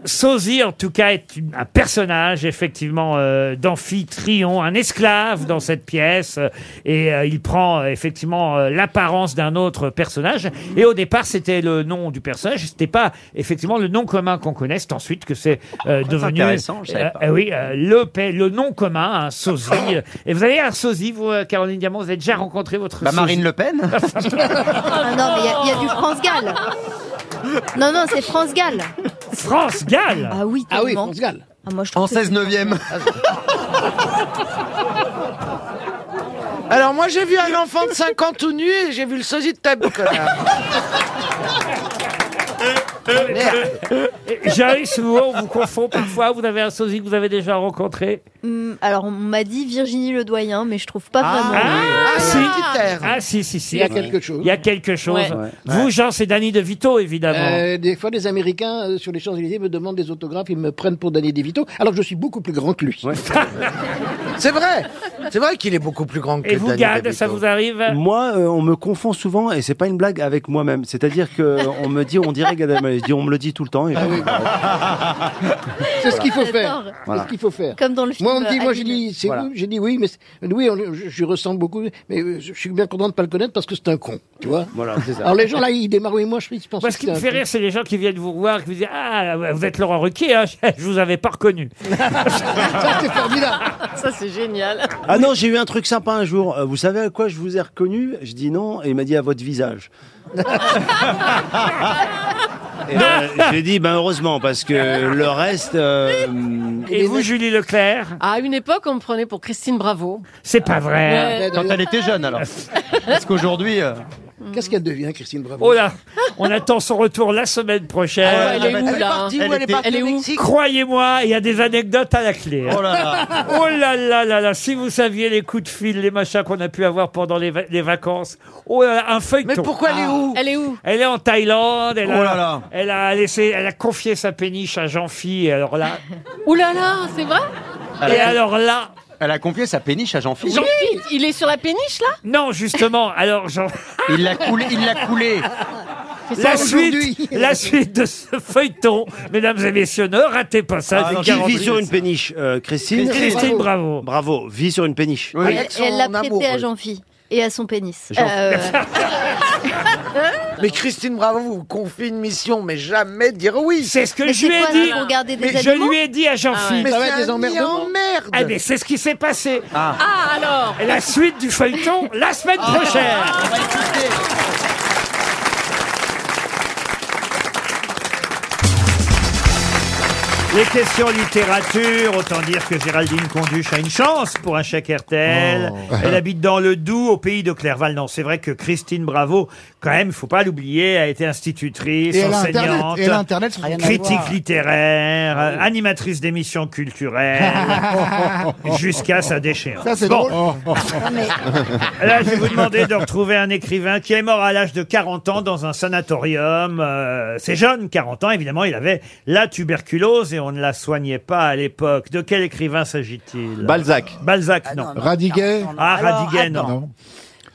[SPEAKER 1] Sosie, en tout cas, est une- un personnage, effectivement, euh, d'Amphitryon, un esclave dans cette pièce. euh, et euh, il prend, euh, effectivement, euh, l'apparence d'un autre personnage. Et au départ, c'était le nom du personnage. C'était pas, effectivement, le nom commun qu'on connaît. C'est ensuite que c'est euh, devenu.
[SPEAKER 18] intéressant, je savais
[SPEAKER 1] euh,
[SPEAKER 18] pas.
[SPEAKER 1] euh, oui, euh, le, pa- le nom commun, un Sosie. Et vous avez un Sosie, vous, euh, Caroline Diamant, vous avez déjà rencontré votre
[SPEAKER 18] Bah, Marine
[SPEAKER 1] sosie
[SPEAKER 18] Le Pen
[SPEAKER 28] Ah non, mais il y a- il y, a du France Gall. Non, non, c'est France Gall.
[SPEAKER 1] France Gall
[SPEAKER 28] Ah oui,
[SPEAKER 18] Ah oui,
[SPEAKER 28] tellement.
[SPEAKER 18] France Gall.
[SPEAKER 28] Ah, moi, je trouve
[SPEAKER 18] En
[SPEAKER 28] que
[SPEAKER 18] 16 neuvième.
[SPEAKER 13] Alors moi j'ai vu un enfant de 5 ans tout nu et j'ai vu le sosie de ta boucle, connard.
[SPEAKER 1] Joyce, vous, on vous confond parfois. Vous avez un sosie que vous avez déjà rencontré.
[SPEAKER 28] Hum, alors, on m'a dit Virginie Le Doyen, mais je trouve pas vraiment.
[SPEAKER 1] ah, si. Ah, si, si, si.
[SPEAKER 3] Il y a quelque chose.
[SPEAKER 1] Il y a quelque chose.
[SPEAKER 3] Ouais.
[SPEAKER 1] Vous, Jean, c'est Danny DeVito, évidemment.
[SPEAKER 3] Euh, des fois, des Américains euh, sur les Champs-Élysées me demandent des autographes, ils me prennent pour Danny DeVito, alors que je suis beaucoup plus grand que lui.
[SPEAKER 13] C'est vrai, c'est vrai qu'il est beaucoup plus grand que
[SPEAKER 3] Et vous,
[SPEAKER 13] Danny
[SPEAKER 3] Gad,
[SPEAKER 13] DeVito.
[SPEAKER 3] ça vous
[SPEAKER 1] arrive
[SPEAKER 22] Moi, euh, on me confond souvent et c'est pas une blague avec moi-même. C'est-à-dire que on me dit, on dirait Gad Elmaleh. Je dis, on me le dit tout le temps. et-
[SPEAKER 16] Ah
[SPEAKER 3] C'est ce qu'il faut faire.
[SPEAKER 28] J'adore.
[SPEAKER 3] C'est ce qu'il faut faire.
[SPEAKER 28] Comme dans le film
[SPEAKER 3] Moi, on me dit, moi, j'ai
[SPEAKER 28] Aline.
[SPEAKER 3] dit, c'est
[SPEAKER 28] Voilà.
[SPEAKER 3] oui, j'ai dit oui, mais c'est- oui, on- je, je lui ressemble beaucoup, mais euh, je suis bien content de pas le connaître parce que c'est un con, tu vois.
[SPEAKER 22] Voilà, c'est ça.
[SPEAKER 3] Alors les gens là, ils démarrent, oui, moi, je pense.
[SPEAKER 1] Moi, ce qui me fait rire, c'est les gens qui viennent vous voir, qui vous disent Ah, vous êtes Laurent Ruquier, hein, je vous avais pas reconnu.
[SPEAKER 3] Ça, c'est formidable.
[SPEAKER 28] Ça,
[SPEAKER 3] c'est génial.
[SPEAKER 16] Ah non, j'ai eu un truc sympa un jour. Euh, vous savez à quoi je vous ai reconnu Je dis non, et il m'a dit à votre visage. Et, euh, j'ai dit, ben heureusement, parce que le reste. euh,
[SPEAKER 1] Et vous, Julie Leclerc
[SPEAKER 20] À une époque, on me prenait pour Christine Bravo.
[SPEAKER 1] C'est pas vrai.
[SPEAKER 20] Mais- Quand elle
[SPEAKER 16] était jeune, alors.
[SPEAKER 31] Parce qu'aujourd'hui. Qu'est-ce qu'elle devient, Christine Bravo
[SPEAKER 1] Oh là On attend son retour la semaine prochaine.
[SPEAKER 31] Ah ouais, elle est où, Elle est là, hein partie où Elle Elle est était- partie
[SPEAKER 1] est
[SPEAKER 31] au
[SPEAKER 1] où
[SPEAKER 31] Mexique
[SPEAKER 1] Croyez-moi, il y a des anecdotes à la clé.
[SPEAKER 31] Oh là là.
[SPEAKER 1] Oh là là là là Si vous saviez les coups de fil, les machins qu'on a pu avoir pendant les, va- les vacances. Oh là là, un feuilleton. Mais
[SPEAKER 20] pourquoi elle est où Elle est où
[SPEAKER 1] Elle est en Thaïlande. Elle,
[SPEAKER 20] Oh
[SPEAKER 1] a,
[SPEAKER 20] là là.
[SPEAKER 1] elle a laissé, elle a confié sa péniche à Jean-Phi. et Alors là.
[SPEAKER 20] Ouh là là, c'est vrai Ah,
[SPEAKER 1] Et alors là.
[SPEAKER 32] Elle a confié sa péniche à Jean-Philippe.
[SPEAKER 20] Oui, il est sur la péniche là
[SPEAKER 1] Non, justement. Alors Jean.
[SPEAKER 32] Il l'a coulé, il l'a coulé.
[SPEAKER 1] La suite, la suite de ce feuilleton, mesdames et messieurs, ne ratez pas ça.
[SPEAKER 16] Ah,
[SPEAKER 1] du
[SPEAKER 16] non, qui
[SPEAKER 1] 40
[SPEAKER 16] vit sur
[SPEAKER 1] minutes.
[SPEAKER 16] une péniche euh, Christine
[SPEAKER 1] Christine Bravo.
[SPEAKER 16] Bravo, vit sur une péniche.
[SPEAKER 28] Et elle- et elle l'a prêté à Jean-Phi et à son pénis.
[SPEAKER 16] Jean-
[SPEAKER 28] Euh,
[SPEAKER 13] Mais Christine Bravo vous confie une mission, mais jamais dire oui. Ah
[SPEAKER 1] C'est ce que je lui ai dit. mais je lui ai
[SPEAKER 28] Ah
[SPEAKER 1] dit à Jean-Philippe.
[SPEAKER 13] Mais c'est un nid en merde.
[SPEAKER 1] Ah, mais c'est ce qui s'est passé.
[SPEAKER 20] Ah alors
[SPEAKER 1] Et La suite du feuilleton la semaine
[SPEAKER 5] Ah.
[SPEAKER 17] Ah.
[SPEAKER 1] prochaine. Les questions littérature, autant dire que Géraldine Conduche a une chance pour un chèque RTL.
[SPEAKER 6] Oh.
[SPEAKER 1] Elle habite dans le Doubs, au pays de Clerval. Non, c'est vrai que Christine Bravo, quand même, faut pas l'oublier, a été institutrice,
[SPEAKER 5] Et elle a Internet.
[SPEAKER 1] enseignante,
[SPEAKER 5] Et elle a Internet, ça n'a rien à
[SPEAKER 1] critique
[SPEAKER 5] voir. Ah
[SPEAKER 1] littéraire, euh, animatrice d'émissions culturelles, jusqu'à sa déchéance.
[SPEAKER 5] Ça, c'est
[SPEAKER 1] Bon.
[SPEAKER 5] drôle.
[SPEAKER 1] Là, je vais vous demander de retrouver un écrivain qui est mort à l'âge de 40 ans dans un sanatorium. Euh, c'est jeune, 40 ans. Évidemment, il avait la tuberculose et on ne la soignait pas à l'époque. De quel écrivain s'agit-il
[SPEAKER 16] Balzac.
[SPEAKER 1] Balzac, non.
[SPEAKER 5] Radiguet
[SPEAKER 1] Ah, Radiguet, non.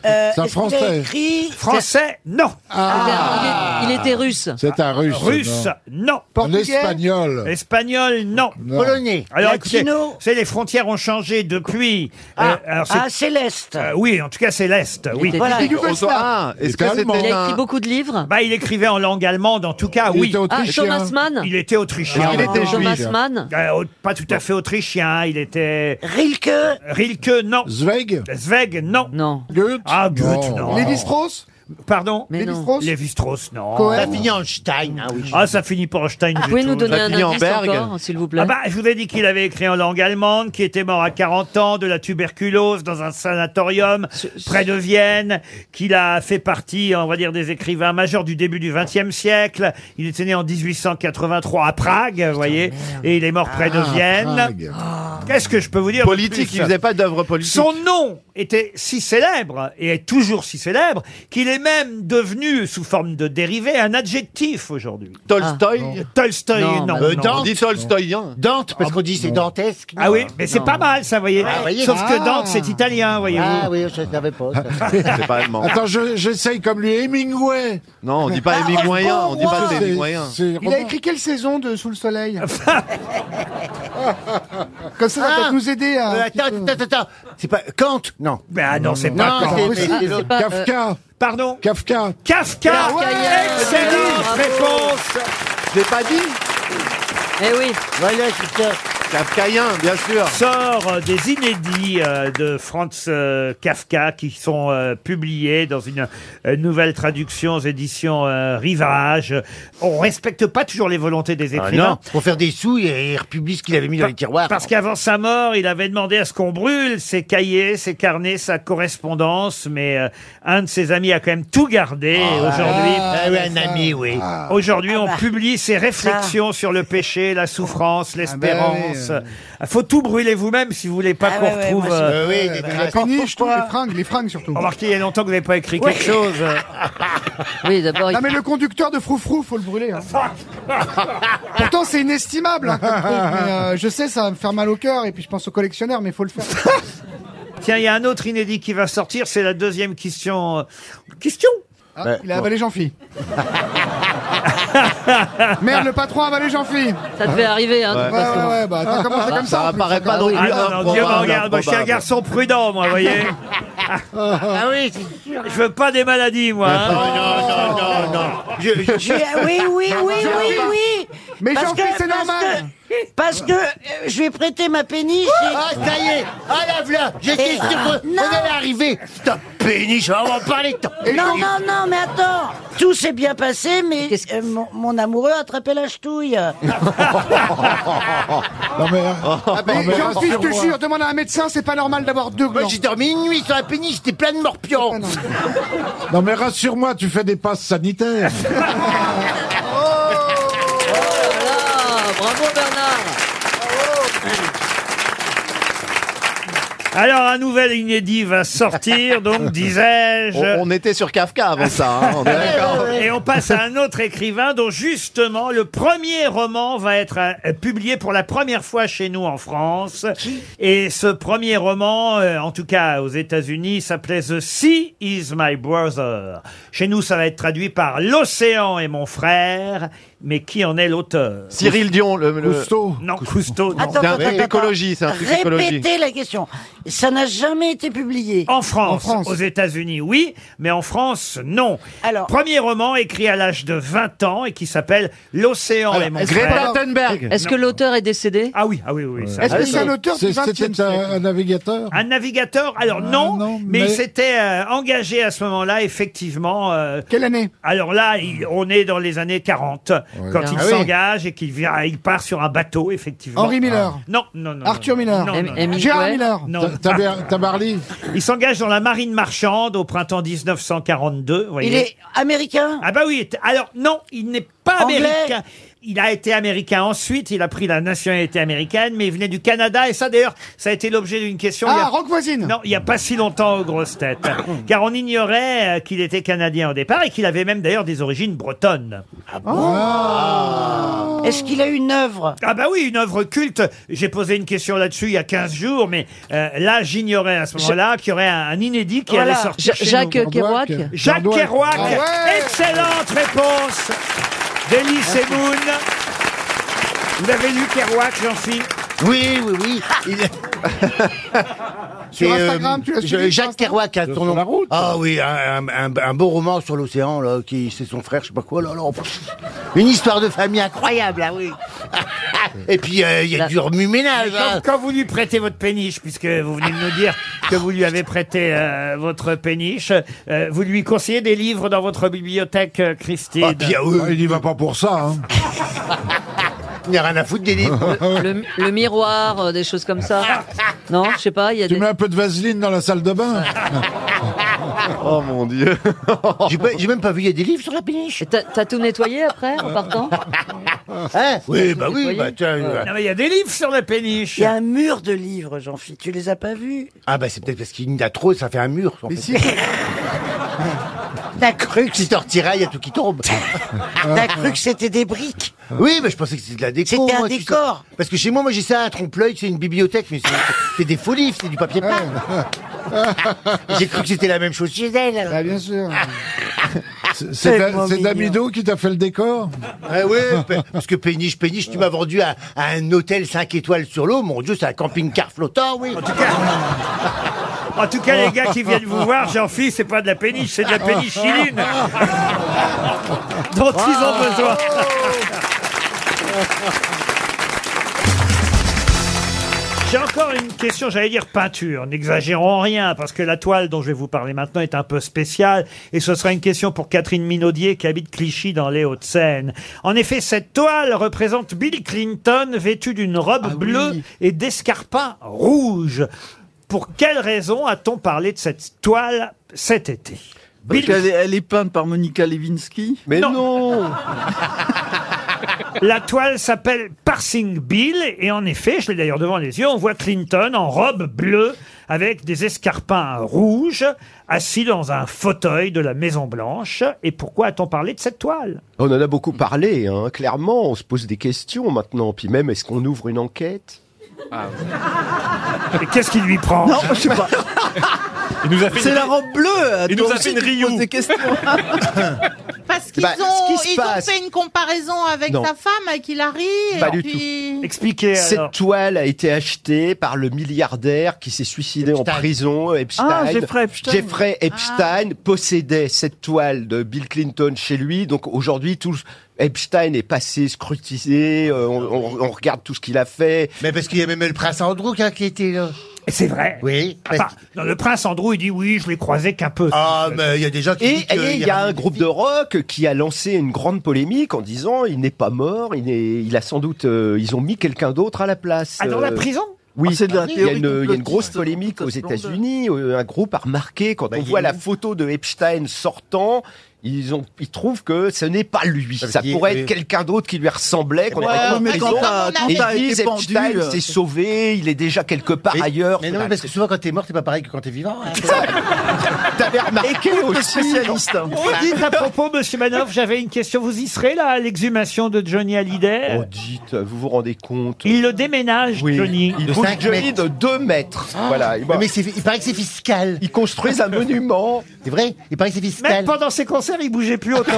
[SPEAKER 5] C'est un Français.
[SPEAKER 1] Français, non.
[SPEAKER 3] Ah.
[SPEAKER 1] Ah.
[SPEAKER 5] Il était russe. C'est un russe.
[SPEAKER 1] Russe,
[SPEAKER 5] non.
[SPEAKER 1] non.
[SPEAKER 5] Un Espagnol.
[SPEAKER 1] Espagnol, non.
[SPEAKER 5] Non. Polonais.
[SPEAKER 1] Alors, écoutez,
[SPEAKER 5] Latino.
[SPEAKER 1] c'est les frontières ont changé depuis. euh, alors,
[SPEAKER 4] ah, c'est l'Est.
[SPEAKER 1] Euh, oui, en tout cas, c'est l'Est. Oui.
[SPEAKER 4] était Voilà. yougoslave. Ah,
[SPEAKER 1] Il
[SPEAKER 4] est-ce
[SPEAKER 1] était
[SPEAKER 4] que c'était
[SPEAKER 1] allemand.
[SPEAKER 4] Il a écrit un-
[SPEAKER 1] beaucoup de livres bah, Il écrivait en langue allemande, en tout cas,
[SPEAKER 3] Il
[SPEAKER 1] oui.
[SPEAKER 3] était Ah, autrichien. Thomas Mann
[SPEAKER 1] Il était autrichien.
[SPEAKER 3] Ah, il était Thomas juif. Mann
[SPEAKER 1] Euh, au- Pas tout à fait autrichien, hein. il était...
[SPEAKER 4] Rilke
[SPEAKER 1] Rilke, non. Zweig Zweig, non. Non. Goethe Ah, Goethe, non.
[SPEAKER 5] Lévi-Strauss
[SPEAKER 1] Pardon
[SPEAKER 5] Mais non. Lévi-Strauss
[SPEAKER 1] Lévi-Strauss, non.
[SPEAKER 5] Cohen Ça finit
[SPEAKER 1] en Stein, ah oui. Ah, ça finit pas en Stein du
[SPEAKER 3] Pouvez
[SPEAKER 1] tout.
[SPEAKER 3] nous donner un indice encore, hein, s'il vous plaît
[SPEAKER 1] Ah bah, je vous ai dit qu'il avait écrit en langue allemande, qui était mort à 40 ans de la tuberculose dans un sanatorium près de Vienne, qu'il a fait partie, on va dire, des écrivains majeurs du début du XXe siècle. Il était né en 1883 à Prague, vous voyez, et il est mort près de
[SPEAKER 6] Ah,
[SPEAKER 1] Vienne. Ah,
[SPEAKER 6] Prague.
[SPEAKER 1] Qu'est-ce que je peux vous dire de
[SPEAKER 6] Politique,
[SPEAKER 1] plus
[SPEAKER 6] il faisait pas d'œuvre politique.
[SPEAKER 1] Son nom était si célèbre, et est toujours si célèbre, qu'il est même devenu, sous forme de dérivé, un adjectif aujourd'hui.
[SPEAKER 6] Tolstoï
[SPEAKER 1] Ah, non. Tolstoï, non.
[SPEAKER 3] bah,
[SPEAKER 6] Euh, Dante. On dit
[SPEAKER 1] Tolstoïen. Dante, parce qu'on dit c'est dantesque. Ah oui, mais c'est pas mal, ça, voyez.
[SPEAKER 6] Ah, voyez.
[SPEAKER 1] Sauf que
[SPEAKER 6] Ah.
[SPEAKER 1] Dante, c'est italien, voyez-vous.
[SPEAKER 6] Ah
[SPEAKER 1] oui, je ne savais pas.
[SPEAKER 6] C'est pas allemand.
[SPEAKER 5] Attends, je- j'essaye comme lui,
[SPEAKER 6] eh,
[SPEAKER 5] Hemingway.
[SPEAKER 6] Non, on dit pas Hemingwayen, on dit pas
[SPEAKER 5] Ah, C'est-
[SPEAKER 6] Hemingwayen.
[SPEAKER 5] c'est
[SPEAKER 6] Il
[SPEAKER 5] roman.
[SPEAKER 6] a
[SPEAKER 5] écrit quelle saison de Sous le Soleil Comme ça, ça peut nous aider à.
[SPEAKER 8] Ah. Euh, attends, attends, attends. C'est pas Kant Non.
[SPEAKER 1] ah non, c'est
[SPEAKER 8] pas euh, Kant.
[SPEAKER 5] c'est- c'est- c'est
[SPEAKER 8] l'autre.
[SPEAKER 5] Kafka.
[SPEAKER 1] Pardon
[SPEAKER 5] Kafka.
[SPEAKER 1] Kafka. Excellente réponse.
[SPEAKER 6] Je l'ai pas dit
[SPEAKER 3] Eh oui.
[SPEAKER 6] Voilà, c'est ça. Kafkaïen, bien sûr.
[SPEAKER 1] Sort euh, des inédits euh, de Franz euh, Kafka qui sont euh, publiés dans une euh, nouvelle traduction aux éditions euh, Rivage. On respecte pas toujours les volontés des
[SPEAKER 8] Ah
[SPEAKER 1] écrivains.
[SPEAKER 8] non, pour faire des sous, il, il republie ce qu'il avait mis dans les tiroirs.
[SPEAKER 1] Parce qu'avant sa mort, il avait demandé à ce qu'on brûle ses cahiers, ses carnets, sa correspondance, mais euh, un de ses amis a quand même tout gardé. Et Aujourd'hui, euh,
[SPEAKER 8] Ah oui, un ami, oui.
[SPEAKER 1] aujourd'hui,
[SPEAKER 8] Ah
[SPEAKER 1] on
[SPEAKER 8] bah.
[SPEAKER 1] publie ses réflexions sur le péché, la souffrance, l'espérance. Ah,
[SPEAKER 5] bah
[SPEAKER 1] Faut tout brûler vous-même si vous voulez pas
[SPEAKER 5] Ah
[SPEAKER 1] qu'on retrouve. euh,
[SPEAKER 5] oui, la péniche, tout, les fringues, les fringues surtout.
[SPEAKER 1] Remarquez, il y a longtemps que vous n'avez pas écrit
[SPEAKER 5] Oui.
[SPEAKER 1] quelque chose.
[SPEAKER 3] Oui, d'abord.
[SPEAKER 5] Non mais le conducteur de Froufrou, faut le brûler. hein. Pourtant c'est inestimable. hein, comme truc, mais, euh, je sais, ça va me faire mal au cœur et puis je pense au collectionneur, mais faut le faire.
[SPEAKER 1] Tiens, il y a un autre inédit qui va sortir. C'est la deuxième question. euh, Question.
[SPEAKER 5] Ah, il a avalé Jean-Phi.
[SPEAKER 1] Ah,
[SPEAKER 5] Merde, le patron a avalé Jean-Phi.
[SPEAKER 3] Ça devait arriver, hein, de toute
[SPEAKER 5] Ouais,
[SPEAKER 3] façon.
[SPEAKER 5] ouais, ouais, bah, attends, comment c'est comme ça, en plus, ça, quand même.
[SPEAKER 1] Ah non, non, Dieu me regarde, moi je suis un garçon prudent, moi, vous voyez. ah oui, Je veux pas des maladies, moi. hein.
[SPEAKER 8] Non, non, non, non. Je- je-
[SPEAKER 4] euh, J'ai- oui, oui, oui, oui, oui.
[SPEAKER 21] Mais
[SPEAKER 4] Parce
[SPEAKER 21] Jean-Pierre,
[SPEAKER 4] que-
[SPEAKER 21] c'est
[SPEAKER 4] parce
[SPEAKER 21] normal.
[SPEAKER 4] que- Parce que euh, je vais prêter ma péniche.
[SPEAKER 3] Ah, ça y est. Ah, la voilà. J'étais
[SPEAKER 4] Et-
[SPEAKER 3] sûr que vous
[SPEAKER 4] Non.
[SPEAKER 3] allez arriver. Stop, péniche, on va
[SPEAKER 1] oh.
[SPEAKER 3] en parler. tant.
[SPEAKER 4] Non, non, non, mais attends. Tout s'est bien passé, mais euh, mon, mon amoureux a attrapé la ch'touille.
[SPEAKER 3] Non, mais.
[SPEAKER 1] Ah,
[SPEAKER 21] Mais Jean-Pierre, je te
[SPEAKER 3] rassure-moi.
[SPEAKER 21] jure, demande à un médecin, c'est pas normal d'avoir deux glands.
[SPEAKER 3] J'ai dormi une nuit sur la péniche, j'étais plein de morpions.
[SPEAKER 5] Ah,
[SPEAKER 6] Non mais rassure-moi, tu fais des passes sanitaires.
[SPEAKER 9] bravo Bernard.
[SPEAKER 1] Alors, un nouvel inédit va sortir, donc disais-je.
[SPEAKER 16] On, on était sur Kafka avant ça. hein, on est d'accord.
[SPEAKER 1] Et on passe à un autre écrivain dont justement le premier roman va être euh, publié pour la première fois chez nous en France. Et ce premier roman, euh, en tout cas aux États-Unis, s'appelait The Sea is My Brother. Chez nous, ça va être traduit par L'océan est mon frère. Mais qui en est l'auteur
[SPEAKER 16] Cyril Dion, le- le- Cousteau.
[SPEAKER 1] Non, Cousteau. non.
[SPEAKER 16] Attends, C'est un attends, truc attends. d'écologie, c'est un truc d'écologie.
[SPEAKER 4] Répétez la question. Ça n'a jamais été publié.
[SPEAKER 1] En France, aux États-Unis, oui, mais en France, non. Alors, premier roman écrit à l'âge de 20 ans et qui s'appelle L'océan et mon frère.
[SPEAKER 9] Est-ce que
[SPEAKER 1] Non.
[SPEAKER 9] l'auteur est décédé
[SPEAKER 1] Ah oui, ah oui, oui.
[SPEAKER 6] Ah,
[SPEAKER 1] ça-
[SPEAKER 6] oui. C'est- C'était un, un navigateur
[SPEAKER 1] Un navigateur Alors non, mais,
[SPEAKER 6] mais-
[SPEAKER 1] il s'était euh, engagé à ce moment-là, effectivement. euh,
[SPEAKER 21] Quelle année
[SPEAKER 1] Alors là, il- on est dans les années 40, quand il
[SPEAKER 21] Ah oui.
[SPEAKER 1] s'engage et qu'il vient- il part sur un bateau, effectivement.
[SPEAKER 21] Henri Miller.
[SPEAKER 1] Non, non, non.
[SPEAKER 21] Arthur
[SPEAKER 1] non,
[SPEAKER 21] Miller.
[SPEAKER 1] non,
[SPEAKER 21] M-
[SPEAKER 1] non,
[SPEAKER 21] M-
[SPEAKER 1] non.
[SPEAKER 21] Gérard Miller.
[SPEAKER 1] Non. Tabarly. Il s'engage dans la marine marchande au printemps 1942. voyez.
[SPEAKER 4] Il est américain
[SPEAKER 1] Ah bah oui, t- alors non, il n'est pas
[SPEAKER 4] Anglais
[SPEAKER 1] américain. Il a été américain ensuite, il a pris la nationalité américaine, mais il venait du Canada, et ça d'ailleurs, ça a été l'objet d'une question. il y a-
[SPEAKER 21] Ah, Rock voisine.
[SPEAKER 1] Non, il n'y a pas si longtemps aux grosses têtes, car on ignorait euh, qu'il était canadien au départ, et qu'il avait même d'ailleurs des origines bretonnes.
[SPEAKER 21] Ah
[SPEAKER 9] Ah.
[SPEAKER 4] Est-ce qu'il a une œuvre
[SPEAKER 1] Ah bah oui, une œuvre culte. J'ai posé une question là-dessus il y a 15 jours, mais euh, là, j'ignorais à ce moment-là qu'il y aurait un, un inédit qui
[SPEAKER 9] Voilà.
[SPEAKER 1] allait
[SPEAKER 9] Ja-
[SPEAKER 1] sortir chez
[SPEAKER 9] Jacques
[SPEAKER 1] nous.
[SPEAKER 9] Kerouac
[SPEAKER 1] Jacques
[SPEAKER 9] Kerouac.
[SPEAKER 1] Kerouac. Eh,
[SPEAKER 9] Ah ouais.
[SPEAKER 1] Excellente réponse d'Elie Semoun. Vous avez lu Kerouac, Ah. Jean-Philippe
[SPEAKER 3] Oui, oui, oui. Il...
[SPEAKER 1] Sur
[SPEAKER 3] C'est, euh,
[SPEAKER 1] Instagram, tu l'as suivi
[SPEAKER 3] je-
[SPEAKER 1] sur
[SPEAKER 3] Jacques Kerouac a son nom.
[SPEAKER 1] la route.
[SPEAKER 3] Ah oui, un, un- un- un beau roman sur l'océan, là, qui c'est son frère, je sais pas quoi. Là, là, pff. une histoire de famille incroyable, ah oui. Et puis euh, il y a du remue-ménage. hein.
[SPEAKER 1] Quand, quand vous lui prêtez votre péniche, puisque vous venez de nous dire que vous lui avez prêté euh, votre péniche, euh, vous lui conseillez des livres dans votre bibliothèque, euh, Christine
[SPEAKER 6] Ah, Il n'y va pas pour ça. hein.
[SPEAKER 3] Il n'y a rien à foutre des livres.
[SPEAKER 9] le, le miroir, euh, des choses comme ça. Non, je sais pas, il y a
[SPEAKER 6] Tu
[SPEAKER 9] des...
[SPEAKER 6] mets un peu de vaseline dans la salle de bain.
[SPEAKER 3] Oh mon dieu. J'ai pas- j'ai même pas vu, il y a des livres sur la péniche.
[SPEAKER 9] T'as t'as tout nettoyé après, en partant
[SPEAKER 3] Hein oui, bah oui, bah tiens. euh,
[SPEAKER 1] Non, mais il y a des livres sur la péniche.
[SPEAKER 4] Il y a un mur de livres, Jean-Philippe. Tu les as pas vus
[SPEAKER 3] Ah bah c'est peut-être parce qu'il y en a trop, ça fait un mur. Mais
[SPEAKER 4] si.
[SPEAKER 3] T'as cru que si t'en retirais, il y a tout qui tombe.
[SPEAKER 4] T'as cru que c'était des briques
[SPEAKER 3] Oui, mais je pensais que c'était de la déco.
[SPEAKER 4] C'était un
[SPEAKER 3] moi, tu sais.
[SPEAKER 4] décor.
[SPEAKER 3] Parce que chez moi, moi j'ai ça à trompe-l'œil, c'est une bibliothèque, mais c'est- c'est des faux livres, c'est du papier peint. j'ai cru que c'était la même chose chez elle.
[SPEAKER 21] Ah, bien sûr.
[SPEAKER 3] C'est-
[SPEAKER 6] C'est Da- c'est Damido qui t'a fait le décor
[SPEAKER 3] Ah oui, pe- parce que Péniche, Péniche, tu m'as vendu à, à un hôtel 5 étoiles sur l'eau. Mon Dieu, c'est un camping-car flottant, oui.
[SPEAKER 1] En tout cas, les gars qui viennent vous voir, Jean-Philippe, c'est pas de la péniche, c'est de la pénicilline
[SPEAKER 3] Ah,
[SPEAKER 1] dont ils ont besoin.
[SPEAKER 6] Oh.
[SPEAKER 1] J'ai encore une question, j'allais dire peinture. N'exagérons rien, parce que la toile dont je vais vous parler maintenant est un peu spéciale. Et ce sera une question pour Catherine Minaudier, qui habite Clichy dans les Hauts-de-Seine. En effet, cette toile représente Bill Clinton vêtu d'une
[SPEAKER 19] Ah
[SPEAKER 1] robe bleue et d'escarpins rouges. Pour quelle raison a-t-on parlé de cette toile cet été Bill-
[SPEAKER 19] elle, est- elle est peinte par Monica Lewinsky.
[SPEAKER 1] Mais non La toile s'appelle Parsing Bill et en effet, je l'ai d'ailleurs devant les yeux, on voit Clinton en robe bleue avec des escarpins rouges assis dans un fauteuil de la Maison Blanche. Et pourquoi a-t-on parlé de cette toile
[SPEAKER 16] On en a beaucoup parlé, hein, clairement. On se pose des questions maintenant. Puis même, est-ce qu'on ouvre une enquête
[SPEAKER 1] Ah, Et qu'est-ce qui lui prend
[SPEAKER 16] Non, je sais pas.
[SPEAKER 10] Il nous a fait
[SPEAKER 19] C'est
[SPEAKER 10] une-
[SPEAKER 19] la robe bleue. euh,
[SPEAKER 10] Il nous
[SPEAKER 19] toi
[SPEAKER 10] a fait
[SPEAKER 19] aussi,
[SPEAKER 10] une
[SPEAKER 19] tu te
[SPEAKER 10] Ryu.
[SPEAKER 19] poses des questions.
[SPEAKER 12] Parce qu'ils
[SPEAKER 19] Bah, ce
[SPEAKER 12] ont,
[SPEAKER 19] qui se
[SPEAKER 12] ils ont
[SPEAKER 19] passe-
[SPEAKER 12] fait une comparaison avec
[SPEAKER 16] Non.
[SPEAKER 12] ta femme, avec Hilary.
[SPEAKER 16] Pas
[SPEAKER 12] et
[SPEAKER 16] du
[SPEAKER 12] puis...
[SPEAKER 16] tout. Cette
[SPEAKER 12] alors.
[SPEAKER 16] toile a été achetée par le milliardaire qui s'est suicidé en prison, Epstein.
[SPEAKER 19] Ah, Jeffrey Epstein. Ah.
[SPEAKER 16] Jeffrey Epstein possédait cette toile de Bill Clinton chez lui. Donc aujourd'hui, tout Epstein est passé, scrutisé, euh, on, on- on regarde tout ce qu'il a fait. Mais parce qu'il y a même le prince Andrew
[SPEAKER 3] hein,
[SPEAKER 16] qui était là.
[SPEAKER 1] C'est vrai.
[SPEAKER 16] Oui.
[SPEAKER 1] Enfin, non, le prince Andrew, il dit oui, je l'ai croisé qu'un peu.
[SPEAKER 16] Ah, mais il y a des gens
[SPEAKER 1] qui
[SPEAKER 16] Et
[SPEAKER 1] disent que-
[SPEAKER 16] et il y a un groupe de rock qui a lancé une grande polémique en disant il n'est pas mort, il, est, il a sans doute, euh, ils ont mis quelqu'un d'autre à la place.
[SPEAKER 1] Ah, dans la
[SPEAKER 16] Euh,
[SPEAKER 1] prison
[SPEAKER 16] Oui,
[SPEAKER 1] Ah, c'est de la
[SPEAKER 16] il y a
[SPEAKER 1] théorie
[SPEAKER 16] une, il y a une
[SPEAKER 1] complotiste.
[SPEAKER 16] grosse polémique aux États-Unis. euh, Un groupe a remarqué quand
[SPEAKER 10] Bah,
[SPEAKER 16] on voit la photo de Epstein sortant. Ils, ont, ils trouvent que ce n'est pas lui.
[SPEAKER 10] Ça veut
[SPEAKER 16] Ça
[SPEAKER 10] dire-
[SPEAKER 16] pourrait
[SPEAKER 10] oui.
[SPEAKER 16] être quelqu'un d'autre qui lui ressemblait. qu'on
[SPEAKER 10] Ouais,
[SPEAKER 16] aurait mis en
[SPEAKER 10] mais quand
[SPEAKER 16] prison.
[SPEAKER 10] t'as- quand
[SPEAKER 16] Et
[SPEAKER 10] t'as
[SPEAKER 16] ils
[SPEAKER 10] été
[SPEAKER 16] disent,
[SPEAKER 10] pendu,
[SPEAKER 16] Epstein
[SPEAKER 10] euh,
[SPEAKER 16] s'est sauvé, il est déjà quelque part
[SPEAKER 10] Mais-
[SPEAKER 16] ailleurs.
[SPEAKER 10] mais non, parce que
[SPEAKER 16] souvent quand t'es mort, t'es pas pareil que quand t'es vivant.
[SPEAKER 3] hein.
[SPEAKER 16] T'avais remarqué aussi.
[SPEAKER 1] Vous dites à propos, monsieur Manoff, j'avais une question. Vous y serez là à l'exhumation de Johnny Hallyday
[SPEAKER 16] Oh, dites, vous vous rendez compte
[SPEAKER 1] Il le déménage, Johnny.
[SPEAKER 16] Il bouge Johnny de 2 mètres.
[SPEAKER 3] Ah,
[SPEAKER 16] voilà.
[SPEAKER 1] mais
[SPEAKER 16] il paraît que c'est fiscal. Ils construisent un monument. C'est vrai Il paraît que c'est fiscal.
[SPEAKER 1] Même pendant ses concerts, il bougeait plus autant.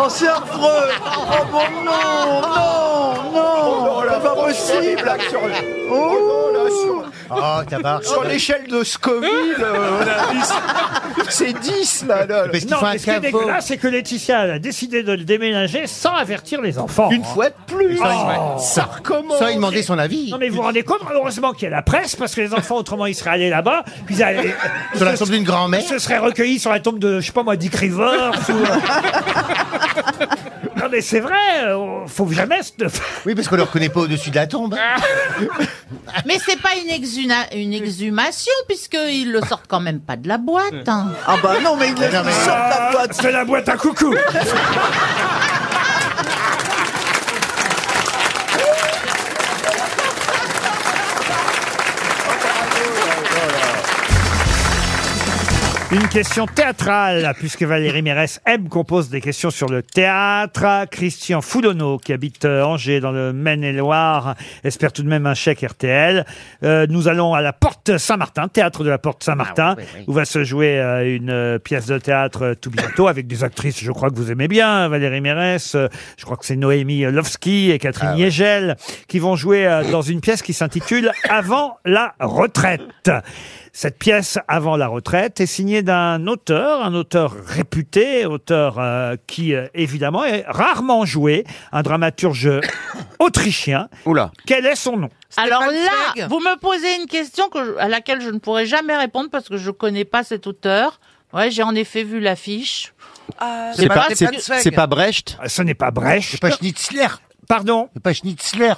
[SPEAKER 19] Oh, c'est affreux Oh mon non
[SPEAKER 3] Oh,
[SPEAKER 5] Oh,
[SPEAKER 19] Non Non C'est pas possible là, sur le- Oh non, là, sur...
[SPEAKER 16] Ah,
[SPEAKER 3] Oh, tabac.
[SPEAKER 19] Sur l'échelle
[SPEAKER 16] de Scoville,
[SPEAKER 19] euh, on a
[SPEAKER 16] c'est 10 là.
[SPEAKER 3] Parce qu'il
[SPEAKER 1] Euh, non,
[SPEAKER 3] faut un
[SPEAKER 1] mais ce qui est
[SPEAKER 3] caveau.
[SPEAKER 1] dégueulasse, c'est que Laetitia elle a décidé de le déménager sans avertir les enfants. Une
[SPEAKER 16] fois de plus.
[SPEAKER 1] Oh. Ça,
[SPEAKER 3] Ça recommence. Sans y demander son avis.
[SPEAKER 1] Non, mais vous vous rendez compte, heureusement qu'il y a la presse, parce que les enfants, autrement, ils seraient allés là-bas. puis Ils allaient,
[SPEAKER 3] Sur la tombe d'une grand-mère.
[SPEAKER 1] Ils se seraient recueillis sur la tombe de, je sais pas moi, Dick Rivers. ou- non, mais c'est vrai, euh, faut jamais se.
[SPEAKER 3] Oui, parce qu'on le reconnaît pas au-dessus de la tombe. hein.
[SPEAKER 12] Mais c'est pas une, exuna- une exhumation, puisqu'ils le sortent quand même pas de la boîte. hein.
[SPEAKER 19] Ah bah non, mais il laisse il sort de la boîte.
[SPEAKER 1] C'est la boîte à coucou. Une question théâtrale, puisque Valérie Mérès aime qu'on pose des questions sur le théâtre. Christian Foudonneau, qui habite euh, Angers, dans le Maine-et-Loire, espère tout de même un chèque RTL. Euh, nous allons à la Porte Saint-Martin, théâtre de la Porte Saint-Martin,
[SPEAKER 10] Ah, oui, oui, oui.
[SPEAKER 1] où va se jouer euh, une euh, pièce de théâtre euh, tout bientôt, avec des actrices, je crois que vous aimez bien, Valérie Mérès, euh, je crois que c'est Noémie Lovski et
[SPEAKER 3] Ah
[SPEAKER 1] Catherine Yegel, qui vont jouer euh, dans une pièce qui s'intitule « Avant la retraite ». Cette pièce avant la retraite est signée d'un auteur, un auteur réputé, auteur euh, qui euh, évidemment est rarement joué, un dramaturge autrichien.
[SPEAKER 16] Oula.
[SPEAKER 1] Quel est son nom
[SPEAKER 12] Alors là,
[SPEAKER 1] Zweig.
[SPEAKER 12] vous me posez une question que je- à laquelle je ne pourrai jamais répondre parce que je connais pas cet auteur. Ouais, j'ai en effet vu l'affiche.
[SPEAKER 1] Euh,
[SPEAKER 3] C'est pas- c'est- c'est pas
[SPEAKER 16] Brecht
[SPEAKER 1] Ce n'est pas Brecht.
[SPEAKER 3] C'est pas Schnitzler.
[SPEAKER 1] Pardon
[SPEAKER 3] C'est pas Schnitzler.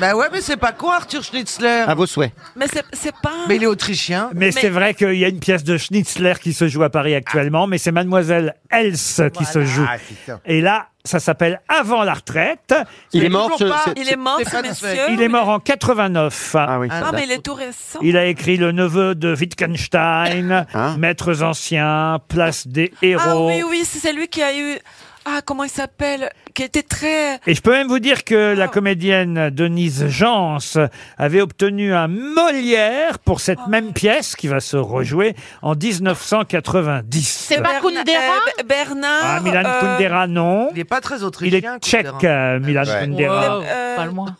[SPEAKER 13] Bah ouais, mais c'est pas quoi Arthur Schnitzler
[SPEAKER 22] Ah.
[SPEAKER 16] À vos souhaits.
[SPEAKER 13] Mais c'est pas. Mais il est autrichien.
[SPEAKER 1] Mais, c'est vrai qu'il y a une pièce de Schnitzler qui se joue à Paris actuellement, mais c'est Mademoiselle Else qui se joue.
[SPEAKER 13] Ah,
[SPEAKER 3] putain.
[SPEAKER 1] Et là, ça s'appelle Avant la retraite.
[SPEAKER 16] Il est mort, ce- c'est-
[SPEAKER 20] il est mort, ce monsieur,
[SPEAKER 1] Il est mort en 89. Ah oui.
[SPEAKER 20] Ah, mais il est tout récent.
[SPEAKER 1] Il a écrit Le Neveu de Wittgenstein,
[SPEAKER 16] Hein
[SPEAKER 1] Maîtres anciens, Place des héros.
[SPEAKER 20] Ah oui, oui, c'est celui qui a eu. Ah, comment il s'appelle Qui était très.
[SPEAKER 1] Et je peux même vous dire que
[SPEAKER 13] Ah.
[SPEAKER 1] la comédienne Denise Jans avait obtenu un Molière pour cette
[SPEAKER 13] Ah.
[SPEAKER 1] même pièce qui va se rejouer en 1990.
[SPEAKER 20] C'est pas Kundera euh, Bernard.
[SPEAKER 1] Ah, Milan
[SPEAKER 20] euh,
[SPEAKER 1] Kundera, non. Il
[SPEAKER 13] n'est pas très
[SPEAKER 1] autrichien. Il est tchèque, euh, Milan Kundera.
[SPEAKER 20] Euh,
[SPEAKER 13] Pas
[SPEAKER 12] loin.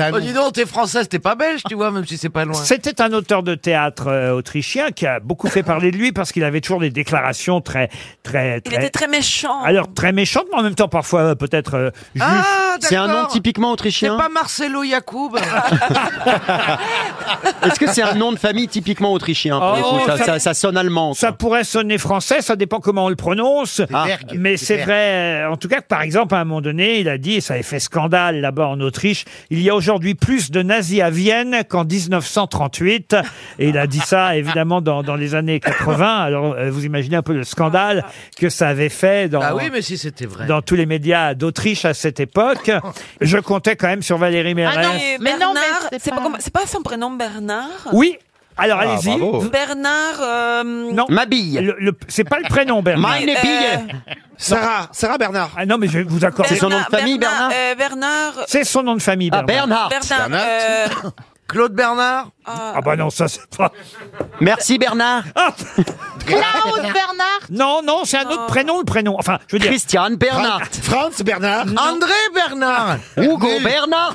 [SPEAKER 22] Ah,
[SPEAKER 13] oh, dis donc, t'es française, t'es pas belge, tu vois, même si c'est pas loin.
[SPEAKER 1] C'était un auteur de théâtre euh, autrichien qui a beaucoup fait parler de lui parce qu'il avait toujours des déclarations très, très,
[SPEAKER 20] Il
[SPEAKER 1] très-
[SPEAKER 20] était très méchant.
[SPEAKER 1] Alors très méchantes, mais en même temps parfois euh, peut-être euh, justes.
[SPEAKER 13] Ah, d'accord.
[SPEAKER 16] autrichien.
[SPEAKER 13] C'est pas Marcelo Yacoub.
[SPEAKER 22] Ah,
[SPEAKER 13] Ah, bah
[SPEAKER 16] Est-ce que c'est un nom de famille typiquement autrichien pour le
[SPEAKER 1] Oh,
[SPEAKER 16] coup ça,
[SPEAKER 1] ça-
[SPEAKER 16] ça- ça sonne allemand.
[SPEAKER 1] Ça pourrait sonner français, ça dépend comment on le prononce. Ah,
[SPEAKER 16] Berg,
[SPEAKER 1] mais
[SPEAKER 16] c'est
[SPEAKER 1] c'est
[SPEAKER 16] Berg.
[SPEAKER 1] vrai, euh, en tout cas, que par exemple, à un moment donné, il a dit, et ça a fait scandale là-bas en Autriche, il y a aujourd'hui plus de nazis à Vienne qu'en 1938. Et il a dit ça, évidemment, dans, dans les années 80. Alors, euh, vous imaginez un peu le scandale que ça avait fait dans,
[SPEAKER 13] Ah oui, mais si c'était vrai.
[SPEAKER 1] dans tous les médias d'Autriche à cette époque. Je comptais quand même sur Valérie Mérès.
[SPEAKER 20] Ah non, mais Bernard, c'est pas... comment- c'est pas son prénom Bernard
[SPEAKER 1] Oui, alors
[SPEAKER 20] Ah,
[SPEAKER 1] allez-y.
[SPEAKER 20] Bernard. euh,
[SPEAKER 1] Non. Mabille. c'est pas le prénom, Bernard.
[SPEAKER 20] Meine Bille.
[SPEAKER 1] Sarah. Sarah Bernard. Ah non, mais je vais vous accorder.
[SPEAKER 20] Bernard- Bernard. euh, Bernard.
[SPEAKER 3] Ah,
[SPEAKER 1] C'est son nom de famille, Bernard.
[SPEAKER 20] Bernard. euh,
[SPEAKER 13] Claude Bernard
[SPEAKER 1] Ah bah non, ça c'est pas. Ah.
[SPEAKER 3] Merci Bernard.
[SPEAKER 20] Claude Bernard Oh.
[SPEAKER 1] Non, non, c'est un autre prénom, le prénom. Enfin, je veux dire.
[SPEAKER 3] Christian Bernard.
[SPEAKER 1] Franz Bernard.
[SPEAKER 13] André Bernard.
[SPEAKER 3] Hugo Bernard.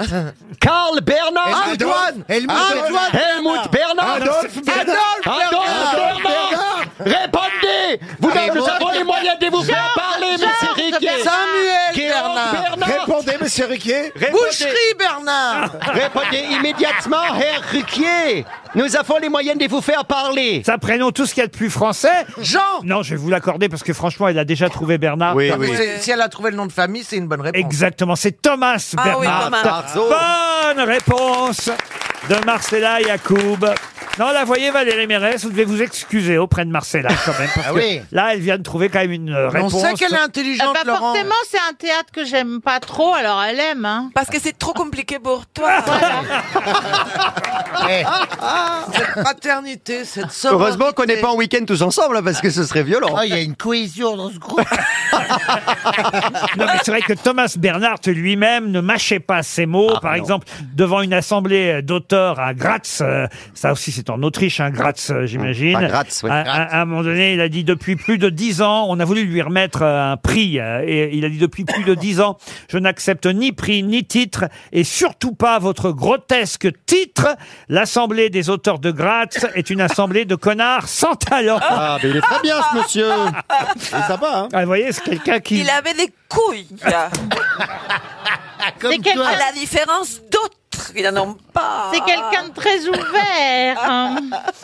[SPEAKER 3] Karl Bernard.
[SPEAKER 5] Helmut. Antoine. Helmut. Antoine
[SPEAKER 3] Helmut Bernard.
[SPEAKER 5] Adolphe Bernard.
[SPEAKER 3] Adolphe
[SPEAKER 5] Adolphe
[SPEAKER 3] Bernard. Répondez Vous
[SPEAKER 5] Allez,
[SPEAKER 3] nous
[SPEAKER 5] bon.
[SPEAKER 3] avons les moyens de vous faire
[SPEAKER 5] Georges,
[SPEAKER 3] parler,
[SPEAKER 5] Georges
[SPEAKER 3] monsieur Riquet.
[SPEAKER 5] Bernard. Samuel
[SPEAKER 3] Guillaume
[SPEAKER 5] Bernard. Répondez,
[SPEAKER 3] monsieur Riquet.
[SPEAKER 5] Boucherie Bernard.
[SPEAKER 3] Répondez immédiatement, Herr Riquier. Nous avons les moyens de vous faire parler.
[SPEAKER 1] Ça prénom, tout ce qu'il y a de plus français.
[SPEAKER 13] Jean
[SPEAKER 1] Non, je vais vous l'accorder parce que franchement, il a déjà trouvé Bernard.
[SPEAKER 13] Ah, mais c'est- Si elle a trouvé le nom de famille, c'est une bonne réponse.
[SPEAKER 1] Exactement, c'est Thomas
[SPEAKER 13] Ah oui,
[SPEAKER 1] Bernard.
[SPEAKER 13] Thomas. Marceau.
[SPEAKER 1] Bonne réponse de Marcella Yacoub. Non, là, voyez, Valérie Mérès, vous devez vous excuser auprès de Marcella, quand même. Parce
[SPEAKER 13] Ah
[SPEAKER 1] que
[SPEAKER 13] oui.
[SPEAKER 1] là, elle vient de trouver quand même une euh, réponse.
[SPEAKER 20] Eh ben, Forcément, c'est un théâtre que j'aime pas trop, alors elle aime. hein. Parce que c'est trop compliqué pour toi.
[SPEAKER 13] Eh. Cette paternité, cette sororité. Ah,
[SPEAKER 3] Heureusement qu'on n'est pas en week-end tous ensemble, hein, parce que ce serait violent.
[SPEAKER 33] il y a une cohésion dans ce groupe.
[SPEAKER 1] Non, mais c'est vrai que Thomas Bernhardt lui-même ne mâchait pas ses mots.
[SPEAKER 3] Ah,
[SPEAKER 1] Par exemple, devant une assemblée d'auteurs à Graz, euh, ça aussi c'est en Autriche, hein, Graz, euh, j'imagine. Ah.
[SPEAKER 3] Pas Graz, oui,
[SPEAKER 1] À, à-
[SPEAKER 3] Graz.
[SPEAKER 1] à un moment donné, il a dit depuis plus de dix ans, on a voulu lui remettre euh, un prix. euh, et il a dit depuis plus de dix ans, je n'accepte ni prix, ni titre, et surtout pas votre grotesque titre. L'assemblée des auteurs de Graz est une assemblée de connards sans talent.
[SPEAKER 3] Ah, mais il est très bien ce monsieur. C'est sympa, hein
[SPEAKER 1] Ah, vous voyez, c'est quelqu'un qui...
[SPEAKER 34] Il avait des couilles. là.
[SPEAKER 20] C'est quelqu'un-
[SPEAKER 34] À la différence d'autres, ils n'en ont pas.
[SPEAKER 20] C'est quelqu'un de très ouvert. hein.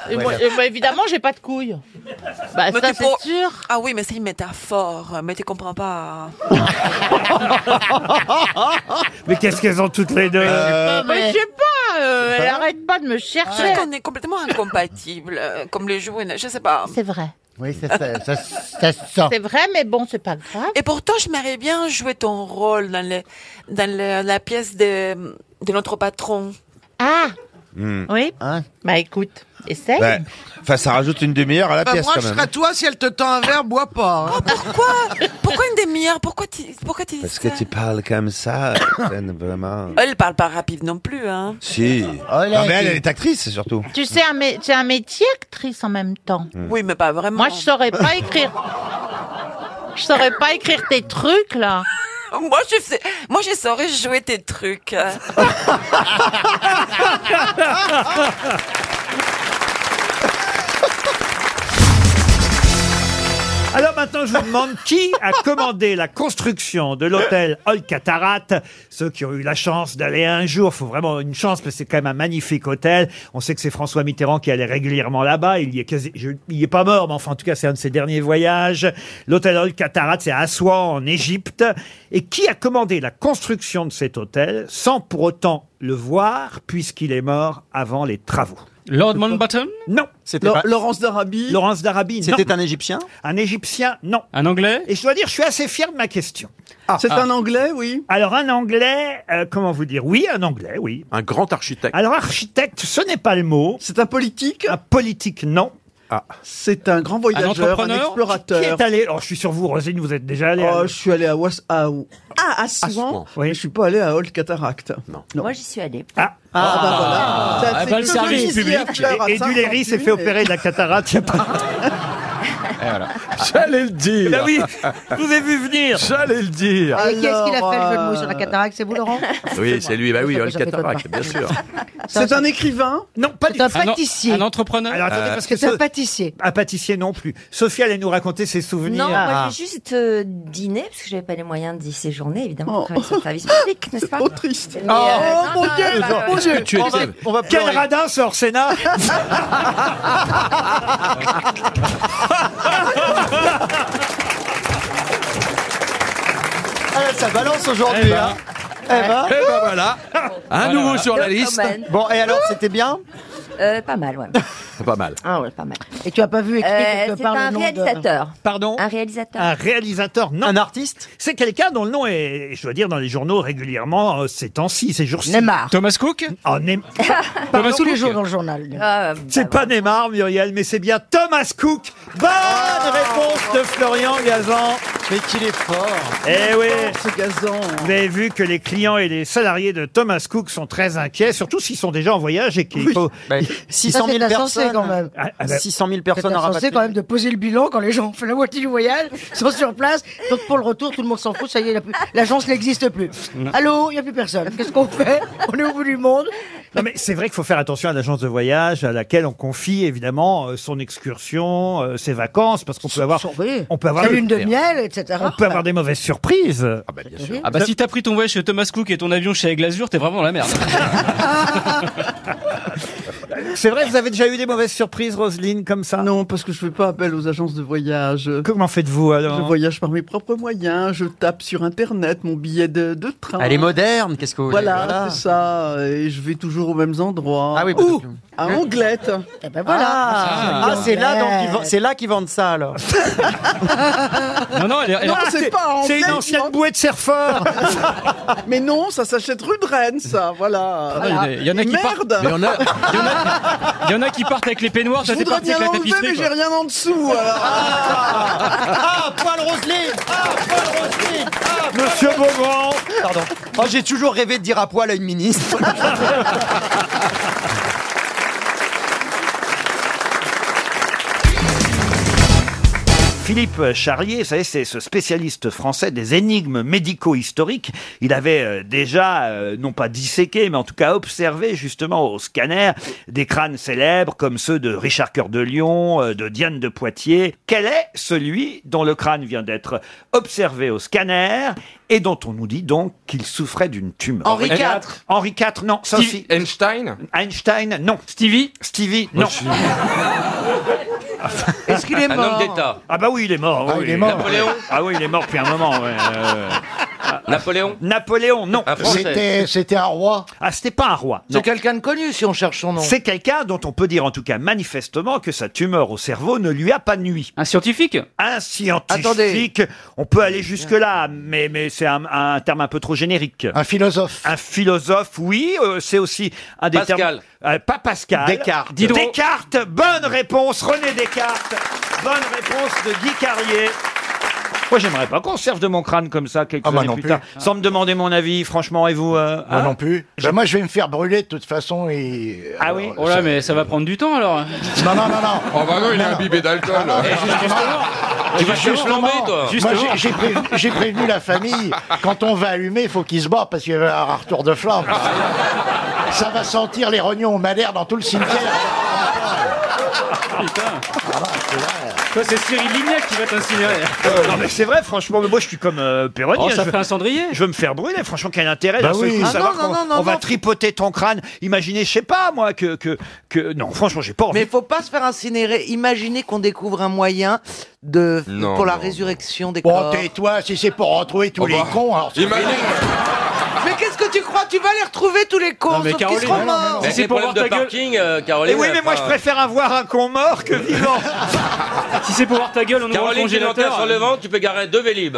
[SPEAKER 20] Et moi-
[SPEAKER 34] Voilà.
[SPEAKER 20] et moi, évidemment, j'ai pas de couilles. Bah,
[SPEAKER 34] Mais
[SPEAKER 20] ça,
[SPEAKER 34] t'es
[SPEAKER 20] c'est
[SPEAKER 34] pro-
[SPEAKER 20] sûr.
[SPEAKER 34] Ah oui, mais c'est une métaphore, mais tu comprends pas.
[SPEAKER 1] Mais qu'est-ce qu'elles ont toutes
[SPEAKER 3] Euh,
[SPEAKER 1] les deux
[SPEAKER 20] Euh, Mais je sais pas, euh, elle arrête pas de me chercher.
[SPEAKER 34] Je qu'on est complètement incompatibles, euh, comme les jouets, je sais pas.
[SPEAKER 20] C'est vrai.
[SPEAKER 33] Oui, ça, ça, ça, ça se sent.
[SPEAKER 20] C'est vrai, mais bon, c'est pas grave.
[SPEAKER 34] Et pourtant, je m'aimerais bien jouer ton rôle dans, le- dans le- la pièce de, de notre patron.
[SPEAKER 20] Ah,
[SPEAKER 8] Oui.
[SPEAKER 20] bah écoute, essaye.
[SPEAKER 8] Ouais. Hmm. Enfin, ça rajoute une demi-heure à Ben, la
[SPEAKER 13] Bah,
[SPEAKER 8] pièce
[SPEAKER 13] moi,
[SPEAKER 8] quand
[SPEAKER 13] je
[SPEAKER 8] même. hein.
[SPEAKER 13] serais toi si elle te tend un verre, bois pas. hein.
[SPEAKER 34] Oh, Pourquoi Pourquoi une demi-heure Pourquoi tu pourquoi tu
[SPEAKER 8] hein. Parce que tu parles comme ça, Ben,
[SPEAKER 13] Euh,
[SPEAKER 8] vraiment.
[SPEAKER 34] Elle parle pas rapide non plus, hein.
[SPEAKER 8] Si.
[SPEAKER 20] là,
[SPEAKER 8] non, mais elle,
[SPEAKER 20] il-
[SPEAKER 8] elle est actrice surtout.
[SPEAKER 20] Tu sais, un mé- c'est un métier actrice en même temps.
[SPEAKER 34] Oui, mais pas vraiment.
[SPEAKER 20] Moi, je saurais pas écrire. Je saurais pas écrire tes trucs, là.
[SPEAKER 34] Moi, je sais- moi, je saurais jouer tes trucs.
[SPEAKER 20] Ah,
[SPEAKER 1] Alors maintenant, je vous demande qui a commandé la construction de l'hôtel Olcatarat. Ceux qui ont eu la chance d'aller un jour, faut vraiment une chance parce que c'est quand même un magnifique hôtel. On sait que c'est François Mitterrand qui allait régulièrement là-bas. Il y est quasi, je- il y est pas mort, mais enfin en tout cas, c'est un de ses derniers voyages. L'hôtel Olcatarat, c'est à Aswan en Égypte. Et qui a commandé la construction de cet hôtel sans pour autant le voir puisqu'il est mort avant les travaux.
[SPEAKER 6] Lord Mountbatten
[SPEAKER 1] Non.
[SPEAKER 6] C'était Lo- pas- Laurence
[SPEAKER 1] d'Arabie Laurence d'Arabie, non.
[SPEAKER 6] C'était un
[SPEAKER 1] Égyptien Un Égyptien, non.
[SPEAKER 6] Un Anglais
[SPEAKER 1] Et je dois dire, je suis assez fier de ma question.
[SPEAKER 6] C'est Ah. un
[SPEAKER 1] Anglais, oui Alors un Anglais, euh, comment vous dire Oui, un Anglais, oui.
[SPEAKER 4] Un grand architecte.
[SPEAKER 1] Alors architecte, ce n'est pas le mot. C'est un politique Un politique, non.
[SPEAKER 4] Ah. C'est un grand voyageur, un, explorateur.
[SPEAKER 1] Qui est allé Alors je suis sur vous, Rosine, vous êtes déjà allé.
[SPEAKER 4] Oh, je suis allé à Was à ah, à Souen. Mais Je suis pas allé à Old Cataract. Non.
[SPEAKER 8] Moi,
[SPEAKER 15] j'y suis allée.
[SPEAKER 1] Ah,
[SPEAKER 4] bah voilà. Ça, c'est que ici, à Fleur, à Ah.
[SPEAKER 1] Et Duléry s'est
[SPEAKER 4] 50
[SPEAKER 1] fait opérer de la cataracte il y a pas
[SPEAKER 4] J'allais le dire.
[SPEAKER 1] Ben oui, je vous ai vu venir.
[SPEAKER 4] J'allais le dire.
[SPEAKER 17] Et qu'est-ce qu'il a fait le jeu de mots sur la cataracte C'est vous, Laurent
[SPEAKER 4] Ah,
[SPEAKER 33] euh,
[SPEAKER 4] Oui, c'est lui. Bah oui, Old Cataract, bien sûr. C'est un écrivain
[SPEAKER 1] Non, Ah, pas du
[SPEAKER 17] un
[SPEAKER 1] tout.
[SPEAKER 17] pâtissier. Un
[SPEAKER 6] entrepreneur
[SPEAKER 1] Alors attendez,
[SPEAKER 4] Euh,
[SPEAKER 1] parce que
[SPEAKER 17] c'est un
[SPEAKER 1] ce-
[SPEAKER 17] pâtissier.
[SPEAKER 1] Un pâtissier non plus. Sophie allait nous raconter ses souvenirs.
[SPEAKER 15] Non, moi
[SPEAKER 1] Ah.
[SPEAKER 15] j'ai juste euh, dîné parce que j'avais pas les moyens de séjourner évidemment pour travailler sur le service public, n'est-ce pas Trop
[SPEAKER 4] triste.
[SPEAKER 15] Mais,
[SPEAKER 1] Oh,
[SPEAKER 15] euh,
[SPEAKER 1] mon
[SPEAKER 15] non,
[SPEAKER 1] Dieu,
[SPEAKER 15] non, bah,
[SPEAKER 1] mon
[SPEAKER 15] bah,
[SPEAKER 1] Dieu.
[SPEAKER 15] bah,
[SPEAKER 1] On va- on va Quel radin sort Sénat
[SPEAKER 3] Ah, ça balance aujourd'hui,
[SPEAKER 4] Eh ben.
[SPEAKER 3] hein Eh ben.
[SPEAKER 4] Eh ben voilà. Un nouveau sur la liste.
[SPEAKER 15] Gentleman.
[SPEAKER 3] Bon, et alors, c'était bien
[SPEAKER 15] euh, Pas mal, ouais.
[SPEAKER 5] C'est pas mal.
[SPEAKER 14] Ah ouais, pas mal.
[SPEAKER 26] Et tu as pas vu
[SPEAKER 14] Euh,
[SPEAKER 26] expliquer
[SPEAKER 14] c'est un réalisateur.
[SPEAKER 1] Pardon
[SPEAKER 14] Un réalisateur.
[SPEAKER 1] Un réalisateur, non. Un artiste C'est quelqu'un dont le nom est, je dois dire, dans les journaux régulièrement euh, ces temps-ci, ces jours-ci. Neymar. Thomas Cook oh, Neym- Pardon,
[SPEAKER 26] tous les
[SPEAKER 1] Cook
[SPEAKER 26] jours dans le journal.
[SPEAKER 14] Ah,
[SPEAKER 1] C'est pas Neymar, Muriel, mais c'est bien Thomas Cook. Bonne Ah, réponse de Florian Gazan. Mais qu'il est fort. Eh oui.
[SPEAKER 26] Oh, hein.
[SPEAKER 1] Vous avez vu que les clients et les salariés de Thomas Cook sont très inquiets, surtout s'ils sont déjà en voyage et qu'il faut.
[SPEAKER 3] Ben, 600 000
[SPEAKER 26] Ça, c'est insensé
[SPEAKER 3] personnes.
[SPEAKER 26] quand même.
[SPEAKER 1] Ah, ah bah-
[SPEAKER 3] 600 000 personnes en
[SPEAKER 26] C'est
[SPEAKER 3] rapatrié.
[SPEAKER 26] quand même de poser le bilan quand les gens ont fait la moitié du voyage, sont sur place. Donc pour le retour, tout le monde s'en fout. Ça y est, la- l'agence n'existe plus.
[SPEAKER 1] Non.
[SPEAKER 26] Allô, il n'y a plus personne. Qu'est-ce qu'on fait On est au bout du monde.
[SPEAKER 1] Non mais c'est vrai qu'il faut faire attention à l'agence de voyage à laquelle on confie évidemment euh, son excursion, euh, ses vacances, parce qu'on peut avoir, on peut avoir
[SPEAKER 26] La lune de miel, etc.
[SPEAKER 1] on peut avoir des mauvaises surprises. Ah bah
[SPEAKER 26] bien sûr.
[SPEAKER 17] Ah bah si t'as pris ton voyage chez Thomas Cook et ton avion chez Glazure, t'es vraiment dans la merde.
[SPEAKER 5] Ah,
[SPEAKER 1] C'est vrai, vous avez déjà eu des mauvaises surprises, Roselyne, comme ça
[SPEAKER 5] Non, parce que je fais pas appel aux agences de voyage.
[SPEAKER 1] Comment faites-vous alors
[SPEAKER 5] Je voyage par mes propres moyens. Je tape sur Internet mon billet de, de train.
[SPEAKER 18] Elle est moderne, qu'est-ce que vous voulez
[SPEAKER 5] Voilà, c'est ça. Et je vais toujours aux mêmes endroits. Ah
[SPEAKER 18] oui, parce
[SPEAKER 5] Où À Anglette.
[SPEAKER 26] voilà.
[SPEAKER 18] Ah,
[SPEAKER 3] Ah, c'est là, donc, ils vend- c'est là qu'ils vendent ça, alors.
[SPEAKER 17] Non, non, elle est- elle est-
[SPEAKER 5] Non, c'est pas en
[SPEAKER 17] c'est une
[SPEAKER 5] fait,
[SPEAKER 17] ancienne
[SPEAKER 5] non.
[SPEAKER 1] bouée de surfeur.
[SPEAKER 5] Mais non, ça s'achète rue de Rennes, ça, voilà.
[SPEAKER 17] Ah non, il y en a- il y en a
[SPEAKER 5] Et
[SPEAKER 17] qui partent-
[SPEAKER 5] Merde
[SPEAKER 17] Mais on a- il y en a- Il y en a qui partent avec les peignoirs,
[SPEAKER 5] Je
[SPEAKER 17] ça t'es
[SPEAKER 5] voudrais
[SPEAKER 17] parti
[SPEAKER 5] bien
[SPEAKER 17] avec la
[SPEAKER 5] l'enlever, mais
[SPEAKER 17] tapisserie.
[SPEAKER 5] j'ai
[SPEAKER 17] quoi.
[SPEAKER 5] rien en dessous, alors.
[SPEAKER 3] Ah, poil Roselyne Ah, poil Roselyne Ah, poil
[SPEAKER 1] Monsieur Beaugrand
[SPEAKER 3] Pardon. Oh, j'ai toujours rêvé de dire à poil à une ministre.
[SPEAKER 1] Philippe Charlier, vous savez, c'est ce spécialiste français des énigmes médico-historiques. Il avait euh, déjà, euh, non pas disséqué, mais en tout cas observé justement au scanner des crânes célèbres comme ceux de Richard Cœur de Lion, euh, de Diane de Poitiers. Quel est celui dont le crâne vient d'être observé au scanner et dont on nous dit donc qu'il souffrait d'une tumeur Eh
[SPEAKER 8] Henri IV.
[SPEAKER 1] Henri IV, non. Sophie. Einstein Einstein, non. Stevie Stevie, non.
[SPEAKER 8] Est-ce qu'il est Un mort homme d'État.
[SPEAKER 1] Ah bah oui, il est mort.
[SPEAKER 8] Ah,
[SPEAKER 1] oui.
[SPEAKER 8] il est mort. Napoléon
[SPEAKER 1] Ah oui, il est mort depuis un moment. ouais, euh.
[SPEAKER 8] Napoléon
[SPEAKER 1] Napoléon, non.
[SPEAKER 8] Français. C'était-
[SPEAKER 1] un roi Ah, c'était pas un roi.
[SPEAKER 13] C'est
[SPEAKER 1] non.
[SPEAKER 13] quelqu'un de connu si on cherche son nom.
[SPEAKER 1] C'est quelqu'un dont on peut dire en tout cas manifestement que sa tumeur au cerveau ne lui a pas nui. Un scientifique Un scientifique.
[SPEAKER 13] Attendez.
[SPEAKER 1] On peut aller jusque-là, mais, mais c'est un, un terme un peu trop générique. Un philosophe. Un philosophe, oui. euh, c'est aussi un des
[SPEAKER 8] Pascal.
[SPEAKER 1] termes... Euh, pas Pascal.
[SPEAKER 8] Descartes. Diderot.
[SPEAKER 1] Descartes, bonne réponse. René Descartes, bonne réponse de Guy Carlier. Moi, j'aimerais pas qu'on se serve de mon crâne comme ça quelques
[SPEAKER 22] Ah, moi
[SPEAKER 1] années
[SPEAKER 22] non
[SPEAKER 1] plus,
[SPEAKER 22] plus.
[SPEAKER 1] tard, sans me demander mon avis, franchement, et vous euh,
[SPEAKER 22] Moi
[SPEAKER 1] hein
[SPEAKER 22] non plus. Ben, moi, je vais me faire brûler de toute façon. Et...
[SPEAKER 17] Ah oui Oh là, mais ça va prendre du temps alors.
[SPEAKER 22] Non, non, non, non.
[SPEAKER 17] Oh bah non, il est imbibé d'alcool. Ah, Tu vas juste
[SPEAKER 22] Justement,
[SPEAKER 17] l'emmener, toi.
[SPEAKER 22] Moi,
[SPEAKER 17] Justement.
[SPEAKER 22] j'ai- j'ai prévenu, j'ai prévenu la famille. Quand on va allumer, il faut qu'ils se barrent parce qu'il y a un retour de flamme. Ça va sentir les rognons au madère dans tout le cimetière.
[SPEAKER 17] Toi, c'est Cyril Lignac qui va t'incinérer.
[SPEAKER 1] Euh, non mais c'est vrai franchement mais moi je suis comme euh, Perroni,
[SPEAKER 17] Oh,
[SPEAKER 1] hein,
[SPEAKER 17] ça
[SPEAKER 1] je,
[SPEAKER 17] fait un cendrier
[SPEAKER 1] Je veux me faire brûler franchement quel intérêt
[SPEAKER 22] Bah
[SPEAKER 1] d'un seul
[SPEAKER 22] oui.
[SPEAKER 1] coup de
[SPEAKER 22] Ah
[SPEAKER 1] savoir
[SPEAKER 22] non, non,
[SPEAKER 1] qu'on-
[SPEAKER 22] non, non,
[SPEAKER 1] on va
[SPEAKER 22] non.
[SPEAKER 1] tripoter ton crâne imaginez je sais pas moi que que que non franchement j'ai pas envie
[SPEAKER 13] Mais faut pas se faire incinérer. Imaginez qu'on découvre un moyen de
[SPEAKER 22] Non,
[SPEAKER 13] pour la
[SPEAKER 22] non,
[SPEAKER 13] résurrection des
[SPEAKER 22] Bon,
[SPEAKER 13] corps.
[SPEAKER 22] Oh, tais-toi, si c'est pour retrouver tous
[SPEAKER 13] Oh
[SPEAKER 22] les
[SPEAKER 13] bah.
[SPEAKER 22] cons, alors c'est-
[SPEAKER 13] Mais qu'est-ce que tu crois Tu vas les retrouver tous les cons, sauf qu'ils seront morts.
[SPEAKER 8] Mais les problèmes de parking, euh, Caroline.
[SPEAKER 1] Et
[SPEAKER 17] Eh
[SPEAKER 1] oui mais moi je préfère avoir un con mort que vivant
[SPEAKER 17] Si c'est pour voir ta gueule, on ouvre le
[SPEAKER 8] Caroline, tu l'enterres
[SPEAKER 17] congélateur.
[SPEAKER 8] sur le ventre, tu peux garer deux vélib.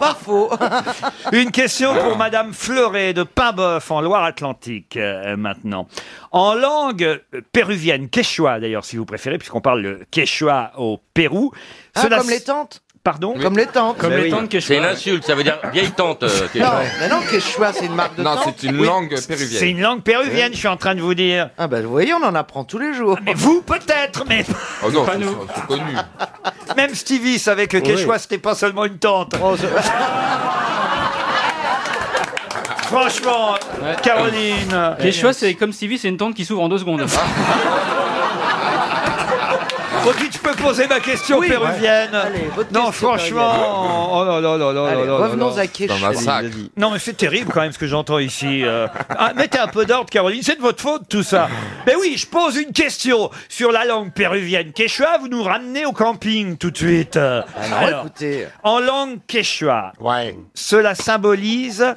[SPEAKER 1] pas faux une question pour Madame Fleuret de Pinboeuf en Loire-Atlantique euh, maintenant en langue euh, péruvienne quechua d'ailleurs si vous préférez puisqu'on parle le quechua au Pérou
[SPEAKER 13] Ah, comme les tantes
[SPEAKER 1] pardon
[SPEAKER 13] Comme les tantes.
[SPEAKER 8] Mais oui. C'est une insulte, ça veut dire vieille tante. euh,
[SPEAKER 13] Non,
[SPEAKER 8] Quechua.
[SPEAKER 13] mais non, Quechua, c'est une marque de
[SPEAKER 8] Non,
[SPEAKER 13] tente.
[SPEAKER 8] c'est une langue péruvienne.
[SPEAKER 1] C'est une langue péruvienne, je suis en train de vous dire.
[SPEAKER 13] Ah ben, vous voyez, on en apprend tous les jours.
[SPEAKER 1] mais vous, peut-être, mais...
[SPEAKER 8] Oh non,
[SPEAKER 1] Pas
[SPEAKER 8] c'est-
[SPEAKER 1] nous.
[SPEAKER 8] c'est connu.
[SPEAKER 1] Même Stevie savait que
[SPEAKER 8] Oui.
[SPEAKER 1] Quechua, c'était pas seulement une tente.
[SPEAKER 17] Oh,
[SPEAKER 1] Franchement, Caroline.
[SPEAKER 17] Euh, Quechua, c'est comme Stevie, c'est une tente qui s'ouvre en deux secondes.
[SPEAKER 1] Bon, puis tu peux poser ma question
[SPEAKER 17] Oui,
[SPEAKER 1] péruvienne.
[SPEAKER 17] ouais. Allez, votre
[SPEAKER 1] non,
[SPEAKER 17] question
[SPEAKER 1] franchement. Oh là là là là
[SPEAKER 17] Allez,
[SPEAKER 1] là là
[SPEAKER 17] revenons
[SPEAKER 1] là.
[SPEAKER 17] à Quechua. C'est un massacre.
[SPEAKER 1] Non, mais c'est terrible quand même ce que j'entends ici. euh. Ah, mettez un peu d'ordre, Caroline. C'est de votre faute tout ça. Mais oui, je pose une question sur la langue péruvienne quechua. Vous nous ramenez au camping tout de suite.
[SPEAKER 17] Ah, bah,
[SPEAKER 1] Euh, alors,
[SPEAKER 13] écoutez.
[SPEAKER 1] en langue quechua, cela symbolise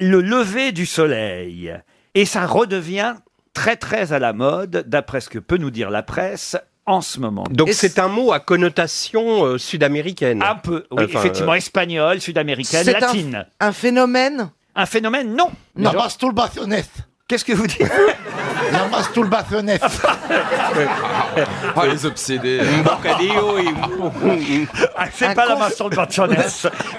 [SPEAKER 1] le lever du soleil. Et ça redevient très très à la mode, d'après ce que peut nous dire la presse en ce moment.
[SPEAKER 19] Donc c'est un mot à connotation euh, sud-américaine. euh,
[SPEAKER 1] Un peu, oui, effectivement, espagnole, sud-américaine,
[SPEAKER 13] C'est un-
[SPEAKER 1] latine.
[SPEAKER 13] Un, phénomène
[SPEAKER 1] Un phénomène, non.
[SPEAKER 13] La masturbationes.
[SPEAKER 1] Qu'est-ce que vous dites
[SPEAKER 13] La masturbationes.
[SPEAKER 19] Ah, les obsédés.
[SPEAKER 1] Ah, c'est pas la masturbationes.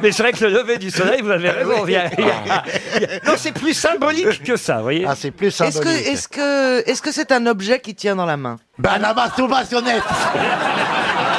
[SPEAKER 1] Mais c'est vrai que le lever du soleil, vous avez raison. il y a- il y a- il y a- Non, c'est plus symbolique que ça, vous voyez. Ah,
[SPEAKER 3] c'est plus
[SPEAKER 13] Est-ce que est-ce que est-ce que c'est un objet qui tient dans la main
[SPEAKER 3] Ben la masturbationes.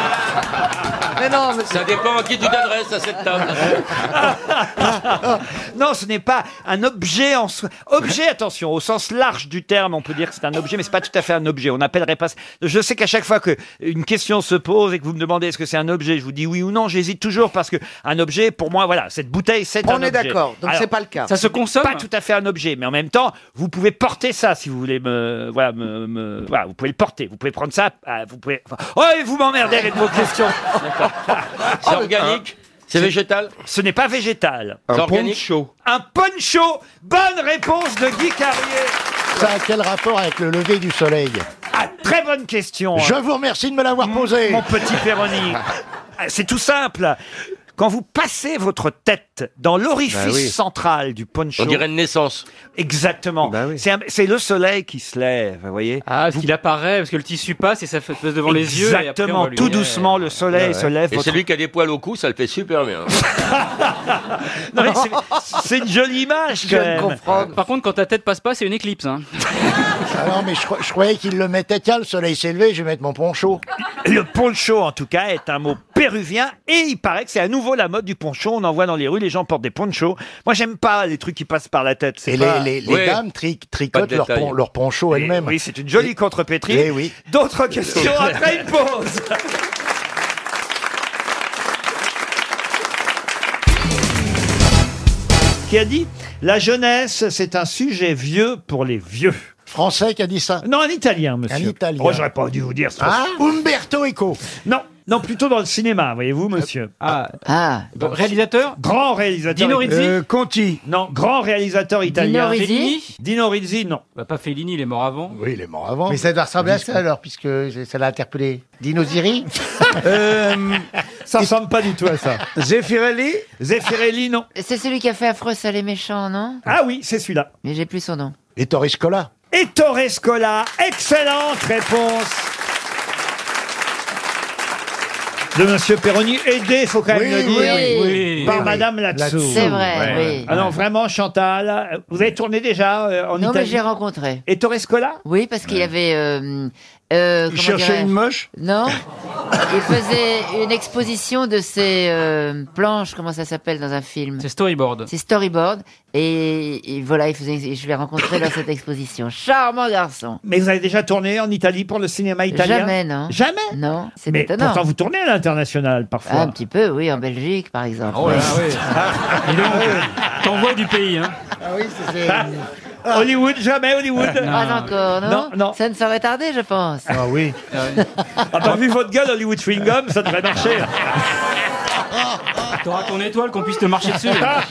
[SPEAKER 13] Mais non, mais
[SPEAKER 11] Ça dépend à qui tu t'adresses à cette table.
[SPEAKER 1] non, ce n'est pas un objet en soi. Objet, attention, au sens large du terme, on peut dire que c'est un objet, mais c'est pas tout à fait un objet. On n'appellerait pas. Je sais qu'à chaque fois que euh, une question se pose et que vous me demandez est-ce que c'est un objet, je vous dis oui ou non. J'hésite toujours parce que un objet, pour moi, voilà, cette bouteille, c'est
[SPEAKER 13] On
[SPEAKER 1] un
[SPEAKER 13] est
[SPEAKER 1] objet.
[SPEAKER 13] d'accord, donc
[SPEAKER 1] Alors,
[SPEAKER 13] c'est pas le cas.
[SPEAKER 1] Ça se
[SPEAKER 13] Ça
[SPEAKER 1] consomme. Pas tout à fait un objet, mais en même temps, vous pouvez porter ça si vous voulez me, voilà, me, me- voilà, vous pouvez le porter. Vous pouvez prendre ça. ah, Vous pouvez. enfin, Oh, et vous m'emmerdez avec vos questions.
[SPEAKER 11] C'est organique Oh, C'est végétal
[SPEAKER 1] Ce n'est pas végétal.
[SPEAKER 11] C'est organique
[SPEAKER 1] Un poncho Bonne réponse de Guy Carrier
[SPEAKER 3] Ça a quel rapport avec le lever du soleil
[SPEAKER 1] Ah, très bonne question hein.
[SPEAKER 3] Je vous remercie de me l'avoir posée.
[SPEAKER 1] Mon petit Péroni Ah, C'est tout simple quand vous passez votre tête dans l'orifice
[SPEAKER 11] Bah oui.
[SPEAKER 1] central du poncho,
[SPEAKER 11] On dirait une naissance.
[SPEAKER 1] exactement,
[SPEAKER 3] Bah
[SPEAKER 1] c'est un- c'est le soleil qui se lève, vous voyez.
[SPEAKER 17] Ah, parce qu'il apparaît, parce que le tissu passe et ça fait- passe devant les yeux. et après, on
[SPEAKER 1] Exactement,
[SPEAKER 17] va lui-
[SPEAKER 1] tout doucement, le soleil se lève.
[SPEAKER 11] Et
[SPEAKER 1] votre-
[SPEAKER 11] celui qui a des poils au cou, ça le fait super bien.
[SPEAKER 1] Non, mais c'est- C'est une jolie image quand même.
[SPEAKER 17] Par contre, quand ta tête passe pas, c'est une éclipse. hein.
[SPEAKER 3] Ah non, mais je, cro- je croyais qu'il le mettait. Tiens, le soleil s'est levé, je vais mettre mon poncho.
[SPEAKER 1] Le poncho, en tout cas, est un mot péruvien et il paraît que c'est à nouveau la mode du poncho. On en voit dans les rues, les gens portent des ponchos. Moi, j'aime pas les trucs qui passent par la tête. c'est
[SPEAKER 3] Et
[SPEAKER 1] pas-
[SPEAKER 3] les, les- les dames tri- tricotent leur, pon- leur poncho elles-mêmes.
[SPEAKER 1] Oui, c'est une jolie contrepétrie.
[SPEAKER 3] Eh oui.
[SPEAKER 1] D'autres questions après une pause. Qui a dit La jeunesse, c'est un sujet vieux pour les vieux.
[SPEAKER 3] Français qui a dit ça
[SPEAKER 1] Non, un Italien, monsieur.
[SPEAKER 3] Un Italien.
[SPEAKER 1] Oh, j'aurais pas dû vous dire ça.
[SPEAKER 3] Ah, Umberto Eco.
[SPEAKER 1] Non, non, plutôt dans le cinéma, voyez-vous, monsieur. Ah,
[SPEAKER 17] Bon, réalisateur
[SPEAKER 1] Grand réalisateur.
[SPEAKER 17] Dino Rizzi Euh,
[SPEAKER 1] Conti. Non, grand réalisateur italien.
[SPEAKER 17] Rizzi
[SPEAKER 1] Fellini Dino Rizzi, non.
[SPEAKER 17] Bah, pas Fellini, il est mort avant.
[SPEAKER 3] Oui, il est mort avant. Mais ça doit ressembler à ça alors, puisque j'ai- ça l'a interpellé. Dinosiri
[SPEAKER 1] Ça ressemble pas du tout à ça.
[SPEAKER 3] Zeffirelli
[SPEAKER 1] Zeffirelli, non.
[SPEAKER 15] C'est celui qui a fait Affreux, sale et méchant, non
[SPEAKER 1] Ah oui, c'est celui-là.
[SPEAKER 15] Mais j'ai plus son nom.
[SPEAKER 3] Et Torrescola
[SPEAKER 1] Et Torres Scola, excellente réponse de Monsieur Perroni, aidé, faut quand même
[SPEAKER 3] Oui,
[SPEAKER 1] le
[SPEAKER 3] oui,
[SPEAKER 1] dire,
[SPEAKER 15] oui, oui,
[SPEAKER 1] par
[SPEAKER 15] oui.
[SPEAKER 1] Madame Latsou.
[SPEAKER 15] Latsou. C'est vrai, Ouais. oui.
[SPEAKER 1] Ah non, vraiment, Chantal, vous avez tourné déjà euh, en
[SPEAKER 15] Non, mais
[SPEAKER 1] Italie
[SPEAKER 15] j'ai rencontré.
[SPEAKER 1] Et Torrescola
[SPEAKER 15] Oui, parce qu'il avait. euh, euh,
[SPEAKER 1] Il
[SPEAKER 15] comment
[SPEAKER 1] cherchait
[SPEAKER 15] dirais-je
[SPEAKER 1] une
[SPEAKER 3] moche
[SPEAKER 15] Non. Il faisait une exposition de ses euh, planches, comment ça s'appelle dans un film
[SPEAKER 17] C'est storyboard.
[SPEAKER 15] C'est storyboard. Et, et voilà, il faisait, et je l'ai rencontré dans cette exposition. Charmant garçon.
[SPEAKER 1] Mais vous avez déjà tourné en Italie pour le cinéma italien
[SPEAKER 15] Jamais, non.
[SPEAKER 1] Jamais
[SPEAKER 15] Non, c'est
[SPEAKER 1] Mais
[SPEAKER 15] étonnant.
[SPEAKER 1] pourtant, vous tournez à l'international parfois.
[SPEAKER 15] Ah, un petit peu, oui, en Belgique, par exemple.
[SPEAKER 17] Oh là,
[SPEAKER 15] Oui.
[SPEAKER 17] oui. Dis donc, t'envoies du pays, hein.
[SPEAKER 3] Ah oui, c'est.
[SPEAKER 1] Hollywood, jamais Hollywood.
[SPEAKER 15] Pas encore, Ah, non,
[SPEAKER 1] Ah, Non,
[SPEAKER 15] Ça ne saurait tarder, je pense.
[SPEAKER 3] Ah oui.
[SPEAKER 1] Ah bah, vu votre gueule, Hollywood Swingum, ça devrait marcher.
[SPEAKER 17] T'auras ton étoile qu'on puisse te marcher dessus.
[SPEAKER 1] Ah,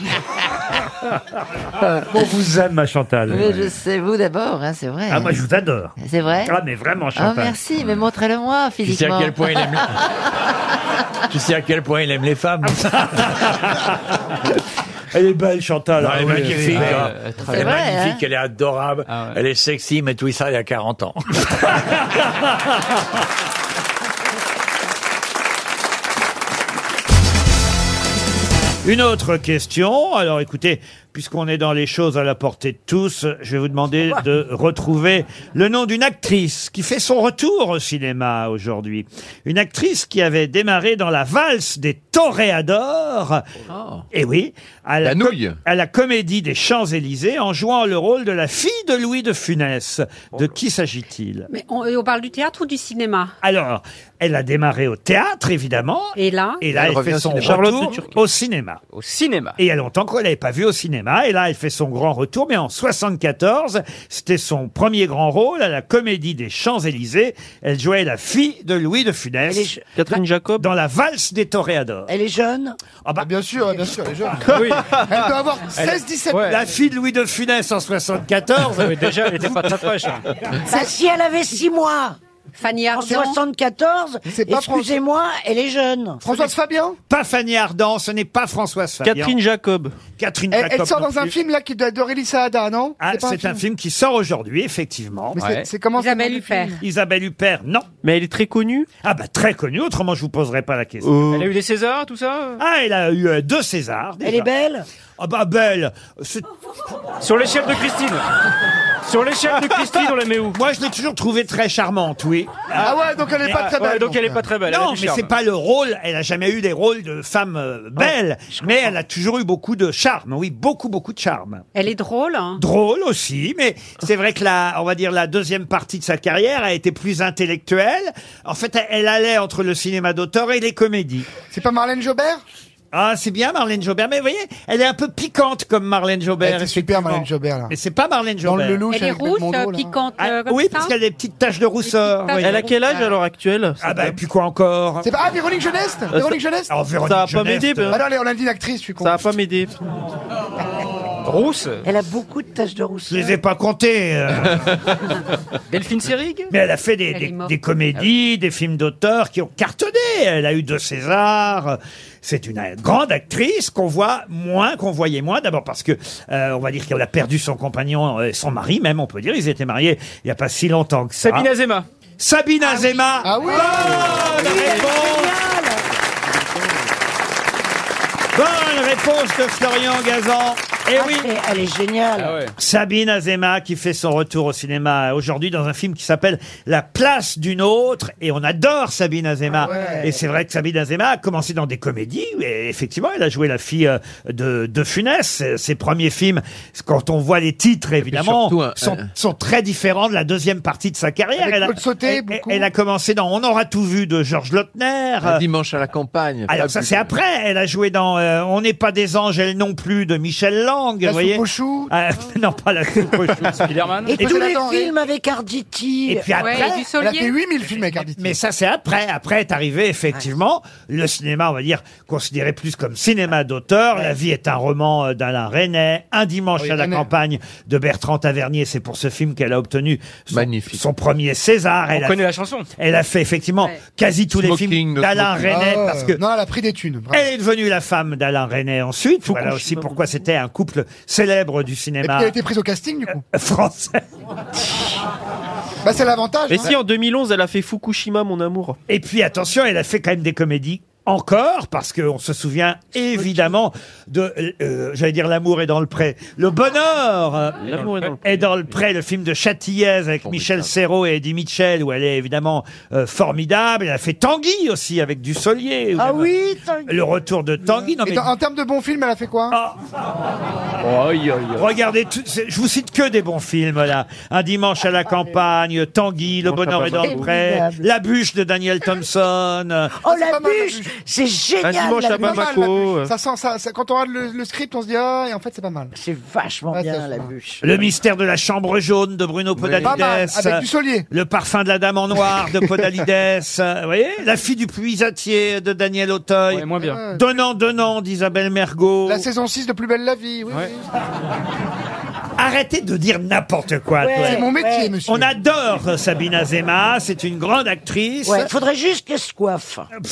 [SPEAKER 1] On vous aime, ma Chantal.
[SPEAKER 15] Mais Euh. je sais, vous d'abord, hein, c'est vrai.
[SPEAKER 1] Ah, moi, je vous adore.
[SPEAKER 15] C'est vrai
[SPEAKER 1] Ah, mais vraiment,
[SPEAKER 15] Oh,
[SPEAKER 1] Chantal.
[SPEAKER 15] merci, mais montrez-le-moi
[SPEAKER 35] Tu sais
[SPEAKER 15] physiquement.
[SPEAKER 35] à quel point il aime. tu sais à quel point il aime les femmes.
[SPEAKER 1] Ah Elle est belle, Chantal.
[SPEAKER 35] elle est
[SPEAKER 1] Ah oui,
[SPEAKER 35] magnifique.
[SPEAKER 1] oui.
[SPEAKER 35] hein. Elle est
[SPEAKER 15] vrai, hein.
[SPEAKER 35] magnifique, elle est adorable,
[SPEAKER 1] Ah
[SPEAKER 35] elle est sexy, mais tout ça il y a 40 ans.
[SPEAKER 1] Une autre question. Alors écoutez, puisqu'on est dans les choses à la portée de tous, je vais vous demander de retrouver le nom d'une actrice qui fait son retour au cinéma aujourd'hui. Une actrice qui avait démarré dans la valse des toréadors. Et oui, à la, co- à la comédie des Champs-Élysées en jouant le rôle de la fille de Louis de Funès. De qui s'agit-il
[SPEAKER 20] Mais on, on parle du théâtre ou du cinéma
[SPEAKER 1] Alors, elle a démarré au théâtre, évidemment.
[SPEAKER 20] Et là
[SPEAKER 1] Et là,
[SPEAKER 20] Elle
[SPEAKER 1] elle,
[SPEAKER 20] revient
[SPEAKER 1] fait
[SPEAKER 20] au
[SPEAKER 1] son
[SPEAKER 20] cinéma. Charlotte de
[SPEAKER 1] retour au cinéma. Au cinéma. Et il y a longtemps qu'on l'avait pas vue au cinéma. cinéma. Et là, elle fait son grand retour, mais en 74, c'était son premier grand rôle à la Comédie des Champs-Élysées. Elle jouait la fille de Louis de Funès. Catherine Jacob. Dans la valse des toréadors.
[SPEAKER 5] Elle est jeune
[SPEAKER 1] Ah bah bien sûr, bien sûr, les jeunes.
[SPEAKER 5] Oui. Elle doit avoir 16-17 ans.
[SPEAKER 1] La fille de Louis de Funès en 74.
[SPEAKER 17] Oui, déjà, elle était pas très proche.
[SPEAKER 4] hein.
[SPEAKER 5] Bah, si elle avait 6 mois
[SPEAKER 15] Fanny
[SPEAKER 5] En 74,
[SPEAKER 1] C'est pas
[SPEAKER 5] excusez-moi, elle est jeune.
[SPEAKER 1] Françoise
[SPEAKER 5] Fabien
[SPEAKER 1] Pas Fanny Ardant, ce n'est pas Françoise Fabian.
[SPEAKER 17] Catherine
[SPEAKER 1] Jacob. Catherine
[SPEAKER 5] elle,
[SPEAKER 1] Jacob.
[SPEAKER 5] elle sort
[SPEAKER 1] non
[SPEAKER 5] dans un
[SPEAKER 1] plus.
[SPEAKER 5] film là qui doit d'Aurélie Saada, non
[SPEAKER 1] Ah,
[SPEAKER 5] pas
[SPEAKER 1] c'est un, film qui sort aujourd'hui, effectivement.
[SPEAKER 5] Mais c'est- c'est comment ça s'appelle
[SPEAKER 1] Isabelle Huppert, non. Mais elle est très connue Ah bah très connue, autrement je vous poserai pas la question.
[SPEAKER 17] Elle a eu des Césars, tout ça
[SPEAKER 1] Ah, elle a eu euh, deux Césars.
[SPEAKER 5] Elle est belle
[SPEAKER 1] Ah bah belle C'est-
[SPEAKER 17] Sur l'échelle de Christine. Sur l'échelle de Christine, on la met où
[SPEAKER 1] Moi, je l'ai toujours trouvée très charmante, oui.
[SPEAKER 5] Ah ouais, donc elle est
[SPEAKER 17] Et-
[SPEAKER 5] pas très
[SPEAKER 17] ouais,
[SPEAKER 5] belle,
[SPEAKER 17] donc
[SPEAKER 5] donc.
[SPEAKER 17] elle est pas très belle. elle a
[SPEAKER 1] non,
[SPEAKER 17] du
[SPEAKER 1] mais
[SPEAKER 17] charme.
[SPEAKER 1] c'est pas le rôle. Elle a jamais eu des rôles de femme
[SPEAKER 5] Oh,
[SPEAKER 1] euh, belle, mais elle a toujours eu beaucoup de charme. Oui, beaucoup, beaucoup de charme.
[SPEAKER 15] Elle est drôle. hein.
[SPEAKER 1] Drôle aussi, mais c'est vrai que la, on va dire la deuxième partie de sa carrière a été plus intellectuelle. En fait, elle allait entre le cinéma d'auteur et les comédies.
[SPEAKER 5] C'est pas Marlène Jobert
[SPEAKER 1] Ah, c'est bien Marlène Jobert, mais vous voyez, elle est un peu piquante comme Marlène Jobert. C'est super Marlène
[SPEAKER 5] Jobert là.
[SPEAKER 1] Mais c'est pas Marlène
[SPEAKER 5] Dans le
[SPEAKER 1] Jobert.
[SPEAKER 5] Lelouch
[SPEAKER 15] Elle est rousse, euh, piquante.
[SPEAKER 1] Ah,
[SPEAKER 15] euh, comme
[SPEAKER 1] oui,
[SPEAKER 15] ça.
[SPEAKER 1] parce qu'elle a des petites taches de rousseur.
[SPEAKER 15] taches
[SPEAKER 1] oui.
[SPEAKER 15] de Elle a quel âge, rousseur. à l'heure
[SPEAKER 1] actuelle Ah bah, et puis quoi encore
[SPEAKER 5] C'est pas ah, Véronique Jeunesse Véronique Jeunesse
[SPEAKER 1] Euh, Alors, Véronique Ça va pas Jeunesse, m'aider, ben.
[SPEAKER 5] Ah non, allez, on a dit une actrice, je suis con.
[SPEAKER 1] Ça va pas m'aider. Rousse
[SPEAKER 5] Elle a beaucoup de taches de rousse.
[SPEAKER 1] Je les ai pas comptées. euh.
[SPEAKER 17] Delphine Seyrig
[SPEAKER 1] Mais elle a fait des,
[SPEAKER 17] Elle
[SPEAKER 1] des-
[SPEAKER 17] est morte. Ah
[SPEAKER 1] des comédies, des films d'auteurs qui ont cartonné. Elle a eu deux Césars. C'est une euh, grande actrice qu'on voit moins, qu'on voyait moins. D'abord parce que euh, on va dire qu'elle a perdu son compagnon, euh, son mari même, on peut dire. Ils étaient mariés il n'y a pas si longtemps que ça.
[SPEAKER 17] Sabine Azema.
[SPEAKER 1] Sabine Azema.
[SPEAKER 5] Ah oui
[SPEAKER 1] Bonne réponse. Bonne réponse de Florian Gazan. Et oui.
[SPEAKER 5] Ah, Elle est géniale.
[SPEAKER 1] Sabine Azema qui fait son retour au cinéma aujourd'hui dans un film qui s'appelle La place d'une autre et on adore Sabine
[SPEAKER 5] Ah
[SPEAKER 1] Azema et c'est vrai que Sabine Azema a commencé dans des comédies et effectivement elle a joué la fille euh, de, de Funès Euh, ses premiers films quand on voit les titres évidemment
[SPEAKER 12] surtout, un-
[SPEAKER 1] sont,
[SPEAKER 12] un-
[SPEAKER 1] sont très différents de la deuxième partie de sa carrière
[SPEAKER 5] Avec
[SPEAKER 1] elle, a,
[SPEAKER 5] Claude Sauté,
[SPEAKER 1] elle-
[SPEAKER 5] beaucoup.
[SPEAKER 1] elle a commencé dans On aura tout vu de Georges Lautner
[SPEAKER 12] Un dimanche à la campagne.
[SPEAKER 1] alors ça c'est après, elle a joué dans euh, On n'est pas des anges, elle non plus de Michel Lang,
[SPEAKER 5] La
[SPEAKER 1] vous voyez.
[SPEAKER 5] soupe aux choux.
[SPEAKER 1] Ah, non pas la soupe aux choux.
[SPEAKER 17] Spider-Man.
[SPEAKER 5] Et tous les Précédent, oui. films avec Arditi.
[SPEAKER 1] Et puis après,
[SPEAKER 5] Ouais, elle a fait 8000 films avec Arditi.
[SPEAKER 1] mais ça c'est après, après est arrivé effectivement le cinéma, on va dire considéré plus comme cinéma d'auteur. La vie est un roman euh, d'Alain Resnais, Un dimanche à la campagne de Bertrand Tavernier. C'est pour ce film qu'elle a obtenu son, son premier César.
[SPEAKER 17] On
[SPEAKER 1] Elle a-
[SPEAKER 17] connaît la chanson.
[SPEAKER 15] Ah,
[SPEAKER 1] Elle a fait effectivement quasi tous les films d'Alain Resnais
[SPEAKER 5] Oh.
[SPEAKER 1] parce que
[SPEAKER 5] Ah, Non, elle a pris des thunes. vraiment.
[SPEAKER 1] elle est devenue la femme d'Alain Resnais ensuite. Voilà aussi pourquoi c'était un couple célèbre du
[SPEAKER 5] Et puis
[SPEAKER 1] cinéma
[SPEAKER 5] elle a été prise au casting du coup.
[SPEAKER 1] français.
[SPEAKER 5] Bah c'est l'avantage.
[SPEAKER 3] Mais
[SPEAKER 5] hein.
[SPEAKER 3] si, en 2011, elle a fait Fukushima, mon amour.
[SPEAKER 1] Et puis attention, elle a fait quand même des comédies. Encore, parce qu'on se souvient évidemment de, euh, euh, j'allais dire l'amour est dans le pré, le bonheur euh,
[SPEAKER 3] L'amour est dans le
[SPEAKER 1] est dans le pré, le film de Châtillaise avec Michel Serrault et Eddie Mitchell, où elle est évidemment euh, formidable. Elle a fait Tanguy aussi avec Dussolier. ou
[SPEAKER 5] Ah
[SPEAKER 1] même
[SPEAKER 5] oui, Tanguy.
[SPEAKER 1] Le retour de Tanguy. Non,
[SPEAKER 5] Et
[SPEAKER 1] mais Ah.
[SPEAKER 5] dans- en termes de bons films, elle a fait quoi
[SPEAKER 1] Regardez, tout- c'est- je vous cite que des bons films là. Un dimanche à la campagne, Tanguy, Le bonheur est dans le pré,
[SPEAKER 5] Formidable.
[SPEAKER 1] La bûche de Daniel Thompson. euh,
[SPEAKER 5] Oh la bûche, c'est
[SPEAKER 3] Un dimanche la à bûche. Bamako, euh.
[SPEAKER 5] Ça sent, ça, ça- quand on regarde le, le script, on se dit ah, et en fait c'est pas mal. Ah, C'est vachement bien la bûche.
[SPEAKER 1] Le mystère de la chambre jaune de Bruno Podalides.
[SPEAKER 5] Pas mal, avec du Solier.
[SPEAKER 1] Le parfum de la dame en noir de Podalides. Euh, Vous voyez La fille du puisatier de Daniel Auteuil.
[SPEAKER 17] Ouais, moins bien.
[SPEAKER 1] Donnant, donnant d'Isabelle Mergot.
[SPEAKER 5] La saison 6 de Plus belle la vie. Oui, oui.
[SPEAKER 1] Arrêtez de dire n'importe quoi.
[SPEAKER 5] Ouais,
[SPEAKER 1] toi.
[SPEAKER 5] c'est mon métier, ouais. monsieur.
[SPEAKER 1] On adore euh, Sabine Azema, c'est une grande actrice.
[SPEAKER 4] Ouais, faudrait juste qu'elle se coiffe.
[SPEAKER 15] Et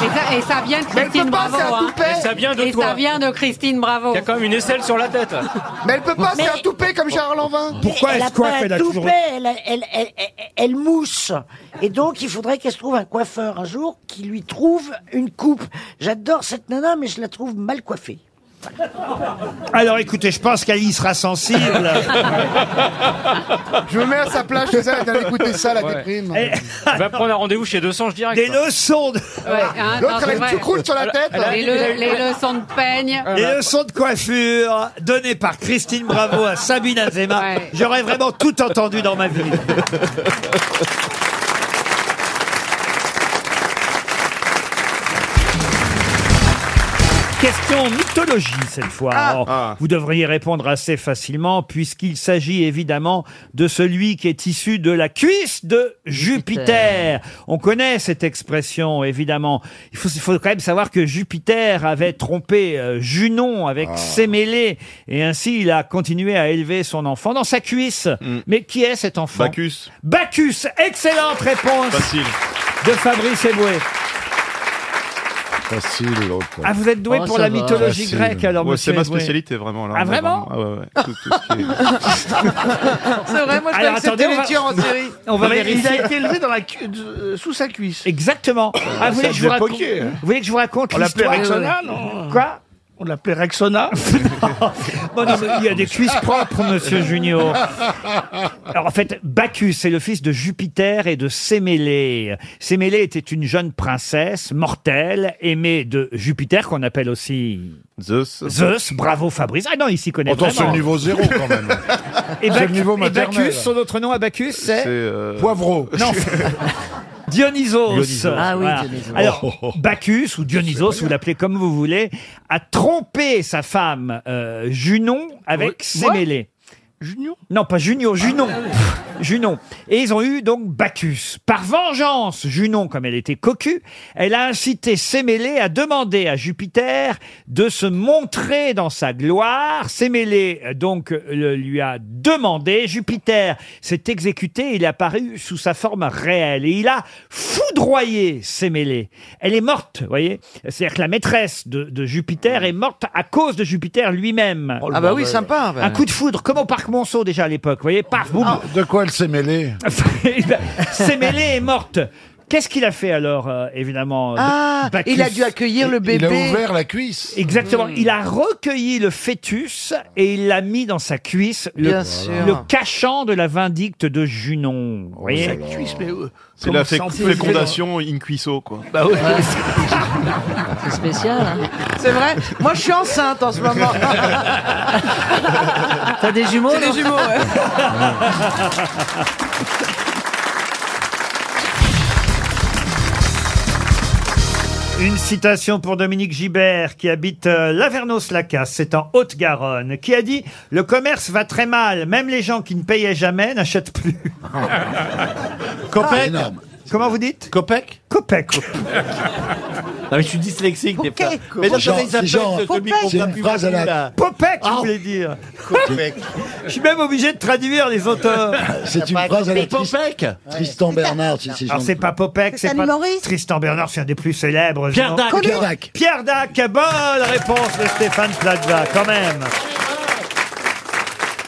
[SPEAKER 15] ça, et ça vient de
[SPEAKER 5] Mais elle
[SPEAKER 15] Christine
[SPEAKER 5] peut pas, c'est
[SPEAKER 15] Bravo.
[SPEAKER 5] un
[SPEAKER 15] hein.
[SPEAKER 5] toupet.
[SPEAKER 17] Et ça vient de
[SPEAKER 15] Et
[SPEAKER 17] toi.
[SPEAKER 15] ça vient de Christine Bravo.
[SPEAKER 17] Il y a quand même une aisselle sur la tête.
[SPEAKER 5] Mais elle peut pas, c'est un toupet comme Gérard Lanvin.
[SPEAKER 1] Pourquoi
[SPEAKER 4] elle
[SPEAKER 1] est-ce
[SPEAKER 4] a
[SPEAKER 1] qu'on
[SPEAKER 4] pas
[SPEAKER 1] fait
[SPEAKER 4] un
[SPEAKER 1] la toujours-
[SPEAKER 4] toupet, elle, a- elle- elle- elle- elle mousse. Et donc, il faudrait qu'elle se trouve un coiffeur un jour qui lui trouve une coupe. J'adore cette nana, mais je la trouve mal coiffée.
[SPEAKER 1] Alors écoutez, je pense qu'elle y sera sensible.
[SPEAKER 5] Je me mets à sa place chez elle, d'aller écouter ça, la
[SPEAKER 17] Ouais.
[SPEAKER 5] déprime.
[SPEAKER 1] Et-
[SPEAKER 17] Va prendre un rendez-vous chez 200, je dirais.
[SPEAKER 1] Des leçons de...
[SPEAKER 15] Ouais, hein, non,
[SPEAKER 5] L'autre,
[SPEAKER 15] c'est
[SPEAKER 5] elle a
[SPEAKER 15] vrai.
[SPEAKER 5] une choucroute sur la tête.
[SPEAKER 15] Les, le- les leçons de peigne.
[SPEAKER 1] Les leçons de coiffure données par Christine Bravo à Sabine Azema.
[SPEAKER 15] Ouais.
[SPEAKER 1] J'aurais vraiment tout entendu dans ma vie. Question mythologie cette fois.
[SPEAKER 7] Ah.
[SPEAKER 1] Alors, Vous devriez répondre assez facilement puisqu'il s'agit évidemment de celui qui est issu de la cuisse de Jupiter. On connaît cette expression évidemment. Il faut, il faut quand même savoir que Jupiter avait trompé euh, Junon
[SPEAKER 7] Ah.
[SPEAKER 1] avec Sémélé et ainsi il a continué à élever son enfant dans sa cuisse. Mais qui est cet enfant
[SPEAKER 7] Mm. Bacchus.
[SPEAKER 1] Bacchus, excellente réponse
[SPEAKER 7] Facile.
[SPEAKER 1] de Fabrice Eboué.
[SPEAKER 7] Facile, l'autre.
[SPEAKER 1] Ah, vous êtes
[SPEAKER 7] Oh,
[SPEAKER 1] doué pour la mythologie grecque, alors,
[SPEAKER 7] ouais,
[SPEAKER 1] monsieur
[SPEAKER 7] C'est ma
[SPEAKER 1] Eboué.
[SPEAKER 7] spécialité, vraiment. là.
[SPEAKER 1] Ah,
[SPEAKER 7] Ouais,
[SPEAKER 1] vraiment
[SPEAKER 7] Ah, ouais, ouais. Tout- tout ce qui est-
[SPEAKER 1] C'est
[SPEAKER 5] vrai, moi, je
[SPEAKER 1] Alors,
[SPEAKER 5] connaissais
[SPEAKER 1] attendez,
[SPEAKER 5] les
[SPEAKER 1] on va-
[SPEAKER 5] tueurs en série.
[SPEAKER 1] On va
[SPEAKER 5] Mais
[SPEAKER 1] vérifier.
[SPEAKER 5] Il a été élevé dans la cu- de- euh, sous sa cuisse.
[SPEAKER 1] Exactement. Ah, vous voulez que je vous raconte Vous voulez que je vous raconte
[SPEAKER 5] On l'appelait
[SPEAKER 1] l'histoire
[SPEAKER 5] Rexona, non
[SPEAKER 1] Quoi
[SPEAKER 5] On l'appelait Rexona
[SPEAKER 1] Bon, non, mais il y a des cuisses propres, monsieur Junior. Alors en fait, Bacchus est le fils de Jupiter et de Sémélé. Sémélé était une jeune princesse mortelle, aimée de Jupiter, qu'on appelle aussi...
[SPEAKER 7] Zeus.
[SPEAKER 1] Zeus, bravo Fabrice. Ah non, il s'y connaît
[SPEAKER 7] Attends,
[SPEAKER 1] vraiment.
[SPEAKER 7] c'est le niveau zéro,
[SPEAKER 1] quand même.
[SPEAKER 7] C'est
[SPEAKER 1] et,
[SPEAKER 7] le
[SPEAKER 1] Bac-
[SPEAKER 7] niveau
[SPEAKER 1] et
[SPEAKER 7] maternel.
[SPEAKER 1] Bacchus, son autre nom à Bacchus, c'est...
[SPEAKER 7] C'est, euh,
[SPEAKER 5] Oh,
[SPEAKER 1] Poivreau. Non. Dionysos.
[SPEAKER 7] Dionysos. Oh,
[SPEAKER 1] Ah oui,
[SPEAKER 7] Dionysos.
[SPEAKER 1] Alors, Bacchus ou Dionysos, vous l'appelez comme vous voulez, a trompé sa femme euh, Junon avec Sémélé. Junon Non, pas Junio, Junon. Junon. Et ils ont eu donc Bacchus. Par vengeance, Junon, comme elle était cocue, elle a incité Sémélé à demander à Jupiter de se montrer dans sa gloire. Sémélé, euh, donc, le- lui a demandé. Jupiter s'est exécuté. Il est apparu sous sa forme réelle. Et il a foudroyé Sémélé. Elle est morte, vous voyez. C'est-à-dire que la maîtresse de, de Jupiter est morte à cause de Jupiter lui-même.
[SPEAKER 5] le Ah bah oui, bordel. sympa, bah.
[SPEAKER 1] Un coup de foudre, comme au Parc Monceau déjà à l'époque, vous voyez, paf, boum.
[SPEAKER 7] de quoi elle s'est mêlée
[SPEAKER 1] C'est Eh ben, mêlée et morte. Qu'est-ce qu'il a fait alors, euh, évidemment euh,
[SPEAKER 12] Ah,
[SPEAKER 1] Bacchus
[SPEAKER 12] il a dû accueillir le bébé.
[SPEAKER 7] cuisse.
[SPEAKER 1] Exactement.
[SPEAKER 12] Mm.
[SPEAKER 1] Il a recueilli le fœtus et il l'a mis dans sa cuisse, le,
[SPEAKER 12] Bien sûr.
[SPEAKER 1] le cachant de la vindicte de Junon. Vous voyez
[SPEAKER 7] Sa cuisse, mais, euh, C'est
[SPEAKER 1] Comment
[SPEAKER 7] la
[SPEAKER 1] ça
[SPEAKER 7] fé-
[SPEAKER 1] on peut
[SPEAKER 7] fécondation in cuisso, quoi.
[SPEAKER 5] Bah oui.
[SPEAKER 12] C'est spécial. hein.
[SPEAKER 5] C'est vrai Moi, je suis enceinte en ce moment.
[SPEAKER 12] T'as des jumeaux
[SPEAKER 5] J'ai Ah, des
[SPEAKER 12] non
[SPEAKER 5] jumeaux, ouais.
[SPEAKER 1] Une citation pour Dominique Gibert, qui habite euh, Lavernos-Lacasse, c'est en Haute-Garonne, qui a dit « Le commerce va très mal, même les gens qui ne payaient jamais n'achètent plus. Ah,
[SPEAKER 7] Copec
[SPEAKER 1] Comment vous dites
[SPEAKER 7] Copec
[SPEAKER 1] Copec.
[SPEAKER 3] Ah,
[SPEAKER 7] Non, mais je suis dyslexique, des
[SPEAKER 1] fois.
[SPEAKER 7] Mais non, comment ils appellent ce- celui qu'on
[SPEAKER 1] C'est
[SPEAKER 7] tape
[SPEAKER 1] une
[SPEAKER 7] plus
[SPEAKER 1] phrase à
[SPEAKER 7] facile,
[SPEAKER 1] la...
[SPEAKER 7] là Ah,
[SPEAKER 1] Popek, je voulais dire. Je suis même obligé de traduire les auteurs.
[SPEAKER 7] C'est une phrase à la Popek. Trist-
[SPEAKER 1] Tristan Bernard, si c'est
[SPEAKER 7] gentil.
[SPEAKER 1] c'est pas Popek,
[SPEAKER 7] C'est
[SPEAKER 1] c'est
[SPEAKER 7] un
[SPEAKER 1] pas
[SPEAKER 7] humoriste
[SPEAKER 1] Tristan Bernard, c'est un des plus célèbres.
[SPEAKER 7] Pierre
[SPEAKER 1] non
[SPEAKER 7] Dac. Connu. Pierre Dac.
[SPEAKER 1] Pierre Dac, bonne réponse de Stéphane Plaza, quand même.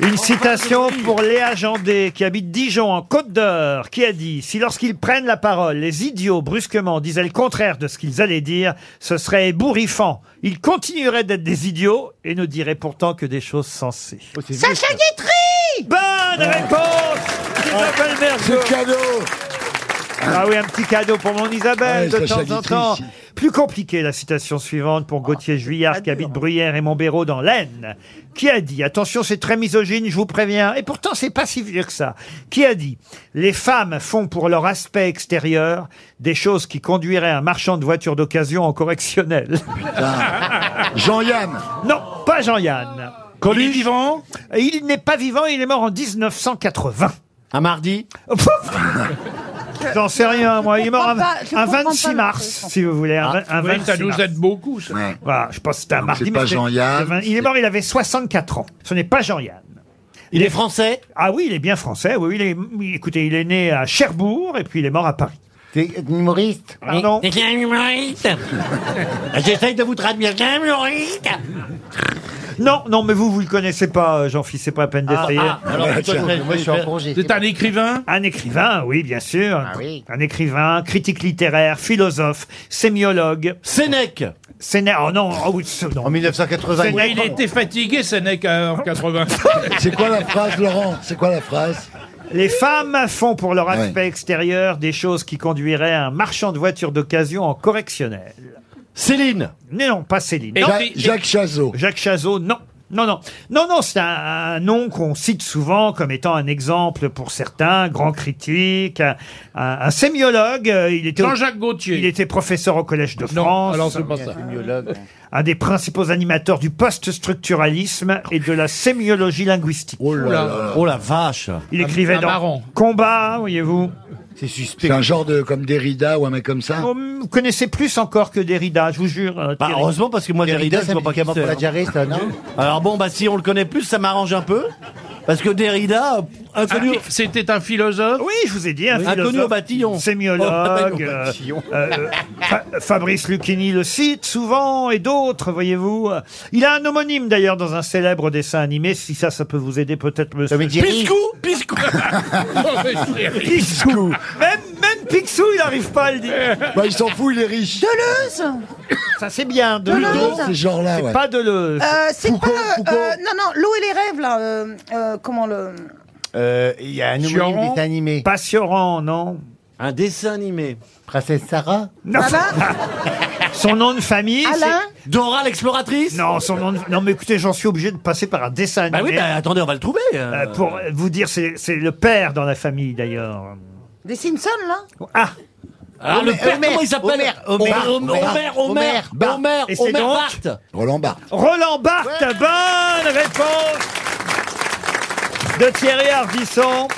[SPEAKER 1] Une citation pour Léa Jandé, qui habite Dijon, en Côte d'Or, qui a dit « Si lorsqu'ils prennent la parole, les idiots brusquement disaient le contraire de ce qu'ils allaient dire, ce serait ébouriffant. Ils continueraient d'être des idiots et ne diraient pourtant que des choses sensées.
[SPEAKER 12] Sacha Guitry
[SPEAKER 1] Bonne réponse Isabelle Mergo. Ah oui, un petit cadeau pour mon Isabelle
[SPEAKER 7] Ouais,
[SPEAKER 3] Ah,
[SPEAKER 1] de
[SPEAKER 7] Sacha
[SPEAKER 1] temps en
[SPEAKER 7] Guitry,
[SPEAKER 1] temps.
[SPEAKER 7] si.
[SPEAKER 1] Plus compliquée la citation suivante pour Gauthier Juillard qui habite Bruyères et Montbéraud dans l'Aisne, qui a dit, attention c'est très misogyne, je vous préviens, et pourtant c'est pas si vieux que ça, qui a dit, les femmes font pour leur aspect extérieur des choses qui conduiraient un marchand de voitures d'occasion en correctionnel.
[SPEAKER 7] Jean-Yann
[SPEAKER 1] Non, pas Jean-Yann. Coluche Il est vivant Il n'est pas vivant, il est mort en 1980. Un mardi J'en sais rien, moi. Il est mort un,
[SPEAKER 19] comprends pas, je
[SPEAKER 1] un
[SPEAKER 19] comprends pas
[SPEAKER 1] 26
[SPEAKER 19] le
[SPEAKER 1] mars, si Ah, vous voulez. Un, un
[SPEAKER 19] Oui, ça
[SPEAKER 1] 26
[SPEAKER 19] nous
[SPEAKER 1] mars.
[SPEAKER 19] aide beaucoup, ça.
[SPEAKER 1] Voilà, je pense que c'était un mardi.
[SPEAKER 19] c'est
[SPEAKER 1] mais
[SPEAKER 19] pas
[SPEAKER 1] c'était-
[SPEAKER 19] Jean-Yann,
[SPEAKER 1] le vingt- Il est mort, il avait 64 ans. Ce n'est pas Jean-Yann.
[SPEAKER 7] Il est français
[SPEAKER 1] Ah oui, il est bien français. Oui, oui, il est- oui, écoutez, il est né à Cherbourg et puis il est mort à Paris. T'es humoriste Pardon
[SPEAKER 7] T'es un humoriste Ah, J'essaye de vous traduire. T'es un humoriste
[SPEAKER 1] Non, non, mais vous, vous le connaissez pas, jean philippe c'est pas la peine d'essayer.
[SPEAKER 7] Ah, ah, alors, Ah, tiens, moi, je Ah, suis en congé. C'est un
[SPEAKER 1] écrivain Un écrivain, oui, bien sûr. Un écrivain, critique littéraire, philosophe, sémiologue. Sénèque Sénèque, oh non, oh oui, ce- non. En 1980.
[SPEAKER 19] Ouais, il était fatigué, Sénèque, euh, en 80.
[SPEAKER 1] C'est quoi la phrase, Laurent C'est quoi la phrase les femmes font pour leur aspect extérieur des choses qui conduiraient un marchand de voitures d'occasion en correctionnel. Céline Non, non, pas Céline.
[SPEAKER 19] Et-
[SPEAKER 1] Non.
[SPEAKER 19] Ja- Jacques
[SPEAKER 1] Chazot. Jacques Chazot, non. Non, non. Non, non, c'est un, un nom qu'on cite souvent comme étant un exemple pour certains, grand critique, un, un- un sémiologue. euh, Il était au-
[SPEAKER 36] Jean-Jacques Gaultier.
[SPEAKER 1] Il était professeur au Collège de
[SPEAKER 36] Non,
[SPEAKER 1] France.
[SPEAKER 36] alors c'est pas ça.
[SPEAKER 1] Un des principaux animateurs du post-structuralisme et de la sémiologie linguistique. Oh Ah,
[SPEAKER 36] là là. Oh la
[SPEAKER 1] vache Il
[SPEAKER 36] Un-
[SPEAKER 1] écrivait
[SPEAKER 36] un
[SPEAKER 1] dans
[SPEAKER 36] marron.
[SPEAKER 1] Combat, voyez-vous. C'est suspect.
[SPEAKER 3] C'est un genre de comme Derrida ou un mec comme ça.
[SPEAKER 1] Oh, Vous connaissez plus encore que Derrida, je vous jure. euh,
[SPEAKER 11] Bah,
[SPEAKER 1] Thierry.
[SPEAKER 11] heureusement parce que moi Derrida, je vois pas qui c'est, hein. Alors bon, bah si on le connaît plus, ça m'arrange un peu. Parce que Derrida, euh, inconnu.
[SPEAKER 1] Un phi-
[SPEAKER 11] C'était un philosophe.
[SPEAKER 1] Oui, je vous ai dit un
[SPEAKER 11] Inconnu
[SPEAKER 1] philosophe,
[SPEAKER 11] au bâtillon.
[SPEAKER 1] sémiologue,
[SPEAKER 11] Oh,
[SPEAKER 1] euh,
[SPEAKER 11] bâtillon.
[SPEAKER 1] euh, Fa- Fabrice Lucchini le cite souvent et d'autres, voyez-vous. Il a un homonyme d'ailleurs dans un célèbre dessin animé. Si ça, ça peut vous aider peut-être, monsieur.
[SPEAKER 11] Piscou, Piscou.
[SPEAKER 1] Picsou. Même, même Picsou, il n'arrive pas à le dire.
[SPEAKER 3] Bah, il s'en fout, il est riche.
[SPEAKER 4] Deleuze
[SPEAKER 1] Ça, c'est bien. Deleuze.
[SPEAKER 4] Deleuze.
[SPEAKER 3] Ces genres-là,
[SPEAKER 1] C'est
[SPEAKER 3] ouais.
[SPEAKER 1] pas Deleuze.
[SPEAKER 4] Euh, c'est pas. euh, non, non, l'eau et les rêves, là. euh, euh, comment le.
[SPEAKER 1] Euh, Il y a un
[SPEAKER 4] homonyme dessin
[SPEAKER 1] animé. Passioran, non Un dessin animé. Princesse Sarah Non. Son nom de famille,
[SPEAKER 4] Alain
[SPEAKER 1] c'est... Dora l'exploratrice Non, son nom de- Non, mais écoutez, j'en suis obligé de passer par un dessin animé.
[SPEAKER 11] Bah oui, bah, attendez, on va le trouver. euh.
[SPEAKER 1] Euh, pour vous dire, c'est, c'est le père dans la famille, d'ailleurs.
[SPEAKER 4] Des Simpsons, là
[SPEAKER 1] Ah
[SPEAKER 11] Ah, le père, comment il s'appelle Ah,
[SPEAKER 1] Homer,
[SPEAKER 11] Homer, Homer, Homer,
[SPEAKER 1] Barthes.
[SPEAKER 11] Homer,
[SPEAKER 1] Et c'est
[SPEAKER 11] Homer
[SPEAKER 1] donc
[SPEAKER 11] Barthes.
[SPEAKER 3] Roland Barthes.
[SPEAKER 1] Roland Barthes, bonne réponse de Thierry Ardisson.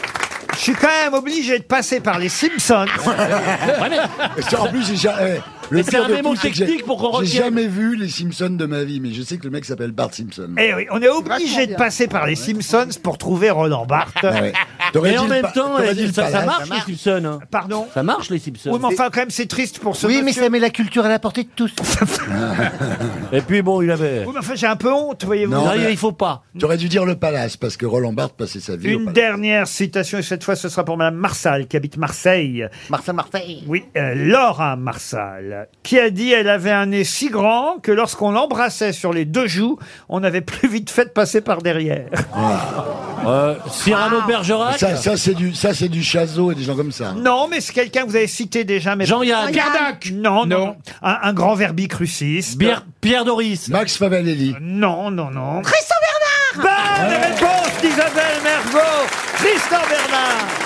[SPEAKER 1] Je suis quand même obligé de passer par les Simpsons.
[SPEAKER 3] Et En plus, j'ai ja- eh, le
[SPEAKER 1] Mais c'est
[SPEAKER 3] pire
[SPEAKER 1] un
[SPEAKER 3] de
[SPEAKER 1] mémo
[SPEAKER 3] tout, c'est que j'ai-
[SPEAKER 1] technique pour qu'on
[SPEAKER 3] J'ai
[SPEAKER 1] retienne.
[SPEAKER 3] jamais vu les Simpsons de ma vie, mais je sais que le mec s'appelle Bart Simpson.
[SPEAKER 1] Eh oui, on est obligé de passer par les Simpsons pour trouver Roland Barthes.
[SPEAKER 3] Ah ouais. T'aurais dit le pa- t'aurais dit le palace.
[SPEAKER 1] Simpsons. Pardon
[SPEAKER 11] Ça marche les Simpsons.
[SPEAKER 1] Oui, mais enfin, quand même, c'est triste pour ce
[SPEAKER 37] Oui, hein. mais
[SPEAKER 1] monsieur.
[SPEAKER 37] ça met la culture à la portée de tous.
[SPEAKER 11] Et puis bon, il avait.
[SPEAKER 1] Oui, mais enfin, j'ai un peu honte, voyez-vous.
[SPEAKER 11] pas.
[SPEAKER 3] T'aurais dû dire le palace, parce que Roland Barthes passait sa vie au
[SPEAKER 1] Une
[SPEAKER 3] palace.
[SPEAKER 1] dernière citation, et cette fois ce sera pour Madame Marsal, qui habite Marseille.
[SPEAKER 37] Marseille, Marseille.
[SPEAKER 1] Oui, euh, Laura Marsal, qui a dit elle avait un nez si grand que lorsqu'on l'embrassait sur les deux joues, on avait plus vite fait de passer par derrière.
[SPEAKER 11] Euh,
[SPEAKER 1] Ah.
[SPEAKER 11] Cyrano Bergerac
[SPEAKER 3] Ça, ça, c'est du, ça, c'est du Chazot et des gens comme ça.
[SPEAKER 1] Non, mais c'est quelqu'un que vous avez cité déjà. Mais...
[SPEAKER 3] Jean-Yann.
[SPEAKER 1] Cardac Non, non. non. Un, un grand verbicruciste. Pierre,
[SPEAKER 11] Pierre Doris.
[SPEAKER 3] Max Favalelli.
[SPEAKER 1] Euh, Non, non, non.
[SPEAKER 4] Christian Bernard
[SPEAKER 1] Bonne réponse d'Isabelle Mergo. Christian Bernard